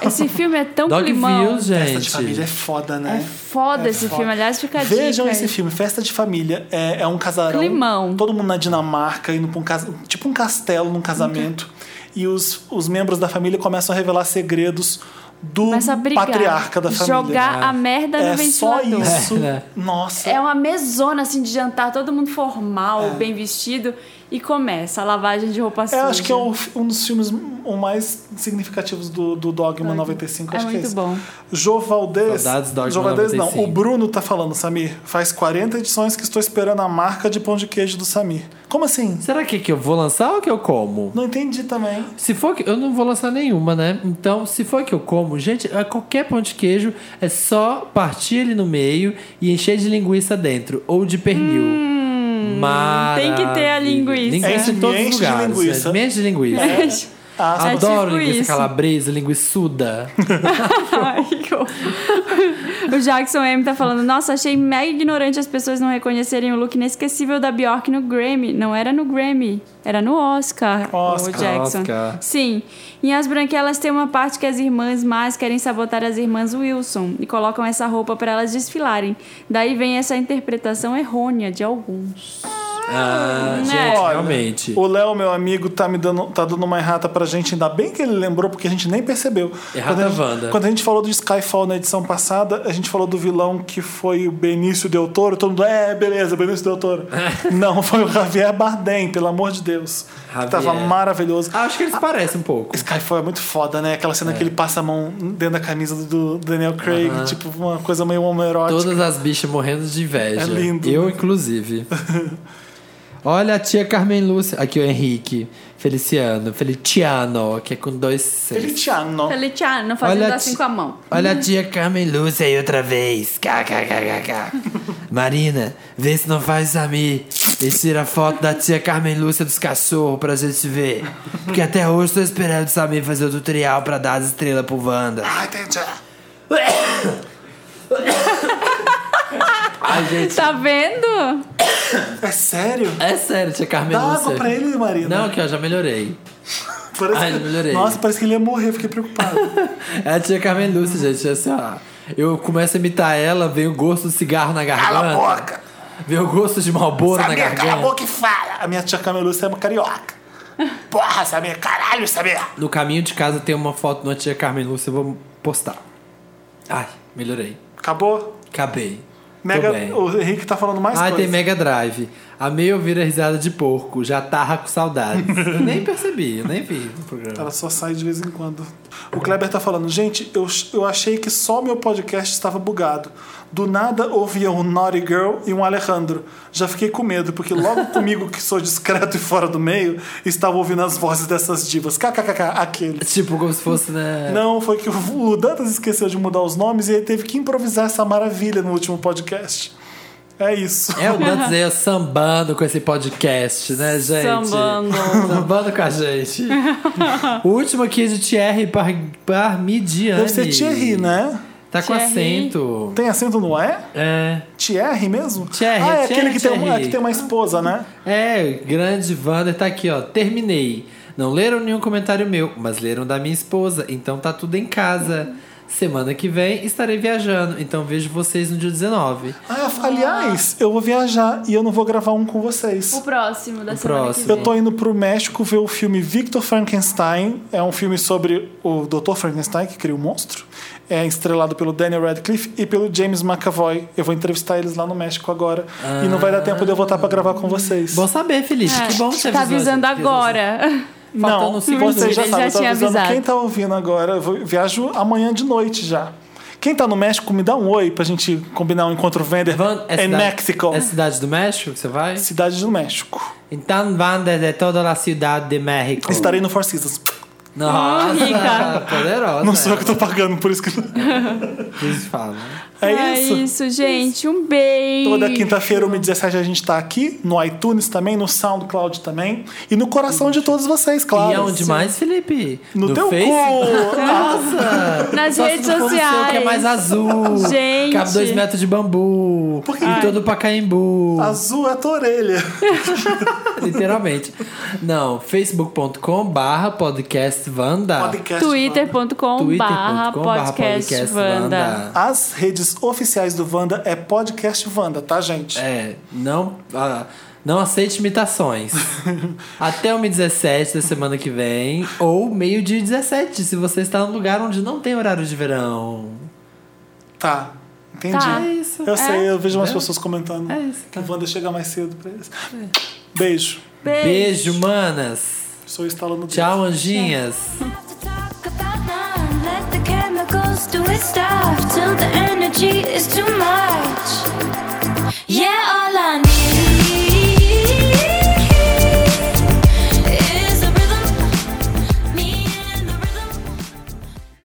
Esse filme é tão climão. Dogville, gente. Festa de família é foda, né? É foda esse foda. filme. Aliás, fica a Vejam dica esse aí. filme, Festa de Família. É, é um casarão. Climão. Todo mundo na Dinamarca, indo pra um cas... tipo um castelo num casamento. E os, os membros da família começam a revelar segredos do Começa a brigar. um patriarca da família. Jogar a merda no é só ventilador. isso. É. Nossa. É uma mesona assim de jantar, todo mundo formal, bem vestido, e começa a lavagem de roupa É, suja. acho que é um, um dos filmes o mais significativos do, do Dogma 95. É acho que muito é isso. bom. Jô Valdez. Saudades Dogma Jô Valdez não. 95. O Bruno tá falando, Samir. Faz 40 edições que estou esperando a marca de pão de queijo do Samir. Como assim? Será que, que eu vou lançar ou que eu como? Não entendi também. Se for que. Eu não vou lançar nenhuma, né? Então, se for que eu como, gente, é qualquer pão de queijo é só partir ele no meio e encher de linguiça dentro. Ou de pernil. Maravilha. Hum, tem que ter a linguiça. Linguiça É, em todos me os enche de lugares. linguiça. gente. Me enche de linguiça. Ah, É Adoro tipo linguiça isso. calabresa, linguiçuda. Ai, que horror. o Jackson M tá falando: Nossa, achei mega ignorante as pessoas não reconhecerem o look inesquecível da Bjork no Grammy. Não era no Grammy, era no Oscar. Oscar. o Jackson. Oscar. Sim. Em As Branquelas tem uma parte que as irmãs mais querem sabotar as irmãs Wilson e colocam essa roupa pra elas desfilarem. Daí vem essa interpretação errônea de alguns. Ah, Né? gente, Olha, realmente. O Léo, meu amigo, tá me dando, tá dando uma errata pra gente. Ainda bem que ele lembrou, porque a gente nem percebeu. Errata quando a gente, Wanda. Quando a gente falou do Skyfall na edição passada, a gente falou do vilão que foi o Benício Del Toro. Todo mundo, é, beleza, Benício Del Toro. Não, foi o Javier Bardem, pelo amor de Deus. Que tava Javier. maravilhoso. Ah, Acho que eles parecem um pouco. Skyfall é muito foda, né? Aquela cena que ele passa a mão dentro da camisa do Daniel Craig, tipo uma coisa meio homoerótica. Todas as bichas morrendo de inveja. É lindo, Eu, né? inclusive. Olha a tia Carmen Lúcia. Aqui o Henrique. Feliciano. Feliciano, que é com dois Cs. Feliciano. Feliciano, Olha fazendo a assim ti- com a mão. Olha a tia Carmen Lúcia aí outra vez. KKKKK. Marina, vê se não faz a mim. E tira a foto da tia Carmen Lúcia dos cachorros pra gente ver. Porque até hoje tô esperando o Samir fazer o tutorial pra dar as estrelas pro Wanda. Ai, entendi. Ai, gente, Tá vendo? É sério? É sério, tia Carmen Dá Lúcia. água pra ele, né? Marina. Não, aqui ó, já melhorei. Parece Ai, que- melhorei. Nossa, parece que ele ia morrer, fiquei preocupado. É a tia Carmen Hum. Lúcia, gente. Assim, ó, eu começo a imitar ela, vem o gosto do cigarro na garganta. Cala a boca! Vem o gosto de Malboro na Samir, cala a garganta. boca e fala! A minha tia Camelúcia é uma carioca. Porra, Samir, caralho, Samir! No caminho de casa tem uma foto da tia Carmen Lúcia, eu vou postar. Ai, melhorei. Acabou? Acabei. Tô Mega, bem. o Henrique tá falando mais Ah, coisa. tem Mega Drive. Amei ouvir a risada de porco. Já tarra com saudades. Eu nem percebi, eu nem vi no programa. Ela só sai de vez em quando. O Kleber tá falando, gente, eu, eu achei que só meu podcast estava bugado. Do nada ouvia um Naughty Girl e um Alejandro. Já fiquei com medo, porque logo comigo, que sou discreto e fora do meio, estava ouvindo as vozes dessas divas. KKKK, aquele. Tipo, como se fosse, né? Não, foi que o o Dantas esqueceu de mudar os nomes e ele teve que improvisar essa maravilha no último podcast. É isso. É o Dantes aí, ó, sambando com esse podcast, né, gente? Sambando. Sambando com a gente. o último aqui é de Thierry Par Parmigiani. Deve ser Thierry, né? Tá com Thierry. acento. Tem acento no é? É. Thierry mesmo? Thierry, ah, é Thierry, aquele que tem, uma, Thierry. que tem uma esposa, né? É, grande Wander tá aqui, ó. Terminei. Não leram nenhum comentário meu, mas leram da minha esposa, então tá tudo em casa. Semana que vem estarei viajando, então vejo vocês no dia 19. Ah, aliás, eu vou viajar e eu não vou gravar um com vocês. O próximo da O semana próximo. que Eu vem. tô indo pro México ver o filme Victor Frankenstein. É um filme sobre o Dr. Frankenstein, que cria o monstro. É estrelado pelo Daniel Radcliffe e pelo James McAvoy. Eu vou entrevistar eles lá no México agora. E não vai dar tempo de eu voltar pra gravar com vocês. Bom saber, Felipe. É, que bom que você Tá avisou a avisando gente, que agora. tá faltando não, cinco vocês minutos. já Ele sabem, já eu tô tinha avisando avisado. quem tá ouvindo agora. Eu vou- viajo amanhã de noite já. Quem tá no México, me dá um oi pra gente combinar um encontro vender Van- é em cidade- México. É cidade do México que você vai? Cidade do México. Então, Wander de toda a cidade de México. Estarei no Four Seasons. Tá Nossa, Rica. poderosa. Não sou eu que tô pagando, por isso que. Eles falam. É, isso. gente. Um beijo. Toda quinta-feira, 1h17, a gente tá aqui, no iTunes também, no SoundCloud também. E no coração de todos vocês, claro. E aonde mais, Felipe? No, teu Face? cu! Nossa! Nas Só se redes não for no seu, sociais. que é mais azul. Gente. Cabe dois metros de bambu. Por que- E todo Pacaembu. Azul é a tua orelha. Literalmente. Não, facebook.com barra podcastvanda. Podcast. twitter.com barra twitter.com barra podcastvanda. As redes oficiais do Wanda é Podcast Wanda, tá, gente? É, não, ah, não aceite imitações. Até o meio 17 da semana que vem, ou meio-dia 17, se você está num lugar onde não tem horário de verão. Tá. Entendi. Tá. É isso. Eu sei, eu vejo umas É. pessoas comentando. É isso, É. Que o Wanda chega mais cedo pra eles. Beijo. Beijo, manas. Sou instalando o dedo. Tchau, anjinhas. have to talk about none. Let the chemicals do its stuff till the energy is too much.